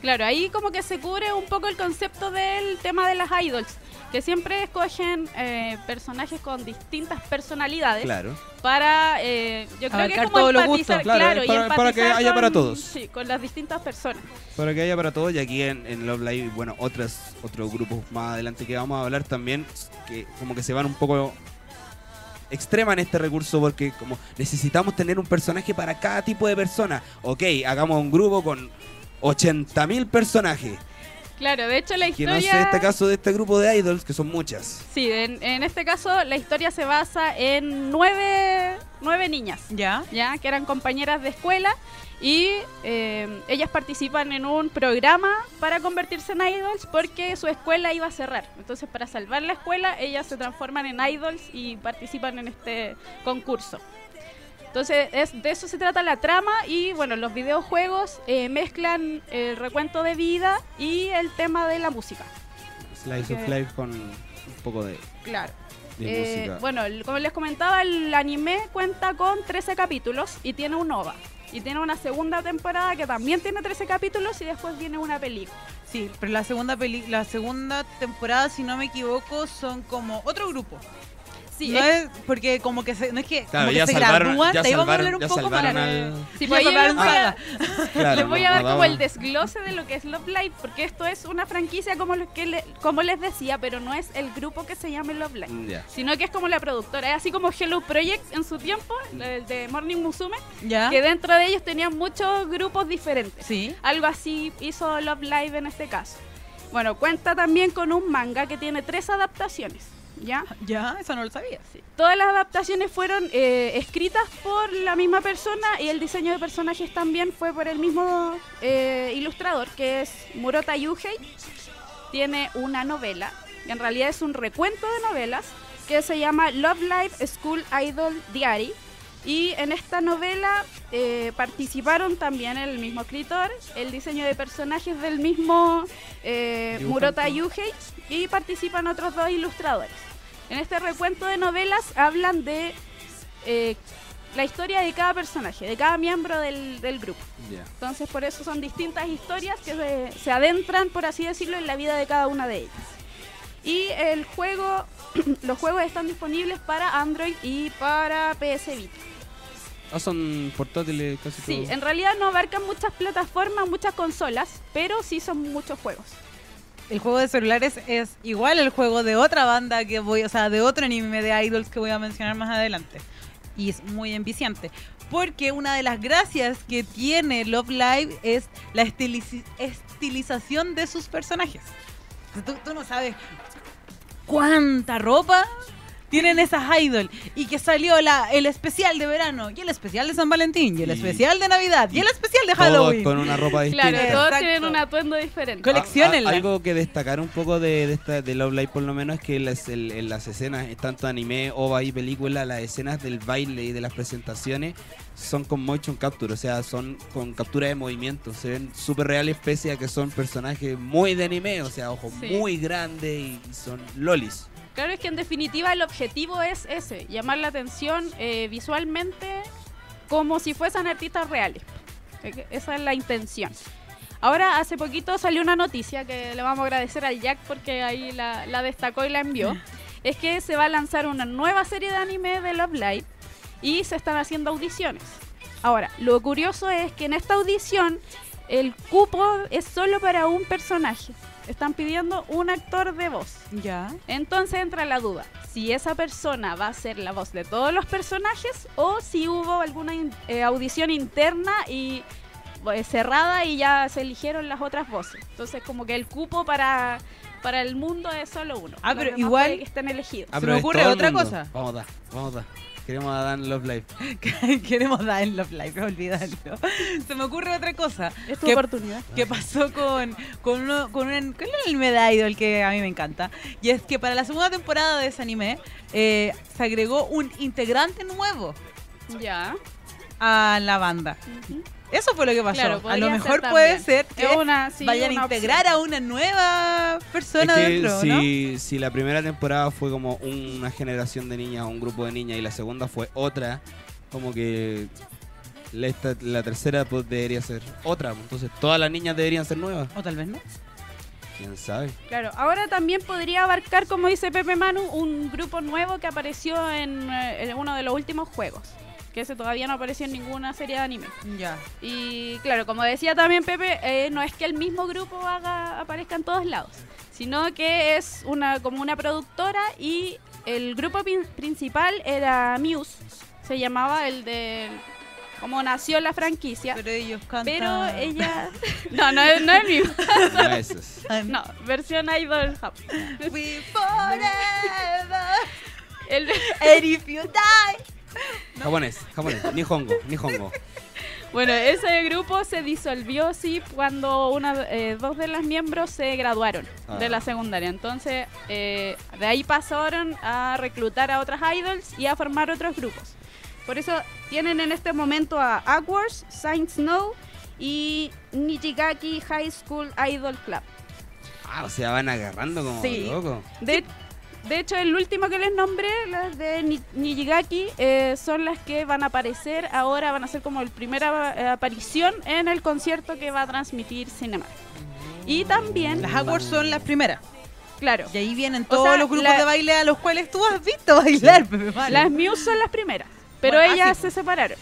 Speaker 4: Claro, ahí como que se cubre un poco el concepto del tema de las idols, que siempre escogen eh, personajes con distintas personalidades
Speaker 3: Claro.
Speaker 4: para, eh, yo creo que
Speaker 1: Abarcar
Speaker 4: es como
Speaker 1: todos los
Speaker 4: empatizar,
Speaker 1: gustos,
Speaker 3: claro,
Speaker 4: claro,
Speaker 3: es
Speaker 4: y
Speaker 3: para- para
Speaker 4: empatizar
Speaker 3: que haya
Speaker 4: con-
Speaker 3: para todos.
Speaker 4: Sí, con las distintas personas.
Speaker 3: Para que haya para todos, y aquí en, en Love Live, bueno, otras, otros grupos más adelante que vamos a hablar también, que como que se van un poco extreman este recurso porque como necesitamos tener un personaje para cada tipo de persona. Ok, hagamos un grupo con 80.000 personajes.
Speaker 4: Claro, de hecho la
Speaker 3: Que
Speaker 4: historia...
Speaker 3: no sé este caso de este grupo de idols, que son muchas.
Speaker 4: Sí, en, en este caso la historia se basa en nueve, nueve niñas.
Speaker 1: ¿Ya?
Speaker 4: ¿ya? que eran compañeras de escuela y eh, ellas participan en un programa para convertirse en idols porque su escuela iba a cerrar. Entonces, para salvar la escuela, ellas se transforman en idols y participan en este concurso. Entonces, es, de eso se trata la trama y bueno, los videojuegos eh, mezclan el recuento de vida y el tema de la música.
Speaker 3: Slice of
Speaker 4: Ok.
Speaker 3: Life con un poco de,
Speaker 4: Claro.
Speaker 3: de
Speaker 4: Eh,
Speaker 3: música.
Speaker 4: Bueno, el- como les comentaba, el anime cuenta con 13 capítulos y tiene un OVA. Y tiene una segunda temporada que también tiene 13 capítulos y después viene una película.
Speaker 1: Sí, pero la segunda peli la segunda temporada, si no me equivoco, son como otro grupo.
Speaker 4: Sí,
Speaker 1: no
Speaker 4: es-
Speaker 1: es, porque como que se, no es que,
Speaker 3: Claro,
Speaker 1: como que
Speaker 3: ya
Speaker 1: se
Speaker 3: salvaron-
Speaker 1: gradúan,
Speaker 3: ya
Speaker 1: de ahí vamos a
Speaker 3: salvaron-
Speaker 1: hablar un
Speaker 3: ya
Speaker 1: poco
Speaker 3: salvaron
Speaker 1: para
Speaker 3: al-
Speaker 4: sí,
Speaker 1: Ya
Speaker 4: pues ahí
Speaker 1: llegaron
Speaker 4: les voy a-
Speaker 1: saga.
Speaker 3: Claro,
Speaker 4: les voy
Speaker 3: no-
Speaker 4: a
Speaker 3: no
Speaker 4: dar como
Speaker 3: daba-
Speaker 4: el desglose de lo que es Love Live, porque esto es una franquicia como, lo que le- como les decía, pero no es el grupo que se llame Love Live.
Speaker 3: Ya.
Speaker 4: Sino que es como la productora, es así como Hello Project en su tiempo, el de Morning Musume,
Speaker 1: ¿Ya?
Speaker 4: que dentro de ellos tenían muchos grupos diferentes.
Speaker 1: Sí.
Speaker 4: Algo así hizo Love Live en este caso. Bueno, cuenta también con un manga que tiene tres adaptaciones, ¿ya?
Speaker 1: ¿Ya? Eso no lo sabía.
Speaker 4: Todas las adaptaciones fueron eh, escritas por la misma persona y el diseño de personajes también fue por el mismo eh, ilustrador, que es Murota Yuhei. Tiene una novela, que en realidad es un recuento de novelas, que se llama Love Live School Idol Diary. Y en esta novela eh, participaron también el mismo escritor, el diseño de personajes del mismo eh,
Speaker 3: Dibujante.
Speaker 4: Murota Yuhei y participan otros dos ilustradores. En este recuento de novelas hablan de eh, la historia de cada personaje, de cada miembro del, del grupo.
Speaker 3: Ya.
Speaker 4: Entonces por eso son distintas historias que se, se adentran, por así decirlo, en la vida de cada una de ellas. Y el juego, los juegos están disponibles para Android y para PS Vita.
Speaker 3: Ah, son portátiles casi
Speaker 4: Sí,
Speaker 3: todos.
Speaker 4: en realidad no abarcan muchas plataformas, muchas consolas, pero sí son muchos juegos.
Speaker 1: El juego de celulares es igual al juego de otra banda que voy, o sea, de otro anime de idols que voy a mencionar más adelante. Y es muy enviciante. Porque una de las gracias que tiene Love Live es la estilici- estilización de sus personajes. Tú, tú no sabes cuánta ropa tienen esas idols. Y que salió la, el especial de verano, y el especial de San Valentín, y el
Speaker 3: Y-
Speaker 1: especial de Navidad, y, el especial de
Speaker 3: Todos
Speaker 1: Halloween.
Speaker 3: con una ropa distinta.
Speaker 4: Claro,
Speaker 1: Distinto.
Speaker 4: todos
Speaker 1: Exacto.
Speaker 4: tienen un atuendo diferente.
Speaker 1: Con- Colecciónenla.
Speaker 3: A- a- Ah, Algo que destacar un poco de, de esta, de Love Live por lo menos es que las, el- en las escenas, en tanto anime, ova y película, las escenas del baile y de las presentaciones son con motion capture, o sea, son con captura de movimiento, se ven súper reales pese a que son personajes muy de anime, o sea, ojos
Speaker 4: Sí.
Speaker 3: muy grandes y, y son lolis.
Speaker 4: Claro, es que en definitiva el objetivo es ese, llamar la atención eh, visualmente como si fuesen artistas reales. E- Esa es la intención. Ahora, hace poquito salió una noticia que le vamos a agradecer al Jack porque ahí la, la destacó y la envió. Es que se va a lanzar una nueva serie de anime de Love Live y se están haciendo audiciones. Ahora, lo curioso es que en esta audición el cupo es solo para un personaje. Están pidiendo un actor de voz.
Speaker 1: Ya.
Speaker 4: Entonces entra la duda, si esa persona va a ser la voz de todos los personajes o si hubo alguna in- eh, audición interna y eh, cerrada y ya se eligieron las otras voces. Entonces como que el cupo para, para el mundo es solo uno.
Speaker 1: Ah,
Speaker 4: Los
Speaker 1: pero
Speaker 4: demás
Speaker 1: igual-
Speaker 4: puede que estén elegidos.
Speaker 1: Ah, Se
Speaker 3: Ah, pero
Speaker 1: me
Speaker 3: es
Speaker 1: ocurre
Speaker 3: todo el
Speaker 1: otra
Speaker 3: mundo.
Speaker 1: cosa.
Speaker 3: Vamos a dar, vamos a dar. Queremos a Dan Love Live.
Speaker 1: Queremos dar en Love Live, olvidarlo. Se me ocurre otra cosa.
Speaker 4: Es tu
Speaker 1: ¿Qué-
Speaker 4: oportunidad.
Speaker 1: que pasó con, con, uno, con, un, con el anime de Idol que a mí me encanta. Y es que para la segunda temporada de ese anime eh, se agregó un integrante nuevo
Speaker 4: Ya.
Speaker 1: a la banda.
Speaker 4: Ujú.
Speaker 1: Eso fue lo que pasó.
Speaker 4: Claro,
Speaker 1: a lo
Speaker 4: podría
Speaker 1: mejor
Speaker 4: ser
Speaker 1: puede
Speaker 4: también.
Speaker 1: ser que
Speaker 4: Es una, sí,
Speaker 1: vayan
Speaker 4: una
Speaker 1: a integrar
Speaker 4: opción.
Speaker 1: a una nueva
Speaker 3: Es
Speaker 1: persona
Speaker 3: que
Speaker 1: dentro, ¿no?
Speaker 3: si, si la primera temporada fue como una generación de niñas o un grupo de niñas y la segunda fue otra, como que la, esta- la tercera pues, debería ser otra. Entonces todas las niñas deberían ser nuevas.
Speaker 1: O tal vez no.
Speaker 3: ¿Quién sabe?
Speaker 4: Claro, ahora también podría abarcar, como dice Pepe Manu, un grupo nuevo que apareció en, eh, en uno de los últimos juegos, que ese todavía no apareció en ninguna serie de anime.
Speaker 1: Ya.
Speaker 4: Y claro, como decía también Pepe, eh, no es que el mismo grupo haga, aparezca en todos lados, sino que es una como una productora y el grupo pin- principal era Muse, se llamaba el de como nació la franquicia,
Speaker 1: Pero ellos cantan.
Speaker 4: pero ella no no es, no es Muse,
Speaker 3: No, eso es.
Speaker 4: no versión Idol Hub.
Speaker 1: We forever.
Speaker 4: El-
Speaker 1: And if you die.
Speaker 3: Japonés, japonés. Ni hongo, ni hongo.
Speaker 4: Bueno, ese grupo se disolvió, sí, cuando una, eh, dos de las miembros se graduaron
Speaker 3: Ah.
Speaker 4: de la secundaria. Entonces, eh, de ahí pasaron a reclutar a otras idols y a formar otros grupos. Por eso tienen en este momento a Aquars, Saint Snow y Nijigaki High School Idol Club.
Speaker 3: Ah, o sea, van agarrando como
Speaker 4: Sí.
Speaker 3: loco.
Speaker 4: De, de hecho, el último que les nombré, las de Ni- Nijigaki, eh, son las que van a aparecer ahora, van a ser como la primera eh, aparición en el concierto que va a transmitir Cinema. Y también,
Speaker 1: Mm. Las Awards son las primeras.
Speaker 4: claro,
Speaker 1: Y ahí vienen todos
Speaker 4: sea,
Speaker 1: los grupos
Speaker 4: la-
Speaker 1: de baile a los cuales tú has visto bailar, Pepe Manu.
Speaker 4: las Muse son las primeras, pero
Speaker 1: Bueno, ah,
Speaker 4: ellas
Speaker 1: sí,
Speaker 4: se
Speaker 1: pues.
Speaker 4: separaron.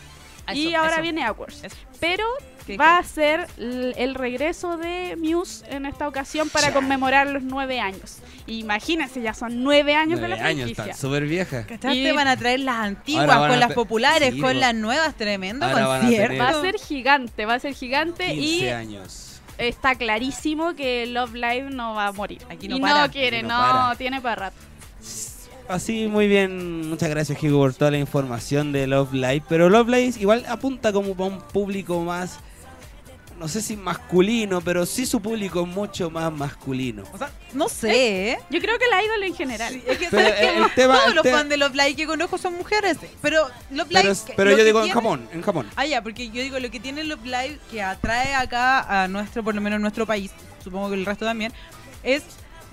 Speaker 4: y
Speaker 1: Eso,
Speaker 4: ahora
Speaker 1: eso.
Speaker 4: viene Awards.
Speaker 1: Eso.
Speaker 4: Pero
Speaker 1: ¿Qué
Speaker 4: va a ser l- el regreso de Muse en esta ocasión para conmemorar los nueve años. Imagínense, ya son nueve años
Speaker 3: Nueve
Speaker 4: de la
Speaker 3: años,
Speaker 4: franquicia.
Speaker 3: están súper viejas.
Speaker 1: ¿Cachaste?
Speaker 4: Y-
Speaker 1: van a traer las antiguas
Speaker 3: Ahora van
Speaker 1: con
Speaker 3: a
Speaker 1: las
Speaker 3: tra-
Speaker 1: populares,
Speaker 3: Sí,
Speaker 1: con
Speaker 3: po.
Speaker 1: las nuevas, tremendo
Speaker 3: Ahora van a
Speaker 1: concierto.
Speaker 3: tener-
Speaker 4: Va a ser gigante, va a ser gigante y
Speaker 3: 15 años.
Speaker 4: está clarísimo que Love Live no va a morir.
Speaker 1: Aquí no
Speaker 4: y
Speaker 1: para.
Speaker 4: no quiere,
Speaker 3: Aquí
Speaker 4: no,
Speaker 3: no para.
Speaker 4: tiene para rato.
Speaker 3: Así, muy bien. Muchas gracias, Hugo, por toda la información de Love Live. Pero Love Live igual apunta como para un público más. No sé si masculino, pero sí su público es mucho más masculino.
Speaker 1: O sea, no sé, ¿eh?
Speaker 4: Yo creo que la ídola en general.
Speaker 1: Sí, es que,
Speaker 3: Pero
Speaker 1: ¿sabes qué?
Speaker 3: el tema-
Speaker 1: Todos
Speaker 3: el
Speaker 1: los
Speaker 3: tema-
Speaker 1: fans de Love Live que conozco son mujeres, pero Love Live...
Speaker 3: Pero,
Speaker 1: que- lo
Speaker 3: pero yo
Speaker 1: que
Speaker 3: digo en
Speaker 1: tiene-
Speaker 3: Japón, en Japón.
Speaker 1: Ah, ya, porque yo digo, lo que tiene Love Live que atrae acá a nuestro, por lo menos nuestro país, supongo que el resto también, es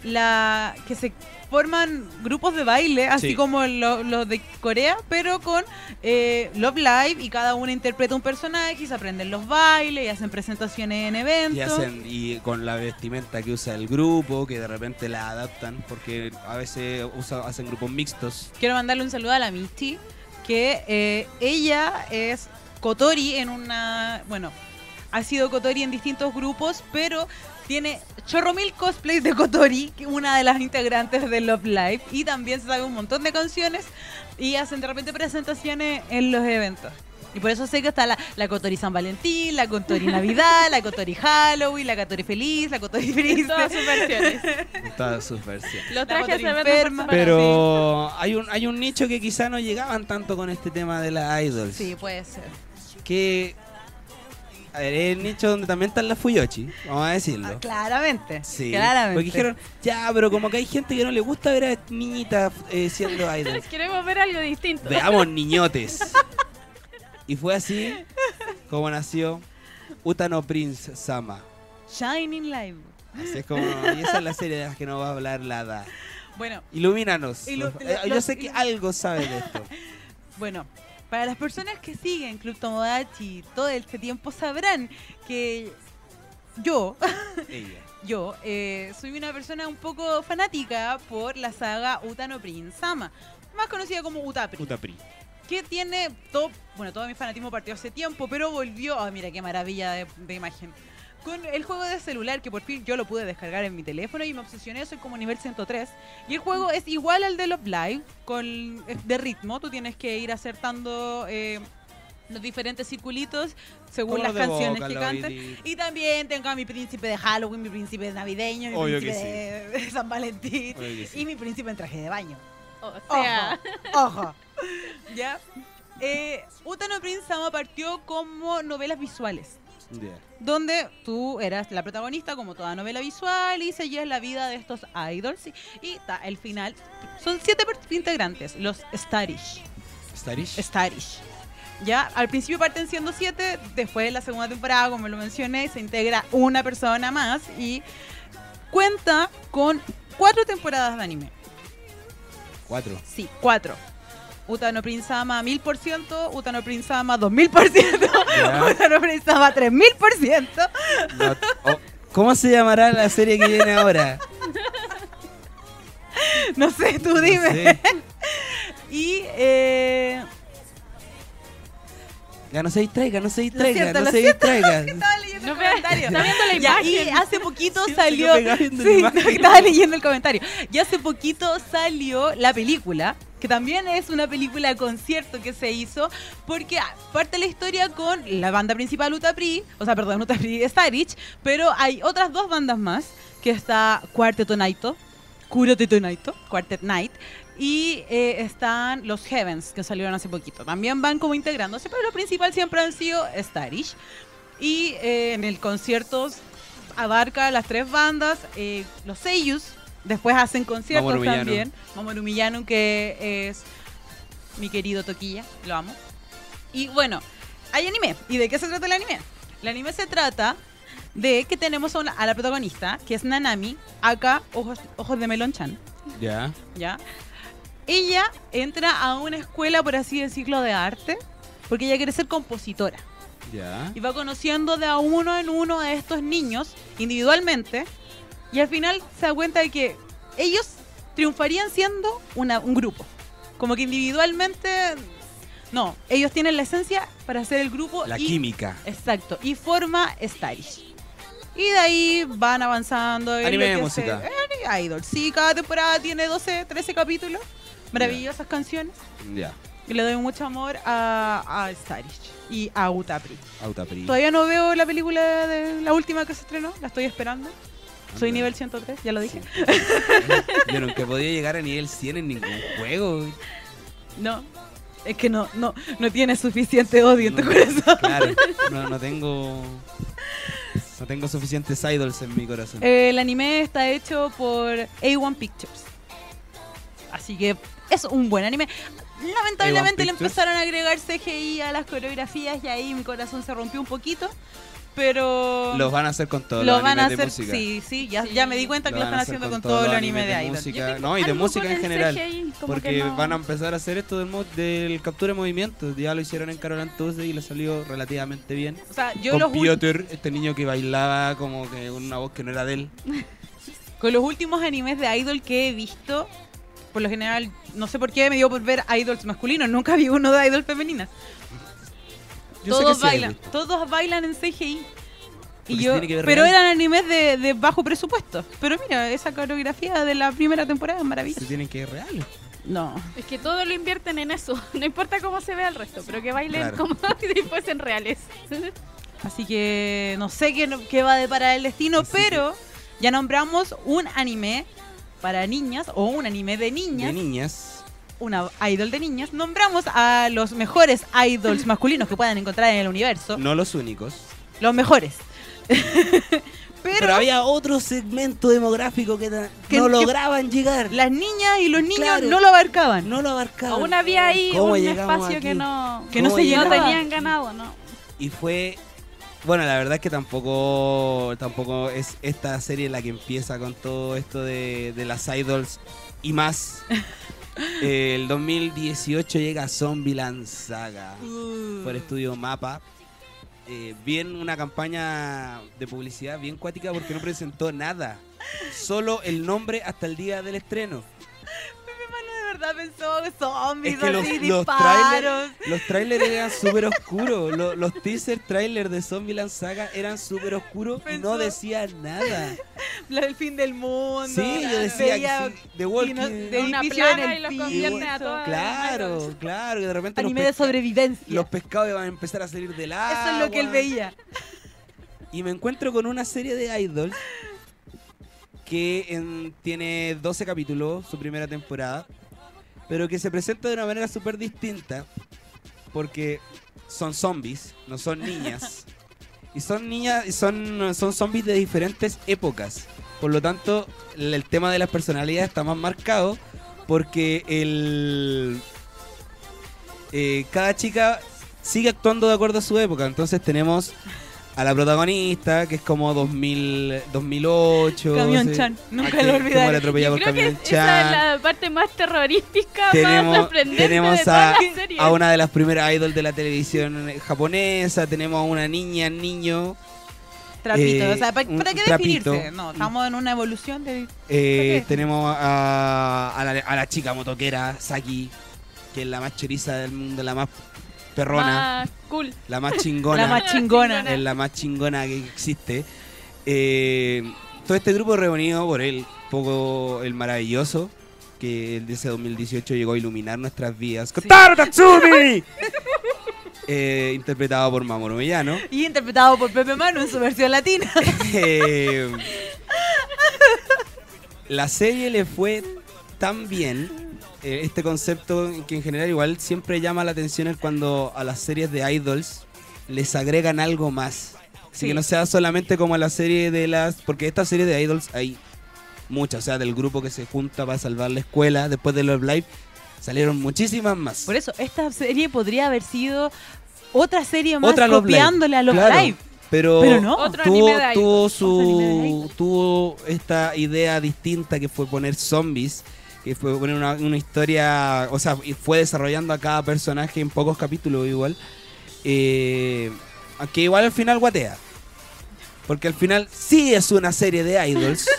Speaker 1: la que se forman grupos de baile, así
Speaker 3: Sí.
Speaker 1: como lo- los de Corea, pero con eh, Love Live y cada uno interpreta un personaje y se aprenden los bailes y hacen presentaciones en
Speaker 3: Y,
Speaker 1: eventos.
Speaker 3: hacen, y con la vestimenta que usa el grupo, que de repente la adaptan, porque a veces usa- hacen grupos mixtos.
Speaker 1: Quiero mandarle un saludo a la Misty, que eh, ella es Kotori en una. Bueno, ha sido Kotori en distintos grupos, pero tiene chorro mil cosplays de Kotori, que una de las integrantes de Love Live, y también se sabe un montón de canciones y hacen de repente presentaciones en los eventos. Y por eso sé que está la, la Kotori San Valentín, la Kotori Navidad, la Kotori Halloween, la Kotori Feliz, la Kotori
Speaker 4: En
Speaker 1: Feliz.
Speaker 4: todas sus versiones.
Speaker 3: en todas sus versiones.
Speaker 4: Los
Speaker 1: La
Speaker 4: trajes se
Speaker 1: motor
Speaker 4: venden
Speaker 1: enferma.
Speaker 4: por separado.
Speaker 3: Pero hay un, hay un nicho que quizá no llegaban tanto con este tema de las idols.
Speaker 1: Sí, puede ser.
Speaker 3: Que. A ver, es el nicho donde también están las Fuyochi, vamos a decirlo.
Speaker 1: Ah, claramente.
Speaker 3: Sí,
Speaker 1: claramente.
Speaker 3: porque dijeron, ya, pero como que hay gente que no le gusta ver a niñitas eh, siendo idols.
Speaker 4: Queremos ver algo distinto.
Speaker 3: Veamos niñotes. Y fue así como nació Utano Prince Sama.
Speaker 1: Shining Live.
Speaker 3: Así es como, y esa es la serie de las que nos va a hablar Lada.
Speaker 1: Bueno,
Speaker 3: Ilumínanos.
Speaker 1: Ilu-
Speaker 3: Eh, Yo
Speaker 1: los-
Speaker 3: sé que
Speaker 1: ilu-
Speaker 3: algo sabes de esto.
Speaker 1: bueno, para las personas que siguen Club Tomodachi todo este tiempo sabrán que yo,
Speaker 3: Ella.
Speaker 1: yo eh, soy una persona un poco fanática por la saga Utano Prin Sama, más conocida como Utapri,
Speaker 3: Puta pri.
Speaker 1: que tiene todo, bueno, todo mi fanatismo partió hace tiempo, pero volvió, ah, mira qué maravilla de, de imagen. Con el juego de celular, que por fin yo lo pude descargar en mi teléfono y me obsesioné, soy como nivel 103. Y el juego es igual al de Love Live, con, es de ritmo, tú tienes que ir acertando eh, los diferentes circulitos según
Speaker 3: Como
Speaker 1: las
Speaker 3: de
Speaker 1: canciones
Speaker 3: Boca,
Speaker 1: que
Speaker 3: la
Speaker 1: cantan.
Speaker 3: Oidip.
Speaker 1: Y también tengo a mi príncipe de Halloween, mi príncipe navideño, mi
Speaker 3: Obvio
Speaker 1: príncipe
Speaker 3: que
Speaker 1: de- de San Valentín
Speaker 3: Obvio que sí.
Speaker 1: y mi príncipe en traje de baño.
Speaker 4: O
Speaker 1: Ojo,
Speaker 4: sea,
Speaker 1: ojo. ¿Ya? Eh, Utano Prince Sama partió como novelas visuales,
Speaker 3: Ya.
Speaker 1: donde tú eras la protagonista como toda novela visual y seguías la vida de estos idols y, y ta, el final. Son siete part- integrantes, los Starish.
Speaker 3: Starish.
Speaker 1: Starish. Ya, al principio parten siendo siete, después de la segunda temporada, como lo mencioné, se integra una persona más y cuenta con cuatro temporadas de anime.
Speaker 3: Cuatro.
Speaker 1: Sí, cuatro. Utano Prinsama 1000%, Utano Prinsama 2000%,
Speaker 3: Ya.
Speaker 1: Utano Prinsama 3000%.
Speaker 3: No- oh, ¿Cómo se llamará la serie que viene ahora?
Speaker 1: No sé, tú dime.
Speaker 3: No sé.
Speaker 1: Y eh,
Speaker 3: Ya no se distraiga, no se distraiga,
Speaker 1: siento,
Speaker 3: no
Speaker 1: lo
Speaker 3: se
Speaker 1: siento.
Speaker 3: distraiga.
Speaker 1: estaba leyendo
Speaker 4: No
Speaker 1: el
Speaker 4: vea-
Speaker 1: comentario.
Speaker 4: está viendo la
Speaker 1: Ya, y
Speaker 4: imagen.
Speaker 1: hace poquito
Speaker 3: Siento que
Speaker 1: salió.
Speaker 3: pegaba viendo la
Speaker 1: Sí,
Speaker 3: imagen.
Speaker 1: estaba leyendo el comentario. Y hace poquito salió la película, que también es una película concierto que se hizo, porque ah, parte la historia con la banda principal Utapri, o sea, perdón, Utapri Starich, pero hay otras dos bandas más, que está Cuarteto Naito, Curoteto Naito, Quartet Night. Y eh, están los Heavens, que salieron hace poquito. También van como integrándose, pero lo principal siempre han sido Starish. Y eh, en el concierto abarca las tres bandas, eh, los sellos, después hacen conciertos
Speaker 3: Mamoru Miyano.
Speaker 1: también. Mamoru Miyano, que es mi querido Toquilla, lo amo. Y bueno, hay anime. ¿Y de qué se trata el anime? El anime se trata de que tenemos a, una- a la protagonista, que es Nanami, acá Ojos, Ojos de Melon Chan,
Speaker 3: Ya.
Speaker 1: ¿ya? Ella entra a una escuela, por así decirlo, de arte, porque ella quiere ser compositora
Speaker 3: Ya.
Speaker 1: y va conociendo de a uno en uno a estos niños individualmente y al final se da cuenta de que ellos triunfarían siendo una- un grupo. Como que individualmente, no, ellos tienen la esencia para hacer el grupo.
Speaker 3: La
Speaker 1: y-
Speaker 3: química.
Speaker 1: Exacto, y forma Starish. Y de ahí van avanzando. en
Speaker 3: Anime
Speaker 1: lo
Speaker 3: de
Speaker 1: que
Speaker 3: música.
Speaker 1: se- en Idol. Sí, cada temporada tiene 12, 13 capítulos. Maravillosas canciones.
Speaker 3: Ya.
Speaker 1: Y le doy mucho amor a, a Starish y a Utapri.
Speaker 3: Autopri.
Speaker 1: Todavía no veo la película de la última que se estrenó, la estoy esperando. Soy
Speaker 3: Anda.
Speaker 1: nivel 103, ya lo dije.
Speaker 3: Yo nunca he podido llegar a nivel 100 en ningún juego.
Speaker 1: No, es que no, no, no tienes suficiente odio en tu
Speaker 3: No,
Speaker 1: corazón.
Speaker 3: Claro, no, no tengo. No tengo suficientes idols en mi corazón.
Speaker 1: Eh, El anime está hecho por A1 Pictures. Así que es un buen anime. Lamentablemente le
Speaker 3: Pictures.
Speaker 1: empezaron a agregar CGI a las coreografías y ahí mi corazón se rompió un poquito. Pero
Speaker 3: Los van a hacer con todos
Speaker 1: lo
Speaker 3: los
Speaker 1: van a
Speaker 3: animes
Speaker 1: hacer,
Speaker 3: de música.
Speaker 1: sí, sí ya,
Speaker 4: Sí.
Speaker 1: ya me di cuenta
Speaker 3: Lo
Speaker 1: que lo están
Speaker 3: van a hacer
Speaker 1: haciendo con
Speaker 3: con
Speaker 1: todo
Speaker 3: todos
Speaker 1: el
Speaker 3: los
Speaker 1: anime
Speaker 3: animes
Speaker 1: de
Speaker 3: de
Speaker 1: Idol.
Speaker 3: música. No, y de música en general, Porque van a
Speaker 4: a
Speaker 3: empezar a hacer esto del mod del captura de movimientos. Ya lo hicieron en Carol Tuesday y le salió relativamente bien.
Speaker 1: O sea, yo
Speaker 3: con
Speaker 1: los, ul-
Speaker 3: Piotr, este niño que bailaba como que una voz que no era de él.
Speaker 1: Con los últimos animes de Idol que he visto, por lo general, no sé por qué me dio por ver Idols masculinos, nunca vi uno de Idol femeninas.
Speaker 3: Yo sé que
Speaker 1: todos
Speaker 3: sí hay
Speaker 1: bailan,
Speaker 3: visto.
Speaker 1: todos bailan en CGI. Y
Speaker 3: Porque
Speaker 1: yo,
Speaker 3: se tiene que ver
Speaker 1: pero
Speaker 3: real.
Speaker 1: eran animes de, de bajo presupuesto. Pero mira, esa coreografía de la primera temporada es
Speaker 3: Se
Speaker 1: maravillosa.
Speaker 3: tienen que ir reales.
Speaker 1: No.
Speaker 4: Es que todo lo invierten en eso. No importa cómo se vea el resto, pero que bailen
Speaker 3: Claro.
Speaker 4: como si fuesen reales.
Speaker 1: Así que no sé qué, no- qué va a deparar el destino,
Speaker 3: Así
Speaker 1: pero ya nombramos un anime para niñas o un anime de niñas.
Speaker 3: De niñas.
Speaker 1: una idol de niñas, nombramos a los mejores idols masculinos que puedan encontrar en el universo.
Speaker 3: No los únicos.
Speaker 1: Los mejores. Pero,
Speaker 2: Pero había otro segmento demográfico que, ta-
Speaker 1: Que-
Speaker 2: no
Speaker 1: que-
Speaker 2: lograban llegar.
Speaker 1: las niñas y los niños
Speaker 2: Claro.
Speaker 1: no lo abarcaban.
Speaker 2: No lo abarcaban.
Speaker 4: Aún había ahí
Speaker 2: ¿Cómo
Speaker 4: un
Speaker 2: llegamos
Speaker 4: espacio que
Speaker 2: aquí?
Speaker 4: no,
Speaker 1: Que no
Speaker 2: ¿Cómo
Speaker 1: se
Speaker 4: no
Speaker 1: llenaba.
Speaker 4: tenían ganado, ¿no?
Speaker 3: y fue bueno la verdad es que tampoco tampoco es esta serie la que empieza con todo esto de, de las idols y más Eh, el 2018 llega Zombieland Saga
Speaker 1: Uh,
Speaker 3: por estudio Mapa eh, bien una campaña de publicidad bien cuática porque no presentó nada. Solo el nombre hasta el día del estreno.
Speaker 1: Mano, de verdad pensó que zombies,
Speaker 3: Es que los,
Speaker 1: así,
Speaker 3: los
Speaker 1: disparos.
Speaker 3: trailers, los trailers eran súper oscuros. Lo- Los, teaser trailers de Zombieland Saga eran súper oscuros y no
Speaker 1: Pensó-
Speaker 3: decían nada.
Speaker 1: la- el fin del mundo.
Speaker 3: Sí, yo
Speaker 1: claro.
Speaker 3: decía
Speaker 1: Veía
Speaker 3: que sí, The
Speaker 1: y
Speaker 3: Walking
Speaker 1: no-
Speaker 3: Dead.
Speaker 1: de
Speaker 4: Una
Speaker 1: edificio
Speaker 4: plaga
Speaker 1: en el
Speaker 4: y los
Speaker 1: piso.
Speaker 4: convierte a todos.
Speaker 3: Claro, claro, que de repente los,
Speaker 1: Anime de
Speaker 3: pesca-
Speaker 1: sobrevivencia.
Speaker 3: los pescados iban a empezar a salir del agua.
Speaker 1: Eso es lo que él veía.
Speaker 3: Y me encuentro con una serie de idols que en- tiene 12 capítulos, su primera temporada, pero que se presenta de una manera súper distinta porque son zombies, no son niñas. Y son niñas, y son, son zombies de diferentes épocas. Por lo tanto, el el tema de las personalidades está más marcado porque el eh, cada chica sigue actuando de acuerdo a su época. Entonces tenemos a la protagonista, que es como 2000, 2008.
Speaker 1: Camión
Speaker 3: sí. Ah,
Speaker 1: Chan. Nunca
Speaker 3: Que-
Speaker 1: lo
Speaker 3: Que muere
Speaker 1: olvidaré.
Speaker 3: atropellado por
Speaker 4: Creo que
Speaker 3: Camión
Speaker 4: esa es
Speaker 3: Chan.
Speaker 4: la parte más terrorística,
Speaker 3: Tenemos-
Speaker 4: más sorprendente
Speaker 3: tenemos
Speaker 4: de toda
Speaker 3: a-
Speaker 4: la serie.
Speaker 3: a una de las primeras idols de la televisión eh, japonesa, tenemos a una niña, niño,
Speaker 1: Trapito.
Speaker 3: Eh,
Speaker 1: o sea, ¿para,
Speaker 3: un-
Speaker 1: para qué
Speaker 3: un trapito.
Speaker 1: definirse? No, estamos en una evolución de.
Speaker 3: eh,
Speaker 1: Ok.
Speaker 3: tenemos a, a la, a la chica motoquera, Saki, que es la más choriza del mundo, la más perrona,
Speaker 4: Más cool.
Speaker 3: la más
Speaker 1: La
Speaker 3: chingona,
Speaker 1: más chingona.
Speaker 3: es la más chingona que existe. Eh, todo este grupo reunido por él, poco el maravilloso, que el de ese 2018 llegó a iluminar nuestras vidas. con Taro Tatsumi! Eh, interpretado por Mamoru Mellano.
Speaker 1: Y interpretado por Pepe Manu en su versión latina.
Speaker 3: Eh, la serie le fue tan bien eh, este concepto que en general igual siempre llama la atención es cuando a las series de idols les agregan algo más. Así
Speaker 1: Sí.
Speaker 3: que no sea solamente como la serie de las... Porque esta serie de idols hay muchas, o sea, del grupo que se junta para salvar la escuela después de Love Live, salieron muchísimas más.
Speaker 1: Por eso, esta serie podría haber sido otra serie más
Speaker 3: Otra Love Live,
Speaker 1: copiándole a los
Speaker 3: claro.
Speaker 1: Live.
Speaker 3: Pero,
Speaker 1: Pero no.
Speaker 4: Otro
Speaker 3: tuvo,
Speaker 4: anime de
Speaker 3: tuvo
Speaker 4: idols.
Speaker 3: su
Speaker 1: Otro anime de idols.
Speaker 3: tuvo esta idea distinta que fue poner zombies que fue poner una, una historia o sea y fue desarrollando a cada personaje en pocos capítulos igual eh, que igual al final guatea porque al final sí es una serie de idols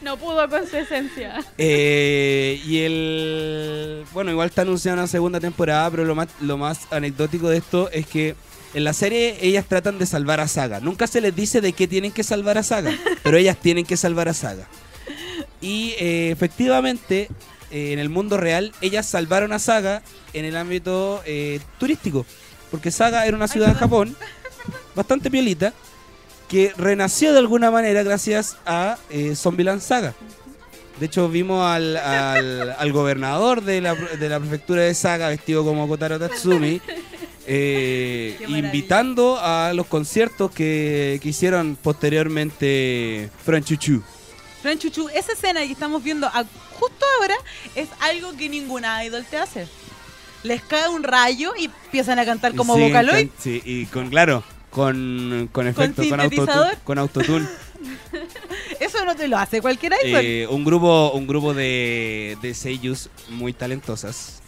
Speaker 4: No pudo con su esencia.
Speaker 3: Eh, y el. Bueno, igual está anunciada una segunda temporada, pero lo más, lo más anecdótico de esto es que en la serie ellas tratan de salvar a Saga. Nunca se les dice de qué tienen que salvar a Saga, pero ellas tienen que salvar a Saga. Y eh, efectivamente, eh, en el mundo real, ellas salvaron a Saga en el ámbito eh, turístico. Porque Saga era una ciudad en Japón, bastante piolita, que renació de alguna manera gracias a eh, Zombieland Saga. De hecho, vimos al, al- al gobernador de la, de la prefectura de Saga vestido como Kotaro Tatsumi, eh,
Speaker 1: Qué maravilla.
Speaker 3: invitando a los conciertos que, que hicieron posteriormente Franchuchu.
Speaker 1: Fran Chuchu, esa escena que estamos viendo a- justo ahora es algo que ninguna idol te hace. Les cae un rayo y empiezan a cantar como
Speaker 3: siguen
Speaker 1: Vocaloid.
Speaker 3: can- Sí, y con, claro, con, con efecto, con, autotune.
Speaker 1: sintetizador.
Speaker 3: Con autotune.
Speaker 1: Eso no te lo hace cualquier idol.
Speaker 3: Eh, un grupo, un grupo de, de seiyus muy talentosas.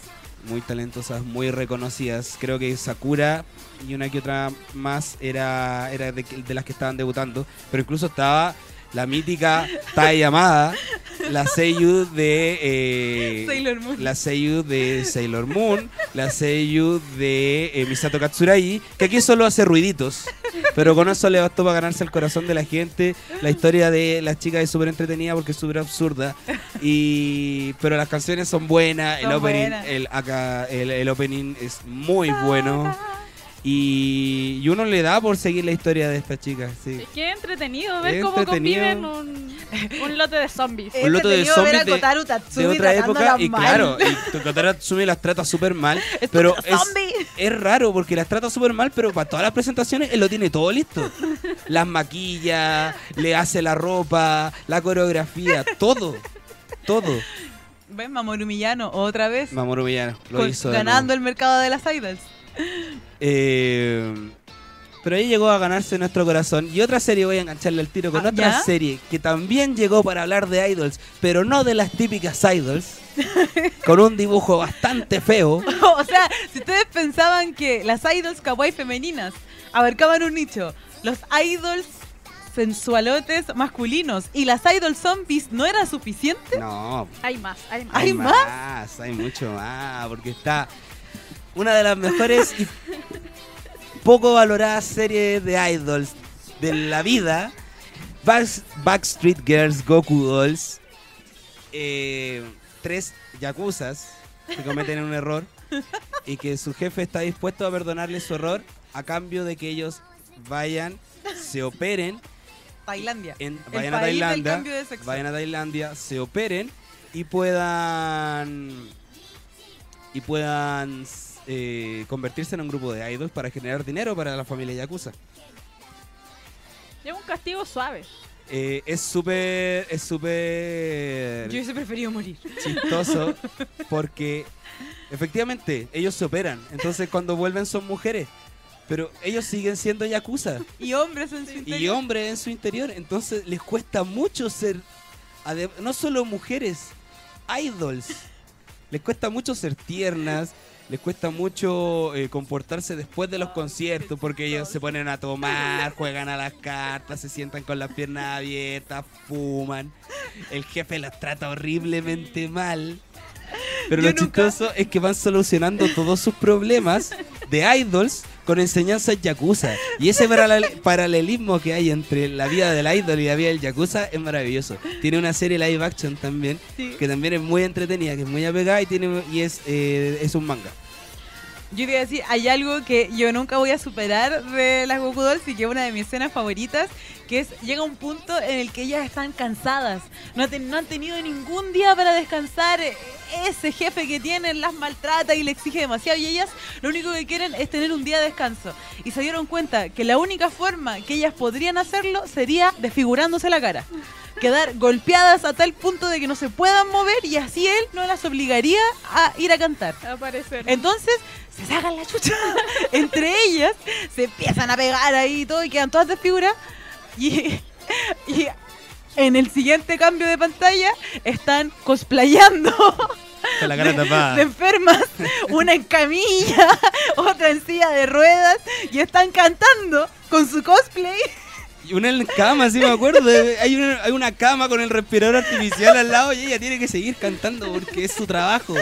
Speaker 3: Muy talentosas, muy reconocidas. Creo que Sakura y una que otra más era, era de, que- de las que estaban debutando. Pero incluso estaba la mítica Tai Yamada, la seiyu de... eh,
Speaker 1: Sailor Moon.
Speaker 3: la seiyu de Sailor Moon, la seiyu de eh, Misato Katsuragi, que aquí solo hace ruiditos, pero con eso le bastó para ganarse el corazón de la gente. La historia de las chicas es súper entretenida porque es súper absurda, y, pero las canciones son buenas, el
Speaker 1: Son
Speaker 3: opening,
Speaker 1: buenas.
Speaker 3: El, acá- el, el opening es muy bueno. Y, y uno le da por seguir la historia de esta chica. Sí.
Speaker 4: Es que es entretenido ver
Speaker 3: Es
Speaker 4: cómo
Speaker 3: entretenido.
Speaker 4: conviven un, un lote de zombies.
Speaker 1: Es
Speaker 3: un lote de
Speaker 1: entretenido ver
Speaker 3: zombies de-
Speaker 1: a Kotaru
Speaker 3: De
Speaker 1: Tatsumi
Speaker 3: otra época,
Speaker 1: tratándola
Speaker 3: y
Speaker 1: mal.
Speaker 3: claro, y Tokotaro Tatsumi las trata súper mal, pero es,
Speaker 1: zombie.
Speaker 3: es raro porque las trata súper mal, pero para todas las presentaciones él lo tiene todo listo. Las maquilla, le hace la ropa, la coreografía, todo. Todo.
Speaker 1: ¿Ven? Mamoru Miyano, otra vez.
Speaker 3: Mamoru Villano lo
Speaker 1: con-
Speaker 3: hizo. de nuevo.
Speaker 1: ganando el mercado de las idols.
Speaker 3: Eh, Pero ahí llegó a ganarse nuestro corazón. Y otra serie, voy a engancharle al tiro con
Speaker 1: Ah,
Speaker 3: otra
Speaker 1: ¿ya?
Speaker 3: serie que también llegó para hablar de idols, pero no de las típicas idols, con un dibujo bastante feo.
Speaker 1: o sea, si ustedes pensaban que las idols kawaii femeninas abarcaban un nicho, los idols sensualotes masculinos y las idols zombies no era suficiente.
Speaker 3: No,
Speaker 4: Hay más, hay más.
Speaker 1: ¿Hay más?
Speaker 3: Hay mucho más, porque está una de las mejores y poco valoradas series de idols de la vida. Backs- Backstreet Girls, Goku Dolls, eh, tres yakuzas que cometen un error y que su jefe está dispuesto a perdonarles su error a cambio de que ellos vayan, se operen
Speaker 1: Tailandia.
Speaker 3: en,
Speaker 1: El
Speaker 3: vayan a
Speaker 1: país del
Speaker 3: Tailandia,
Speaker 1: cambio de sexo.
Speaker 3: vayan a Tailandia, se operen y puedan y puedan eh, convertirse en un grupo de idols para generar dinero para la familia yakuza.
Speaker 4: Lleva un castigo suave.
Speaker 3: Eh, es súper es
Speaker 1: Yo
Speaker 3: súper
Speaker 1: hubiese preferido morir.
Speaker 3: chistoso porque efectivamente ellos se operan, entonces cuando vuelven son mujeres, pero ellos siguen siendo yakuza.
Speaker 1: Y hombres en su
Speaker 3: y
Speaker 1: interior.
Speaker 3: hombres en su interior. Entonces les cuesta mucho ser, ade- no solo mujeres, idols. Les cuesta mucho ser tiernas, les cuesta mucho eh, comportarse después de los conciertos porque ellos se ponen a tomar, juegan a las cartas, se sientan con las piernas abiertas, fuman. El jefe las trata horriblemente mal. Pero
Speaker 1: Yo
Speaker 3: lo
Speaker 1: nunca-
Speaker 3: chistoso es que van solucionando todos sus problemas de idols con enseñanzas yakuza. Y ese paral- paralelismo que hay entre la vida del idol y la vida del yakuza es maravilloso. Tiene una serie live action también,
Speaker 1: Sí.
Speaker 3: que también es muy entretenida, que es muy apegada y, tiene, y es, eh, es un manga.
Speaker 1: Yo iba a decir, hay algo que yo nunca voy a superar de las Goku Dolls y que es una de mis escenas favoritas, que es, llega un punto en el que ellas están cansadas, no, te- no han tenido ningún día para descansar, e- ese jefe que tienen las maltrata y le exige demasiado y ellas lo único que quieren es tener un día de descanso. Y se dieron cuenta que la única forma que ellas podrían hacerlo sería desfigurándose la cara. Quedar golpeadas a tal punto de que no se puedan mover y así él no las obligaría a ir a cantar.
Speaker 4: Aparecer.
Speaker 1: Entonces se sacan la chucha entre ellas, se empiezan a pegar ahí y todo y quedan todas desfiguradas. Y, y en el siguiente cambio de pantalla están cosplayando
Speaker 3: Con la cara
Speaker 1: de
Speaker 3: tapada.
Speaker 1: enfermas, una en camilla, otra en silla de ruedas y están cantando con su cosplay.
Speaker 3: Y una en cama, sí me acuerdo. Hay una, hay una cama con el respirador artificial al lado y ella tiene que seguir cantando porque es su trabajo.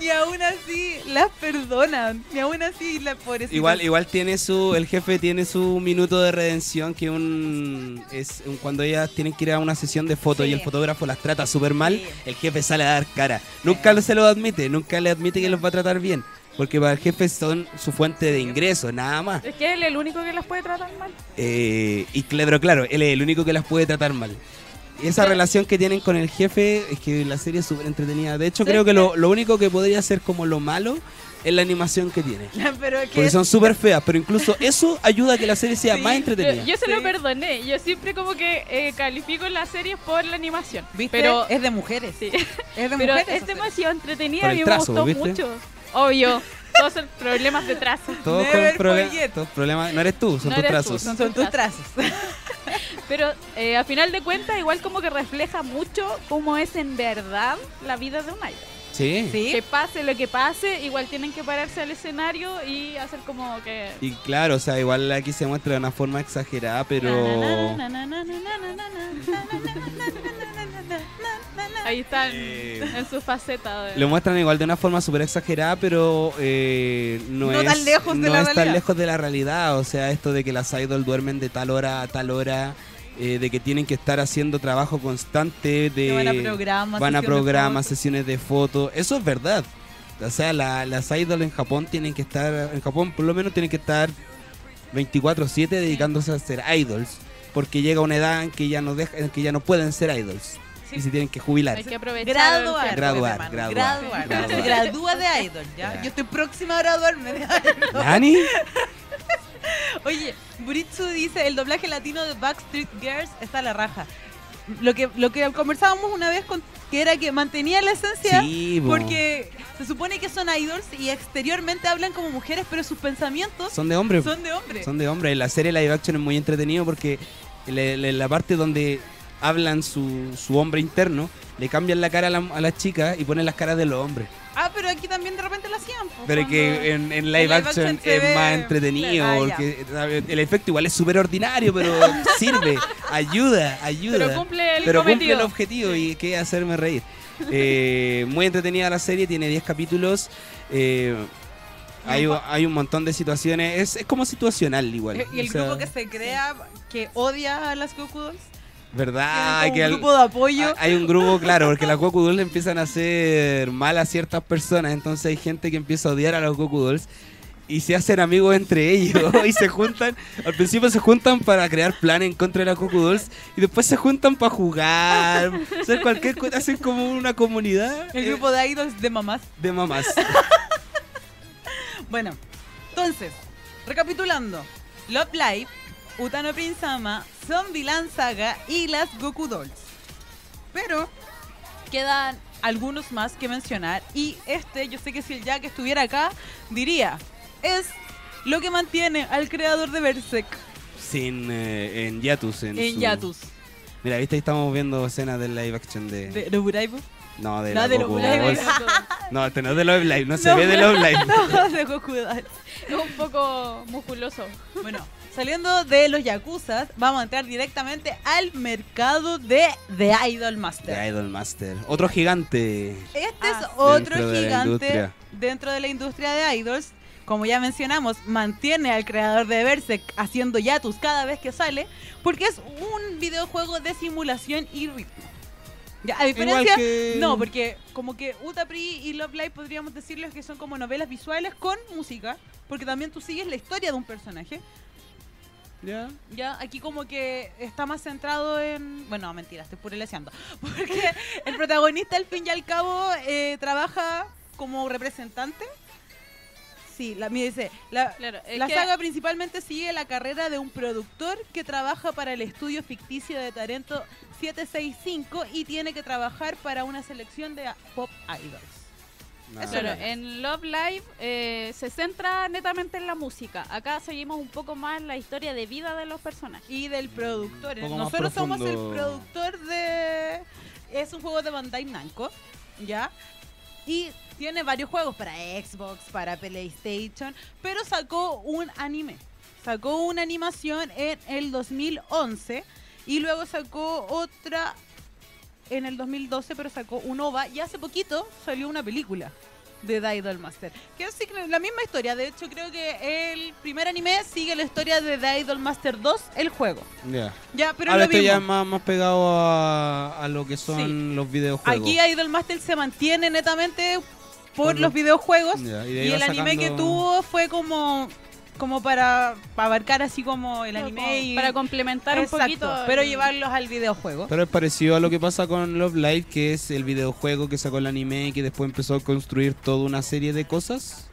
Speaker 1: Ni aún así las perdonan, ni aún así las pobrecitas.
Speaker 3: Igual, igual tiene su, el jefe tiene su minuto de redención que un es un- cuando ellas tienen que ir a una sesión de fotos
Speaker 1: Sí.
Speaker 3: y el fotógrafo las trata súper mal,
Speaker 1: Sí.
Speaker 3: el jefe sale a dar cara. Nunca se lo admite, nunca le admite que los va a tratar bien, porque para el jefe son su fuente de ingresos, nada más.
Speaker 4: Es que él es el único que las puede tratar mal.
Speaker 3: Eh, y claro, claro, él es el único que las puede tratar mal. Y Esa relación que tienen con el jefe es que la serie es súper entretenida. De hecho,
Speaker 4: Sí,
Speaker 3: creo que
Speaker 4: es
Speaker 3: lo, lo único que podría ser como lo malo es la animación que tiene.
Speaker 1: Pero es que
Speaker 3: Porque son súper feas, pero incluso eso ayuda a que la serie sea
Speaker 1: Sí,
Speaker 3: más
Speaker 4: Yo,
Speaker 3: entretenida.
Speaker 4: yo se lo
Speaker 1: Sí.
Speaker 4: perdoné. Yo siempre como que eh, califico las series por la animación.
Speaker 1: ¿Viste?
Speaker 4: Pero,
Speaker 1: es de mujeres.
Speaker 4: sí.
Speaker 1: Es de
Speaker 4: pero este
Speaker 1: mujeres. o
Speaker 4: es
Speaker 1: sea.
Speaker 4: demasiado entretenida.
Speaker 3: Por
Speaker 4: A
Speaker 3: el
Speaker 4: mí me
Speaker 3: trazo,
Speaker 4: gustó
Speaker 3: ¿viste?
Speaker 4: mucho. Obvio. Todos son problemas de trazo.
Speaker 3: Todos con
Speaker 1: Never
Speaker 3: proble-
Speaker 1: forget.
Speaker 3: todos problemas. No eres tú, son
Speaker 4: No
Speaker 3: tus
Speaker 4: eres tú,
Speaker 3: trazos.
Speaker 1: Son- son tus trazos.
Speaker 4: Pero eh, a final de cuentas, igual como que refleja mucho cómo es en verdad la vida de un idol.
Speaker 3: Sí.
Speaker 1: Sí.
Speaker 4: Que pase lo que pase, igual tienen que pararse al escenario y hacer como que.
Speaker 3: Y claro, o sea, igual aquí se muestra de una forma exagerada, pero.
Speaker 4: Ahí están
Speaker 3: Eh,
Speaker 4: en su faceta. de-
Speaker 3: Lo muestran igual de una forma súper exagerada, pero eh, no,
Speaker 1: No
Speaker 3: es,
Speaker 1: tan lejos de
Speaker 3: no
Speaker 1: la
Speaker 3: es tan
Speaker 1: realidad.
Speaker 3: lejos de la realidad. O sea, esto de que las idols duermen de tal hora a tal hora, eh, de que tienen que estar haciendo trabajo constante, de
Speaker 1: Que van a programas.
Speaker 3: van a
Speaker 1: sesiones
Speaker 3: programas,
Speaker 1: fotos.
Speaker 3: sesiones de fotos. Eso es verdad. O sea, la- las idols en Japón tienen que estar, en Japón por lo menos tienen que estar 24/7 dedicándose a ser idols, porque llega una edad en que ya no deja, en que ya no pueden ser idols
Speaker 4: Sí.
Speaker 3: y se tienen que jubilar.
Speaker 4: Hay que aprovechar.
Speaker 1: Graduar,
Speaker 4: el tiempo.
Speaker 3: Graduar,
Speaker 1: hermano,
Speaker 3: graduar,
Speaker 1: graduar.
Speaker 3: graduar.
Speaker 1: Gradúa de idol, ¿ya?
Speaker 3: Ya.
Speaker 1: Yo estoy próxima a graduarme de idol.
Speaker 3: ¿Nani?
Speaker 1: Oye, Buritsu dice, el doblaje latino de Backstreet Girls está a la raja. lo que lo que conversábamos una vez con que era que mantenía la esencia
Speaker 3: Sí, po.
Speaker 1: porque se supone que son idols y exteriormente hablan como mujeres, pero sus pensamientos
Speaker 3: son de hombres.
Speaker 1: son de hombres.
Speaker 3: Son de hombres. La serie live action es muy entretenido porque le- le- la parte donde hablan su, su hombre interno, le cambian la cara a, la- a las chicas y ponen las caras de los hombres.
Speaker 1: Ah, pero aquí también de repente lo hacían. pues,
Speaker 3: Pero es que
Speaker 1: cuando-
Speaker 3: en, en live,
Speaker 1: en live
Speaker 3: action,
Speaker 1: action se
Speaker 3: es
Speaker 1: ve-
Speaker 3: más entretenido
Speaker 1: Ah, ya.
Speaker 3: porque eh, el efecto igual es súper ordinario, pero sirve, ayuda, ayuda.
Speaker 4: Pero cumple el
Speaker 3: Pero cumple
Speaker 4: cometido.
Speaker 3: el objetivo y que es hacerme reír. Eh, muy entretenida la serie, tiene 10 capítulos. eh, hay, hay un montón de situaciones, es, es como situacional igual.
Speaker 1: y el
Speaker 3: o sea,
Speaker 1: grupo que se crea que odia a las Goku Dolls. tienen como
Speaker 3: ¿Verdad? Que
Speaker 1: un
Speaker 3: al-
Speaker 1: grupo de apoyo.
Speaker 3: Ah, hay hay un grupo, claro, porque las Goku Dolls le empiezan a hacer mal a ciertas personas, entonces hay gente que empieza a odiar a los Goku Dolls y se hacen amigos entre ellos y se juntan, al principio se juntan para crear planes en contra de las Goku Dolls y después se juntan para jugar, hacer cualquier cosa, hacen como una comunidad
Speaker 1: el
Speaker 3: eh,
Speaker 1: grupo de idols de mamás.
Speaker 3: de mamás.
Speaker 1: Bueno, entonces, recapitulando: Love Live, Utano Prinsama, Zombieland Saga y las Goku Dolls. Pero quedan algunos más que mencionar. Y este, yo sé que si el Jack estuviera acá, diría: es lo que mantiene al creador de Berserk
Speaker 3: Sin, eh, en Yatus. En,
Speaker 1: en
Speaker 3: su-
Speaker 1: Yatus.
Speaker 3: Mira, viste, ahí estamos viendo escenas del live action de...
Speaker 1: De, de Uraibu.
Speaker 3: no, de
Speaker 1: no,
Speaker 3: las
Speaker 1: de
Speaker 3: Goku
Speaker 1: los Uraibu.
Speaker 3: Dolls. No, este no es de Love Live, no se
Speaker 1: No.
Speaker 3: ve de Love Live.
Speaker 1: de Goku Dolls.
Speaker 4: Es un poco musculoso.
Speaker 1: Bueno, saliendo de los yakuzas, vamos a entrar directamente al mercado de The Idol Master.
Speaker 3: De Idol Master. Otro gigante.
Speaker 1: Este es
Speaker 4: Ah, sí.
Speaker 1: otro
Speaker 3: Dentro de la
Speaker 1: gigante
Speaker 3: industria.
Speaker 1: dentro de la industria de idols. Como ya mencionamos, mantiene al creador de Berserk haciendo yatus cada vez que sale, porque es un videojuego de simulación y ritmo. Ya, a diferencia,
Speaker 3: que-
Speaker 1: no, porque como que Utapri y Love Live podríamos decirles que son como novelas visuales con música, porque también tú sigues la historia de un personaje.
Speaker 3: Ya.
Speaker 1: Ya, aquí como que está más centrado en... Bueno, no, mentira, estoy pureleseando. Porque el protagonista al fin y al cabo eh, trabaja como representante. Sí, la, mira, dice, la,
Speaker 4: Claro, es
Speaker 1: la
Speaker 4: que-
Speaker 1: saga principalmente sigue la carrera de un productor que trabaja para el estudio ficticio de talento 765 y tiene que trabajar para una selección de pop idols.
Speaker 3: No.
Speaker 4: Claro, en Love Live eh, se centra netamente en la música. Acá seguimos un poco más la historia de vida de los personajes.
Speaker 1: Y del productor.
Speaker 3: poco más
Speaker 1: Nosotros somos el
Speaker 3: profundo.
Speaker 1: productor de... Es un juego de Bandai Namco, ¿ya? Y tiene varios juegos para Xbox, para PlayStation, pero sacó un anime. Sacó una animación en el 2011 y luego sacó otra en el 2012, pero sacó un OVA y hace poquito salió una película de The Idol Master. Que es la misma historia, de hecho creo que el primer anime sigue la historia de The Idol Master 2, el juego.
Speaker 3: Ya.
Speaker 1: Ya, pero
Speaker 3: Ahora
Speaker 1: lo
Speaker 3: estoy ya
Speaker 1: mismo.
Speaker 3: más, más pegado a, a lo que son
Speaker 1: Sí.
Speaker 3: los videojuegos.
Speaker 1: Aquí Idol Master se mantiene netamente por,
Speaker 3: Por
Speaker 1: los,
Speaker 3: los-
Speaker 1: videojuegos
Speaker 3: Ya,
Speaker 1: y,
Speaker 3: de ahí va
Speaker 1: el anime que
Speaker 3: sacando-
Speaker 1: tuvo fue como como para abarcar así como el
Speaker 4: Como
Speaker 1: anime y
Speaker 4: para complementar
Speaker 1: Exacto,
Speaker 4: un poquito.
Speaker 1: pero
Speaker 4: el-
Speaker 1: llevarlos al videojuego.
Speaker 3: Pero es parecido a lo que pasa con Love Live, que es el videojuego que sacó el anime y que después empezó a construir toda una serie de cosas.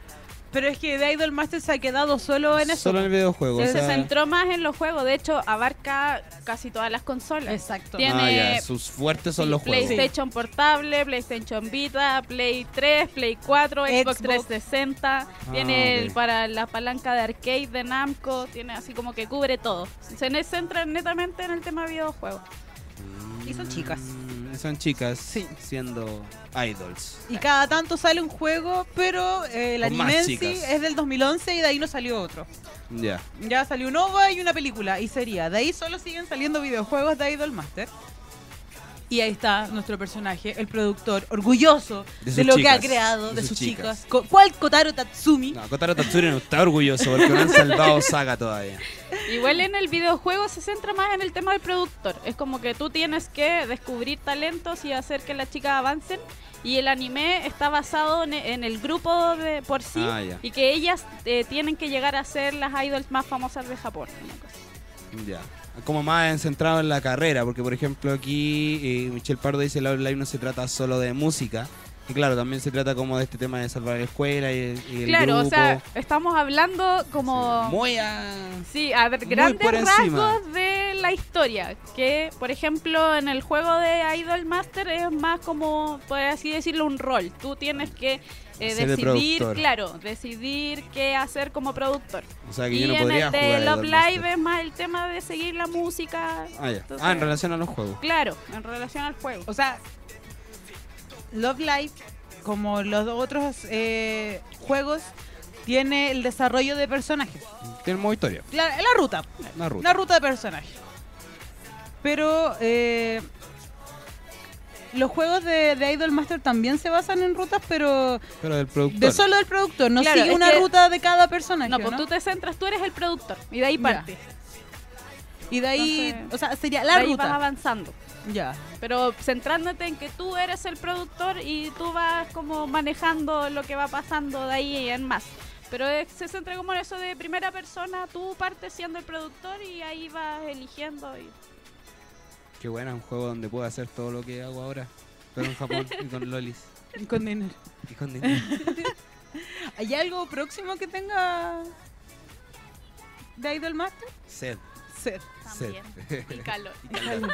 Speaker 1: Pero es que The Idol Master se ha quedado solo en eso.
Speaker 3: Solo en el videojuego. o
Speaker 4: Se,
Speaker 3: sea-
Speaker 4: centró más en los juegos. De hecho, abarca casi todas las consolas.
Speaker 1: Exacto.
Speaker 4: Tiene-
Speaker 3: Ah,
Speaker 1: eh,
Speaker 3: ya, Sus fuertes son los juegos.
Speaker 4: PlayStation Portable, PlayStation Vita, Play 3, Play 4, Xbox,
Speaker 1: Xbox.
Speaker 4: 360. tiene el-
Speaker 3: Ah, ok.
Speaker 4: para la palanca de arcade de Namco. Tiene así como que cubre todo. Se ne- centra netamente en el tema videojuegos.
Speaker 1: Y son chicas.
Speaker 3: Mm, Son chicas
Speaker 1: Sí.
Speaker 3: siendo idols.
Speaker 1: Y cada tanto sale un juego, pero eh, el
Speaker 3: Con más
Speaker 1: anime en sí
Speaker 3: chicas.
Speaker 1: es del 2011 y de ahí no salió otro.
Speaker 3: Ya.
Speaker 1: Ya salió un OVA y una película, y sería. De ahí solo siguen saliendo videojuegos de Idol Master. Y ahí está nuestro personaje, el productor, orgulloso
Speaker 3: De
Speaker 1: de,
Speaker 3: sus
Speaker 1: lo
Speaker 3: chicas,
Speaker 1: que ha creado, de,
Speaker 3: de
Speaker 1: sus
Speaker 3: sus
Speaker 1: chicas.
Speaker 3: chicas.
Speaker 1: Co- ¿Cuál Kotaro Tatsumi?
Speaker 3: No, Kotaro Tatsuri no está orgulloso porque no han salvado Saga todavía.
Speaker 4: Igual en el videojuego se centra más en el tema del productor. Es como que tú tienes que descubrir talentos y hacer que las chicas avancen. Y el anime está basado en- en el grupo de por sí
Speaker 3: Ah, ya.
Speaker 4: y que ellas eh, tienen que llegar a ser las idols más famosas de Japón. una cosa.
Speaker 3: Ya. Como más centrado en la carrera, porque por ejemplo aquí eh, Michelle Pardo dice la live no se trata solo de música. Y claro, también se trata como de este tema de salvar la escuela y el, y el
Speaker 4: Claro,
Speaker 3: grupo.
Speaker 4: o sea, estamos hablando como
Speaker 3: Sí, muy a-
Speaker 4: sí, a ver,
Speaker 3: muy
Speaker 4: grandes
Speaker 3: por encima.
Speaker 4: rasgos de la historia, que por ejemplo en el juego de Idol Master es más como, por así decirlo, un rol. Tú tienes que eh,
Speaker 3: Ser el
Speaker 4: decidir,
Speaker 3: productor.
Speaker 4: claro, decidir qué hacer como productor.
Speaker 3: O sea que
Speaker 4: y
Speaker 3: yo no
Speaker 4: en
Speaker 3: podría
Speaker 4: el de
Speaker 3: jugar a
Speaker 4: Love
Speaker 3: Idol Master.
Speaker 4: Live es más el tema de seguir la música.
Speaker 3: Ah, ya.
Speaker 4: Entonces,
Speaker 3: Ah, en relación a los juegos.
Speaker 4: Claro, en relación al juego.
Speaker 1: O sea, Love Live, como los otros eh, juegos, tiene el desarrollo de personajes.
Speaker 3: Tiene modo historia.
Speaker 1: La, la ruta,
Speaker 3: Una ruta.
Speaker 1: una ruta de personajes. Pero eh, los juegos de, de Idol Master también se basan en rutas, pero
Speaker 3: Pero del productor.
Speaker 1: de solo del productor. No
Speaker 4: Claro,
Speaker 1: sigue
Speaker 4: es
Speaker 1: una
Speaker 4: que-
Speaker 1: ruta de cada personaje.
Speaker 4: No, pues
Speaker 1: ¿no?
Speaker 4: tú te centras, tú eres el productor y de ahí
Speaker 1: Ya.
Speaker 4: partes.
Speaker 1: Y de ahí,
Speaker 4: Entonces,
Speaker 1: o sea, sería
Speaker 4: de
Speaker 1: la
Speaker 4: ahí vas
Speaker 1: ruta.
Speaker 4: avanzando.
Speaker 1: Ya.
Speaker 4: Pero centrándote en que tú eres el productor y tú vas como manejando lo que va pasando de ahí en más. Pero es- se centra como en eso de primera persona, tú partes siendo el productor y ahí vas eligiendo. y-
Speaker 3: Qué buena, un juego donde puedo hacer todo lo que hago ahora. Pero en Japón y con lolis.
Speaker 1: Con dinero.
Speaker 3: Y con dinero.
Speaker 1: ¿Hay algo próximo que tenga de Idol Master?
Speaker 3: Sed.
Speaker 1: Ser.
Speaker 4: También. Y calor.
Speaker 3: Y calor.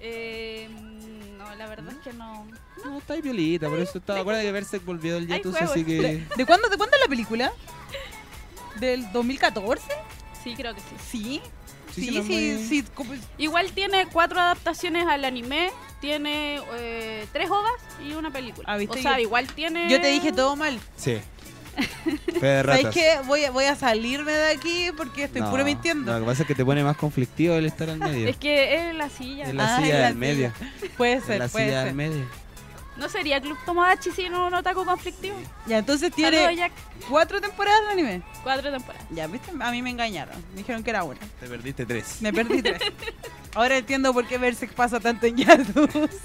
Speaker 4: Eh, mm, no, la verdad es que no.
Speaker 3: No, está ahí violita, por eso estaba. Acuérdate que Berserk volvió del
Speaker 4: Hay
Speaker 3: Yatus,
Speaker 4: juegos.
Speaker 3: así que.
Speaker 1: ¿De cuándo, ¿De cuándo es la película? ¿Del 2014?
Speaker 4: Sí, creo que sí.
Speaker 1: Sí.
Speaker 3: Sí,
Speaker 1: Sí,
Speaker 3: sí,
Speaker 1: sí,
Speaker 3: no,
Speaker 1: sí.
Speaker 3: muy-
Speaker 1: como-
Speaker 4: Igual tiene cuatro adaptaciones al anime, tiene eh, tres ovas y una película.
Speaker 1: Ah, ¿viste?
Speaker 4: O sea,
Speaker 1: Yo-
Speaker 4: igual tiene...
Speaker 1: Yo te dije todo mal.
Speaker 3: Sí. Fe de
Speaker 1: ¿Sabes
Speaker 3: ratas.
Speaker 1: qué? Voy a, voy a salirme de aquí porque estoy
Speaker 3: No,
Speaker 1: puro
Speaker 3: no,
Speaker 1: mintiendo.
Speaker 3: Lo que pasa es que te pone más conflictivo el estar al medio.
Speaker 4: Es que es la silla.
Speaker 3: En la
Speaker 1: Ah,
Speaker 3: silla
Speaker 1: en la
Speaker 3: del medio.
Speaker 1: Puede
Speaker 3: En la
Speaker 1: ser, puede
Speaker 3: silla del
Speaker 1: ser.
Speaker 3: medio.
Speaker 4: ¿No sería Club Tomodachi sino un otaku conflictivo?
Speaker 1: Ya, entonces
Speaker 4: Saludos,
Speaker 1: tiene
Speaker 4: Jack.
Speaker 1: cuatro temporadas de anime.
Speaker 4: Cuatro temporadas.
Speaker 1: Ya, ¿viste? A mí me engañaron. Me dijeron que era una.
Speaker 3: Te perdiste tres.
Speaker 1: Me perdí tres. Ahora entiendo por qué Berserk pasa tanto en Yadus.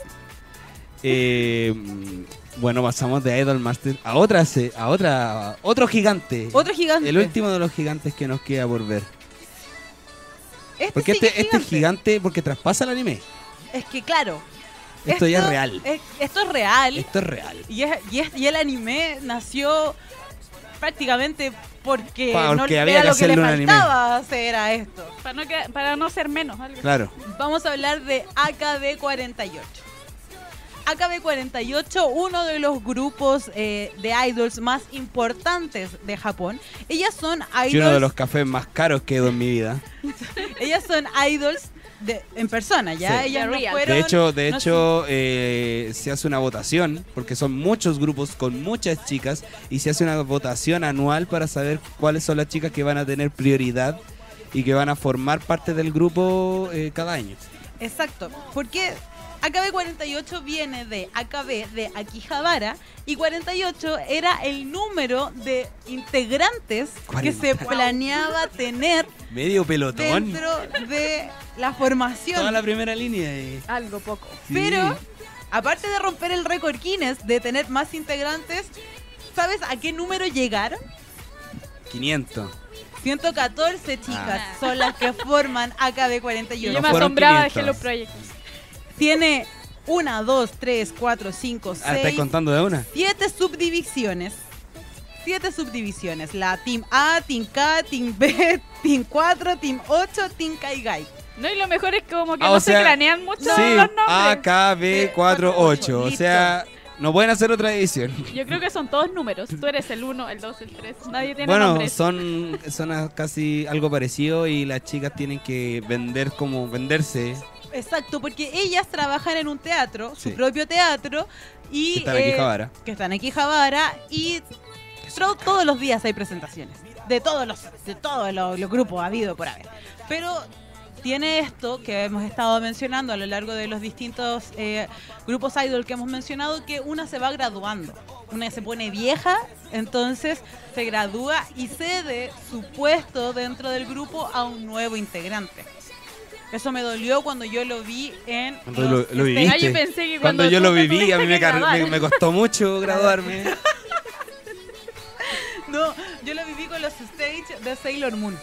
Speaker 3: Eh, mm, bueno, pasamos de Idol Master a otra, se- a otra, a otro gigante.
Speaker 1: Otro gigante.
Speaker 3: El último de los gigantes que nos queda por ver.
Speaker 1: Este
Speaker 3: Porque
Speaker 1: sigue
Speaker 3: este, este es gigante porque traspasa el anime.
Speaker 1: Es que claro.
Speaker 3: Esto, ya es real.
Speaker 1: es- esto es real.
Speaker 3: Esto es real.
Speaker 1: Y, es- y es- y el anime nació prácticamente porque,
Speaker 3: Pa-
Speaker 1: no
Speaker 3: porque
Speaker 1: era
Speaker 3: había que
Speaker 1: lo que le
Speaker 3: hacerle un anime.
Speaker 1: faltaba hacer a esto.
Speaker 4: Para no, que- para no ser menos. algo.
Speaker 3: Claro.
Speaker 1: Vamos a hablar de AKB48. AKB48, uno de los grupos eh, de idols más importantes de Japón. Ellas son
Speaker 3: Y uno de
Speaker 1: idols,
Speaker 3: los cafés más caros que he dado en mi vida.
Speaker 1: ellas son idols de- en persona, ¿ya?
Speaker 3: Sí.
Speaker 1: Ellas
Speaker 4: The
Speaker 1: no
Speaker 4: real.
Speaker 1: fueron-
Speaker 3: De hecho, de
Speaker 1: no
Speaker 3: hecho eh, se hace una votación, porque son muchos grupos con muchas chicas, y se hace una votación anual para saber cuáles son las chicas que van a tener prioridad y que van a formar parte del grupo eh, cada año.
Speaker 1: Exacto, porque AKB48 viene de AKB de Akihabara y 48 era el número de integrantes que se
Speaker 3: Cuarenta.
Speaker 1: planeaba tener
Speaker 3: Medio pelotón.
Speaker 1: dentro de la formación.
Speaker 3: Toda la primera línea. eh.
Speaker 4: Algo poco.
Speaker 3: Sí.
Speaker 1: Pero, aparte de romper el récord Guinness de tener más integrantes, ¿sabes a qué número llegaron?
Speaker 3: 500.
Speaker 1: 114 chicas
Speaker 4: Ah.
Speaker 1: son las que forman
Speaker 4: Y
Speaker 1: AKB48.
Speaker 4: yo
Speaker 3: No
Speaker 4: me
Speaker 3: fueron
Speaker 4: asombraba
Speaker 3: 500.
Speaker 4: de Hello Project.
Speaker 1: Tiene 1, 2, 3, 4, 5,
Speaker 3: Ah, ¿Estáis
Speaker 1: 6,
Speaker 3: contando de una?
Speaker 1: siete subdivisiones. Siete subdivisiones. La Team A, Team K, Team B, Team 4, Team 8, Team Kaigai.
Speaker 4: No, y lo mejor es que como que
Speaker 3: Ah,
Speaker 4: no
Speaker 3: o sea,
Speaker 4: se planean mucho
Speaker 3: sí, ah,
Speaker 4: los nombres.
Speaker 3: AKB48. O
Speaker 1: Listo.
Speaker 3: sea, no pueden hacer otra edición.
Speaker 4: Yo creo que son todos números. Tú eres el 1, el 2, el 3. Nadie tiene
Speaker 3: Bueno,
Speaker 4: nombres.
Speaker 3: son, son a- casi algo parecido y las chicas tienen que vender como venderse.
Speaker 1: Exacto, porque ellas trabajan en un teatro,
Speaker 3: Sí.
Speaker 1: su propio teatro. Y,
Speaker 3: que están aquí,
Speaker 1: eh,
Speaker 3: Javara.
Speaker 1: que están aquí Javara y tro- todos los días hay presentaciones de todos los de todos los, los grupos ha habido por haber pero tiene esto que hemos estado mencionando a lo largo de los distintos eh, grupos idol que hemos mencionado que una se va graduando una se pone vieja entonces se gradúa y cede su puesto dentro del grupo a un nuevo integrante eso me dolió cuando yo lo vi en
Speaker 3: Cuando lo-
Speaker 1: los
Speaker 3: lo viví.
Speaker 4: Ah, yo
Speaker 3: ¿viste?
Speaker 4: pensé que cuando,
Speaker 3: Cuando yo
Speaker 4: tú
Speaker 3: lo
Speaker 4: te
Speaker 3: viví, a mí
Speaker 4: tuviste
Speaker 3: me,
Speaker 4: que
Speaker 3: car-
Speaker 4: grabar.
Speaker 3: me- me costó mucho graduarme.
Speaker 1: No, yo lo viví con los stage de Sailor Moon.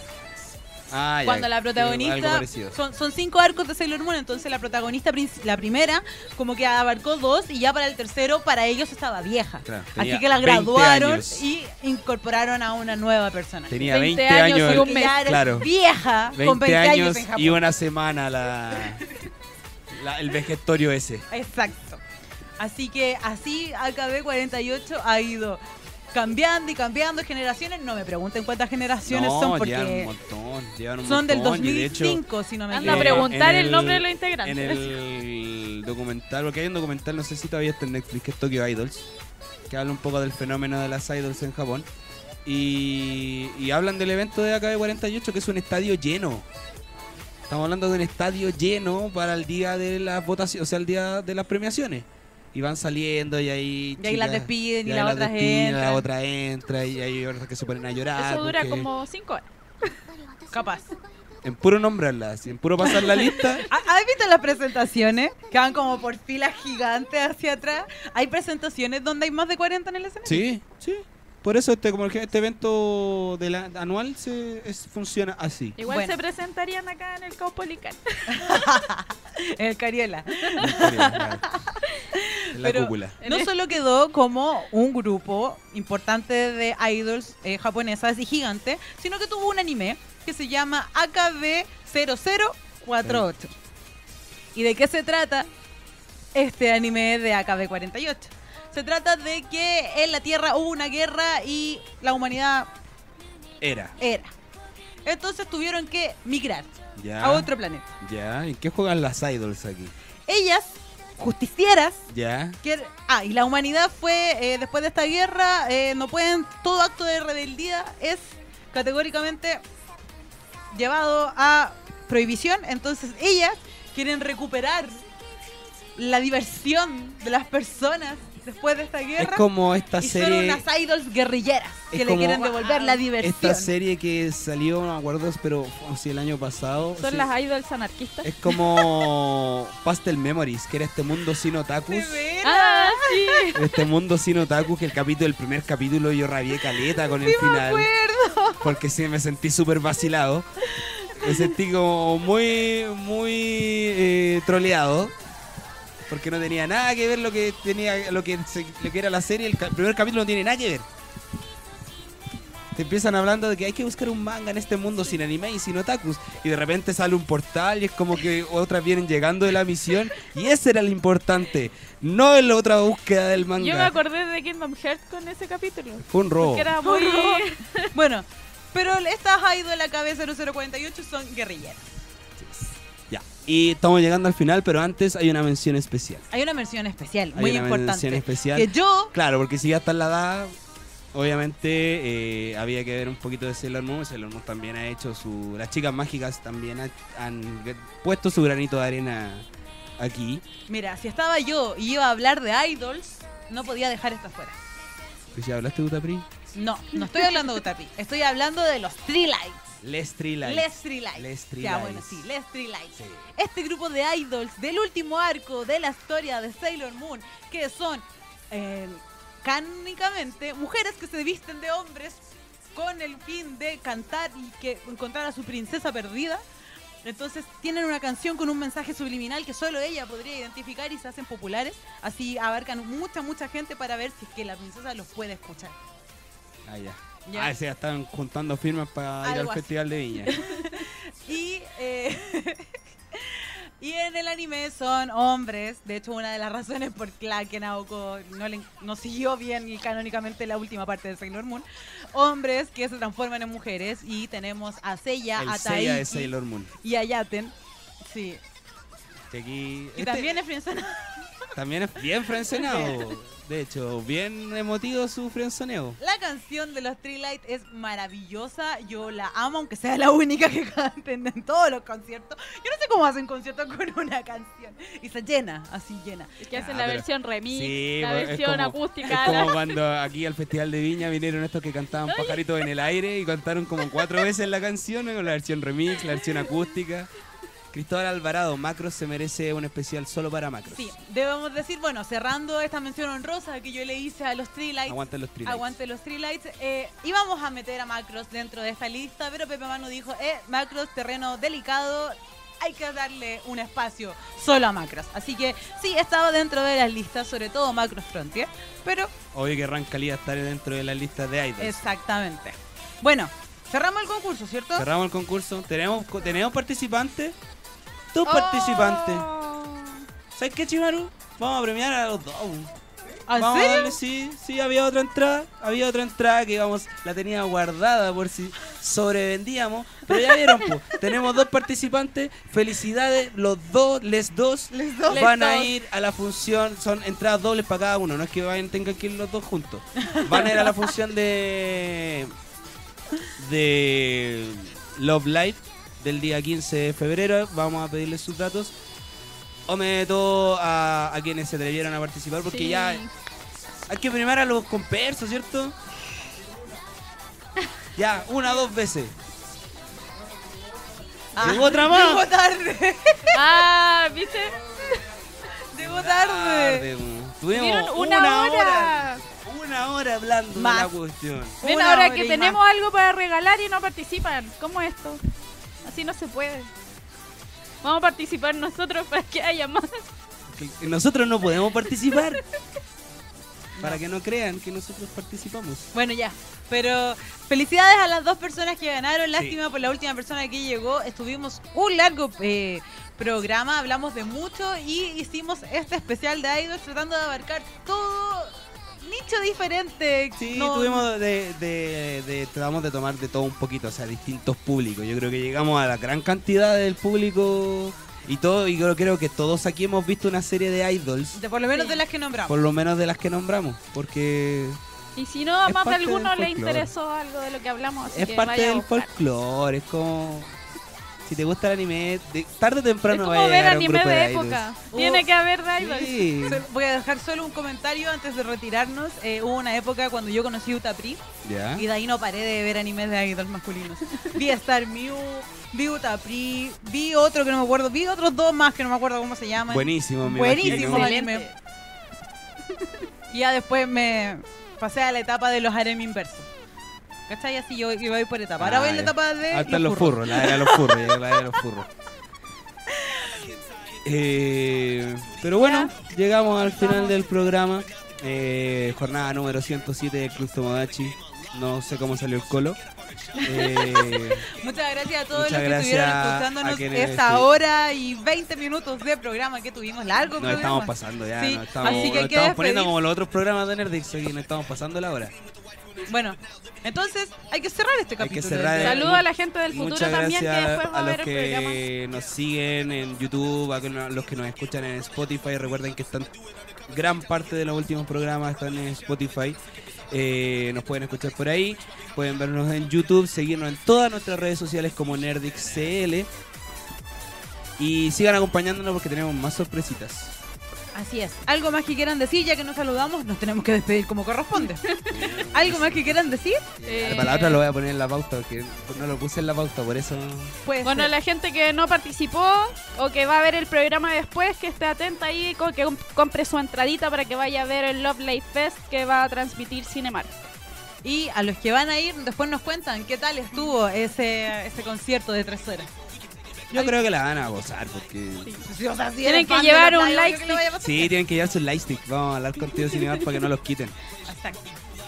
Speaker 3: Ah, ya,
Speaker 1: cuando la
Speaker 3: algo
Speaker 1: protagonista
Speaker 3: parecido.
Speaker 1: son, son cinco arcos de Sailor Moon entonces la protagonista princi- la primera como que abarcó dos y ya para el tercero para ellos estaba vieja
Speaker 3: Claro, tenía
Speaker 1: así que la
Speaker 3: 20
Speaker 1: graduaron
Speaker 3: años.
Speaker 1: y incorporaron a una nueva persona
Speaker 3: Tenía 20,
Speaker 4: 20
Speaker 3: años,
Speaker 4: años y
Speaker 1: Porque
Speaker 4: un mes.
Speaker 1: ya eres
Speaker 3: claro.
Speaker 1: vieja
Speaker 3: 20
Speaker 1: con 20 años,
Speaker 3: años
Speaker 1: en Japón.
Speaker 3: y una semana la, la- el vegetorio ese.
Speaker 1: Exacto. Así que así AKB 48 ha ido cambiando y cambiando generaciones. No me pregunten cuántas generaciones son
Speaker 3: llevan un
Speaker 1: porque
Speaker 3: montón, llevan un
Speaker 1: son del
Speaker 3: montón, y de hecho-
Speaker 1: 2005, si no me
Speaker 4: Anda a
Speaker 1: equivoco.
Speaker 3: Eh,
Speaker 4: preguntar
Speaker 3: en
Speaker 4: el nombre de los integrantes.
Speaker 3: En el documental, porque hay un documental, no sé si todavía está en Netflix, que es Tokyo Idols, que habla un poco del fenómeno de las idols en Japón. Y, y hablan del evento de AKB48, que es un estadio lleno. Estamos hablando de un estadio lleno para el día de las votaciones, o sea, el día de las premiaciones. Y van saliendo y ahí...
Speaker 1: Y ahí las
Speaker 3: chicas,
Speaker 1: despiden y
Speaker 3: ahí
Speaker 1: las
Speaker 3: las
Speaker 1: otras
Speaker 3: despiden, la
Speaker 1: entran.
Speaker 3: otra entra y hay otras que se ponen a llorar.
Speaker 4: Eso dura
Speaker 3: porque-
Speaker 4: como 5 horas.
Speaker 1: Capaz.
Speaker 3: En puro nombrarlas, y en puro pasar la lista.
Speaker 1: ¿Ha- ¿Has visto las presentaciones? Que van como por filas gigantes hacia atrás. Hay presentaciones donde hay más de 40 en el escenario.
Speaker 3: Sí, sí. Por eso este, como que este evento de la- anual se, es- funciona así.
Speaker 4: Igual
Speaker 1: Bueno.
Speaker 4: se presentarían acá en el Caupolicán.
Speaker 3: Pues
Speaker 1: En el Cariola.
Speaker 3: en la
Speaker 1: Pero-
Speaker 3: cúpula.
Speaker 1: No solo quedó como un grupo importante de idols eh, japonesas y gigante, sino que tuvo un anime que se llama AKB 0048. ¿Y de qué se trata este anime de AKB 48? Se trata de que en la Tierra hubo una guerra y la humanidad
Speaker 3: Era.
Speaker 1: era. Entonces tuvieron que migrar
Speaker 3: Ya.
Speaker 1: a otro planeta.
Speaker 3: Ya. ¿En qué juegan las idols aquí?
Speaker 1: Ellas, justicieras,
Speaker 3: Ya.
Speaker 1: Que- ah, y la humanidad fue, eh, después de esta guerra, eh, no pueden, todo acto de rebeldía es categóricamente llevado a prohibición, entonces ellas quieren recuperar la diversión de las personas después de esta
Speaker 3: Es
Speaker 1: guerra.
Speaker 3: como esta
Speaker 1: y son
Speaker 3: serie.
Speaker 1: unas idols guerrilleras
Speaker 3: es
Speaker 1: que le
Speaker 3: como-
Speaker 1: quieren devolver la diversión.
Speaker 3: Esta serie que salió, no me acuerdo, pero fue si el año pasado.
Speaker 4: Son
Speaker 3: sí.
Speaker 4: las idols anarquistas.
Speaker 3: Es como Pastel Memories, que era este mundo sin otakus.
Speaker 1: ¿De veras?
Speaker 4: Ah, sí.
Speaker 3: Este mundo sin otakus, que el capítulo, el primer capítulo yo rabié caleta con el final. Porque sí me sentí súper vacilado. Me sentí como muy, muy eh, troleado. Porque no tenía nada que ver lo que tenía, lo que, se- lo que era la serie. El ca- primer capítulo no tiene nada que ver. Te empiezan hablando de que hay que buscar un manga en este mundo sin anime y sin otakus. Y de repente sale un portal y es como que otras vienen llegando de la misión. Y ese era lo importante. No la otra búsqueda del manga.
Speaker 4: Yo me acordé de Kingdom Hearts con ese capítulo.
Speaker 3: Fue un robo.
Speaker 4: Que era muy.
Speaker 1: Bueno, pero estas idols AKB 0048 son guerrilleras.
Speaker 3: Ya. Y estamos llegando al final, pero antes hay una mención especial.
Speaker 1: Hay una mención especial,
Speaker 3: Hay
Speaker 1: muy
Speaker 3: una
Speaker 1: importante.
Speaker 3: mención especial.
Speaker 1: Que yo
Speaker 3: Claro, porque si ya está en la edad, obviamente eh, había que ver un poquito de Sailor Moon. Sailor Moon también ha hecho su... Las chicas mágicas también ha- han g- puesto su granito de arena aquí.
Speaker 1: Mira, si estaba yo y iba a hablar de idols, no podía dejar esta fuera.
Speaker 3: Pues ¿Ya hablaste de Utapri?
Speaker 1: No, no estoy hablando de Utapi. Estoy hablando de los Three Lights.
Speaker 3: Les Three Lights.
Speaker 1: Les Three Lights.
Speaker 3: Les Three
Speaker 1: ya,
Speaker 3: Lights.
Speaker 1: bueno, sí, Les Three Lights.
Speaker 3: Sí.
Speaker 1: Este grupo de idols del último arco de la historia de Sailor Moon, que son eh, canónicamente mujeres que se visten de hombres con el fin de cantar y que encontrar a su princesa perdida. Entonces tienen una canción con un mensaje subliminal que solo ella podría identificar y se hacen populares. Así abarcan mucha, mucha gente para ver si es que la princesa los puede escuchar.
Speaker 3: Ah, ya.
Speaker 1: Ya.
Speaker 3: Ah, se ya están juntando firmas para ir al
Speaker 1: Algo así.
Speaker 3: Festival de Viña.
Speaker 1: Y, eh, y en el anime son hombres. De hecho, una de las razones por la que Naoko no, le- no siguió bien y canónicamente la última parte de Sailor Moon. Hombres que se transforman en mujeres. Y tenemos a Seiya,
Speaker 3: el
Speaker 1: a
Speaker 3: Seiya de
Speaker 1: Taiki
Speaker 3: Sailor Moon.
Speaker 1: y a Yaten. Sí.
Speaker 3: Que aquí-
Speaker 1: Y
Speaker 3: este-
Speaker 1: también es friendzona.
Speaker 3: También es bien frenzoneado. De hecho, bien emotivo su frenzoneo.
Speaker 1: La canción de los Three Light es maravillosa. Yo la amo, aunque sea la única que canten en todos los conciertos. Yo no sé cómo hacen conciertos con una canción. Y se llena, así llena.
Speaker 4: Que hacen
Speaker 3: Ah,
Speaker 4: la
Speaker 3: pero-
Speaker 4: versión remix,
Speaker 3: Sí,
Speaker 4: la
Speaker 3: pues, es
Speaker 4: versión
Speaker 3: como- Es
Speaker 4: acústica.
Speaker 3: como cuando aquí al Festival de Viña vinieron estos que cantaban pajaritos en el aire y cantaron como cuatro veces la canción, ¿no? la versión remix, la versión acústica. Cristóbal Alvarado, Macro se merece un especial solo para Macro.
Speaker 1: Sí, debemos decir, bueno, cerrando esta mención honrosa que yo le hice a los Three Lights.
Speaker 3: Aguanten los thrillers.
Speaker 1: Aguante los Three Lights. Eh, íbamos a meter a Macros dentro de esta lista, pero Pepe Manu dijo, eh, Macros, terreno delicado, hay que darle un espacio solo a Macros. Así que sí, estaba dentro de las listas, sobre todo Macros Frontier, pero
Speaker 3: Obvio que Rank Calidad estar dentro de la lista de idols.
Speaker 1: exactamente. Bueno, cerramos el concurso, ¿cierto?
Speaker 3: Cerramos el concurso. Tenemos, co- tenemos participantes. Dos
Speaker 4: Oh.
Speaker 3: participantes. ¿Sabes qué, Chimaru? Vamos a premiar a los dos.
Speaker 1: ¿En
Speaker 3: Vamos
Speaker 1: ¿Ah, serio?
Speaker 3: a darle, sí, sí, había otra entrada, había otra entrada que íbamos, la tenía guardada por si sobrevendíamos, pero ya vieron, po, tenemos dos participantes, felicidades, los dos, les dos,
Speaker 1: dos.
Speaker 3: van
Speaker 1: Les
Speaker 3: a
Speaker 1: dos.
Speaker 3: ir a la función, son entradas dobles para cada uno, no es que vayan, tengan que ir los dos juntos, van a ir a la función de de Love Live del día 15 de febrero. Vamos a pedirles sus datos. Ometo a, a quienes se atrevieron a participar porque
Speaker 4: Sí.
Speaker 3: ya hay que primar a los compersos, ¿cierto? Ya, una dos veces.
Speaker 1: Ah,
Speaker 3: Llegó otra más.
Speaker 1: Llegó tarde.
Speaker 4: Ah, ¿viste?
Speaker 1: Llegó tarde.
Speaker 3: Tarde, mo. Tuvimos
Speaker 4: Tuvieron una hora.
Speaker 3: Una hora hablando
Speaker 1: Más.
Speaker 3: de la cuestión.
Speaker 4: Ven
Speaker 1: Una
Speaker 4: ahora
Speaker 1: hora
Speaker 4: que
Speaker 1: y
Speaker 4: tenemos algo para regalar y no participan. ¿Cómo es esto? Así no se puede. Vamos a participar nosotros para que haya más.
Speaker 3: Que- que Nosotros no podemos participar. Para que no crean que nosotros participamos.
Speaker 1: Bueno, ya. Pero felicidades a las dos personas que ganaron. Lástima por la última persona que llegó. Estuvimos un largo eh, programa, hablamos de mucho y hicimos este especial de Idols tratando de abarcar todo nicho diferente.
Speaker 3: Sí,
Speaker 1: No-
Speaker 3: tuvimos de, de, de- tratamos de tomar de todo un poquito, o sea, distintos públicos. Yo creo que llegamos a la gran cantidad del público y todo, y yo creo que todos aquí hemos visto una serie de idols,
Speaker 1: de por lo menos
Speaker 4: Sí.
Speaker 1: de las que nombramos.
Speaker 3: por lo menos de las que nombramos, porque
Speaker 4: Y si no, a
Speaker 3: Es
Speaker 4: más de
Speaker 3: parte del
Speaker 4: alguno le
Speaker 3: folclore.
Speaker 4: interesó algo de lo que hablamos. Así
Speaker 3: es
Speaker 4: que
Speaker 3: parte
Speaker 4: vaya a
Speaker 3: del
Speaker 4: buscar.
Speaker 3: folclore, es como si te gusta el anime, de- tarde o temprano
Speaker 4: Es
Speaker 3: va a
Speaker 4: como
Speaker 3: llegar
Speaker 4: ver
Speaker 3: un
Speaker 4: anime
Speaker 3: grupo
Speaker 4: de,
Speaker 3: idols.
Speaker 4: época.
Speaker 1: Uh,
Speaker 4: Tiene que haber rivals.
Speaker 3: Sí.
Speaker 1: Solo- Voy a dejar solo un comentario antes de retirarnos. Eh, hubo una época cuando yo conocí a Utapri
Speaker 3: Ya.
Speaker 1: y de ahí no paré de ver animes de idols masculinos. vi a Star Mew, vi Utapri, vi otro que no me acuerdo, vi otros dos más que no me acuerdo cómo se llaman.
Speaker 3: Buenísimo, me
Speaker 1: Buenísimo
Speaker 3: imagino.
Speaker 1: anime. Y ya después me pasé a la etapa de los harem inversos. ¿Cachai? Así yo iba a ir por etapa. Ahora
Speaker 3: Ah,
Speaker 1: voy en la
Speaker 3: ya.
Speaker 1: etapa de.
Speaker 3: Ahí están los furros, la era los furros, ya, la era los furros. Eh, pero bueno, llegamos al final del programa. Eh, jornada número 107 del Club Tomodachi. No sé cómo salió el colo. Eh,
Speaker 1: Muchas gracias a todos
Speaker 3: Muchas
Speaker 1: los que
Speaker 3: gracias
Speaker 1: estuvieron
Speaker 3: a
Speaker 1: escuchándonos
Speaker 3: quienes-
Speaker 1: esta
Speaker 3: sí.
Speaker 1: hora y 20 minutos de programa que tuvimos. Largo
Speaker 3: nos
Speaker 1: programa.
Speaker 3: estamos pasando ya,
Speaker 1: Sí,
Speaker 3: nos estamos,
Speaker 1: así que
Speaker 3: nos
Speaker 1: hay que
Speaker 3: estamos poniendo
Speaker 1: despedir.
Speaker 3: como los otros programas de Nerdix aquí, nos estamos pasando la hora.
Speaker 1: Bueno, entonces hay que cerrar este
Speaker 3: Hay que
Speaker 1: capítulo.
Speaker 3: cerrar
Speaker 1: entonces.
Speaker 3: el-
Speaker 4: Saludo a la gente del futuro
Speaker 3: Muchas
Speaker 4: también que
Speaker 3: gracias
Speaker 4: después va
Speaker 3: a
Speaker 4: a
Speaker 3: los
Speaker 4: ver el programa.
Speaker 3: que nos siguen en YouTube, a que no- los que nos escuchan en Spotify. Recuerden que están gran parte de los últimos programas están en Spotify. Eh, nos pueden escuchar por ahí, pueden vernos en YouTube, seguirnos en todas nuestras redes sociales como NerdixCL. Y sigan acompañándonos porque tenemos más sorpresitas.
Speaker 1: Así es. Algo más que quieran decir, ya que nos saludamos, nos tenemos que despedir como corresponde. Algo más que quieran decir,
Speaker 4: Eh,
Speaker 3: Para la otra lo voy a poner en la pauta porque no lo puse en la pauta, por eso.
Speaker 1: pues.
Speaker 4: Bueno, la gente que no participó o que va a ver el programa después, que esté atenta ahí, co- que comp- compre su entradita para que vaya a ver el Love Life Fest que va a transmitir Cinemark.
Speaker 1: Y a los que van a ir, después nos cuentan qué tal estuvo ese, ese concierto de tres horas.
Speaker 3: Yo creo que la van a gozar porque.
Speaker 1: Sí, o sea, si
Speaker 4: Tienen
Speaker 1: eres
Speaker 4: que
Speaker 1: fan de
Speaker 4: llevar
Speaker 1: los
Speaker 4: un
Speaker 1: Lions,
Speaker 4: like
Speaker 1: ¿qué le vaya a pasar?
Speaker 3: Sí, tienen que llevar sus lightstick. Vamos a hablar contigo sin más para que no los quiten.
Speaker 1: Exacto.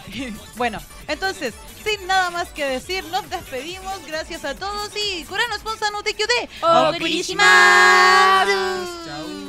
Speaker 1: bueno, entonces, sin nada más que decir, nos despedimos. Gracias a todos y Kurano Sponsa no te
Speaker 4: ¡Ogurishimasu!
Speaker 3: Chao.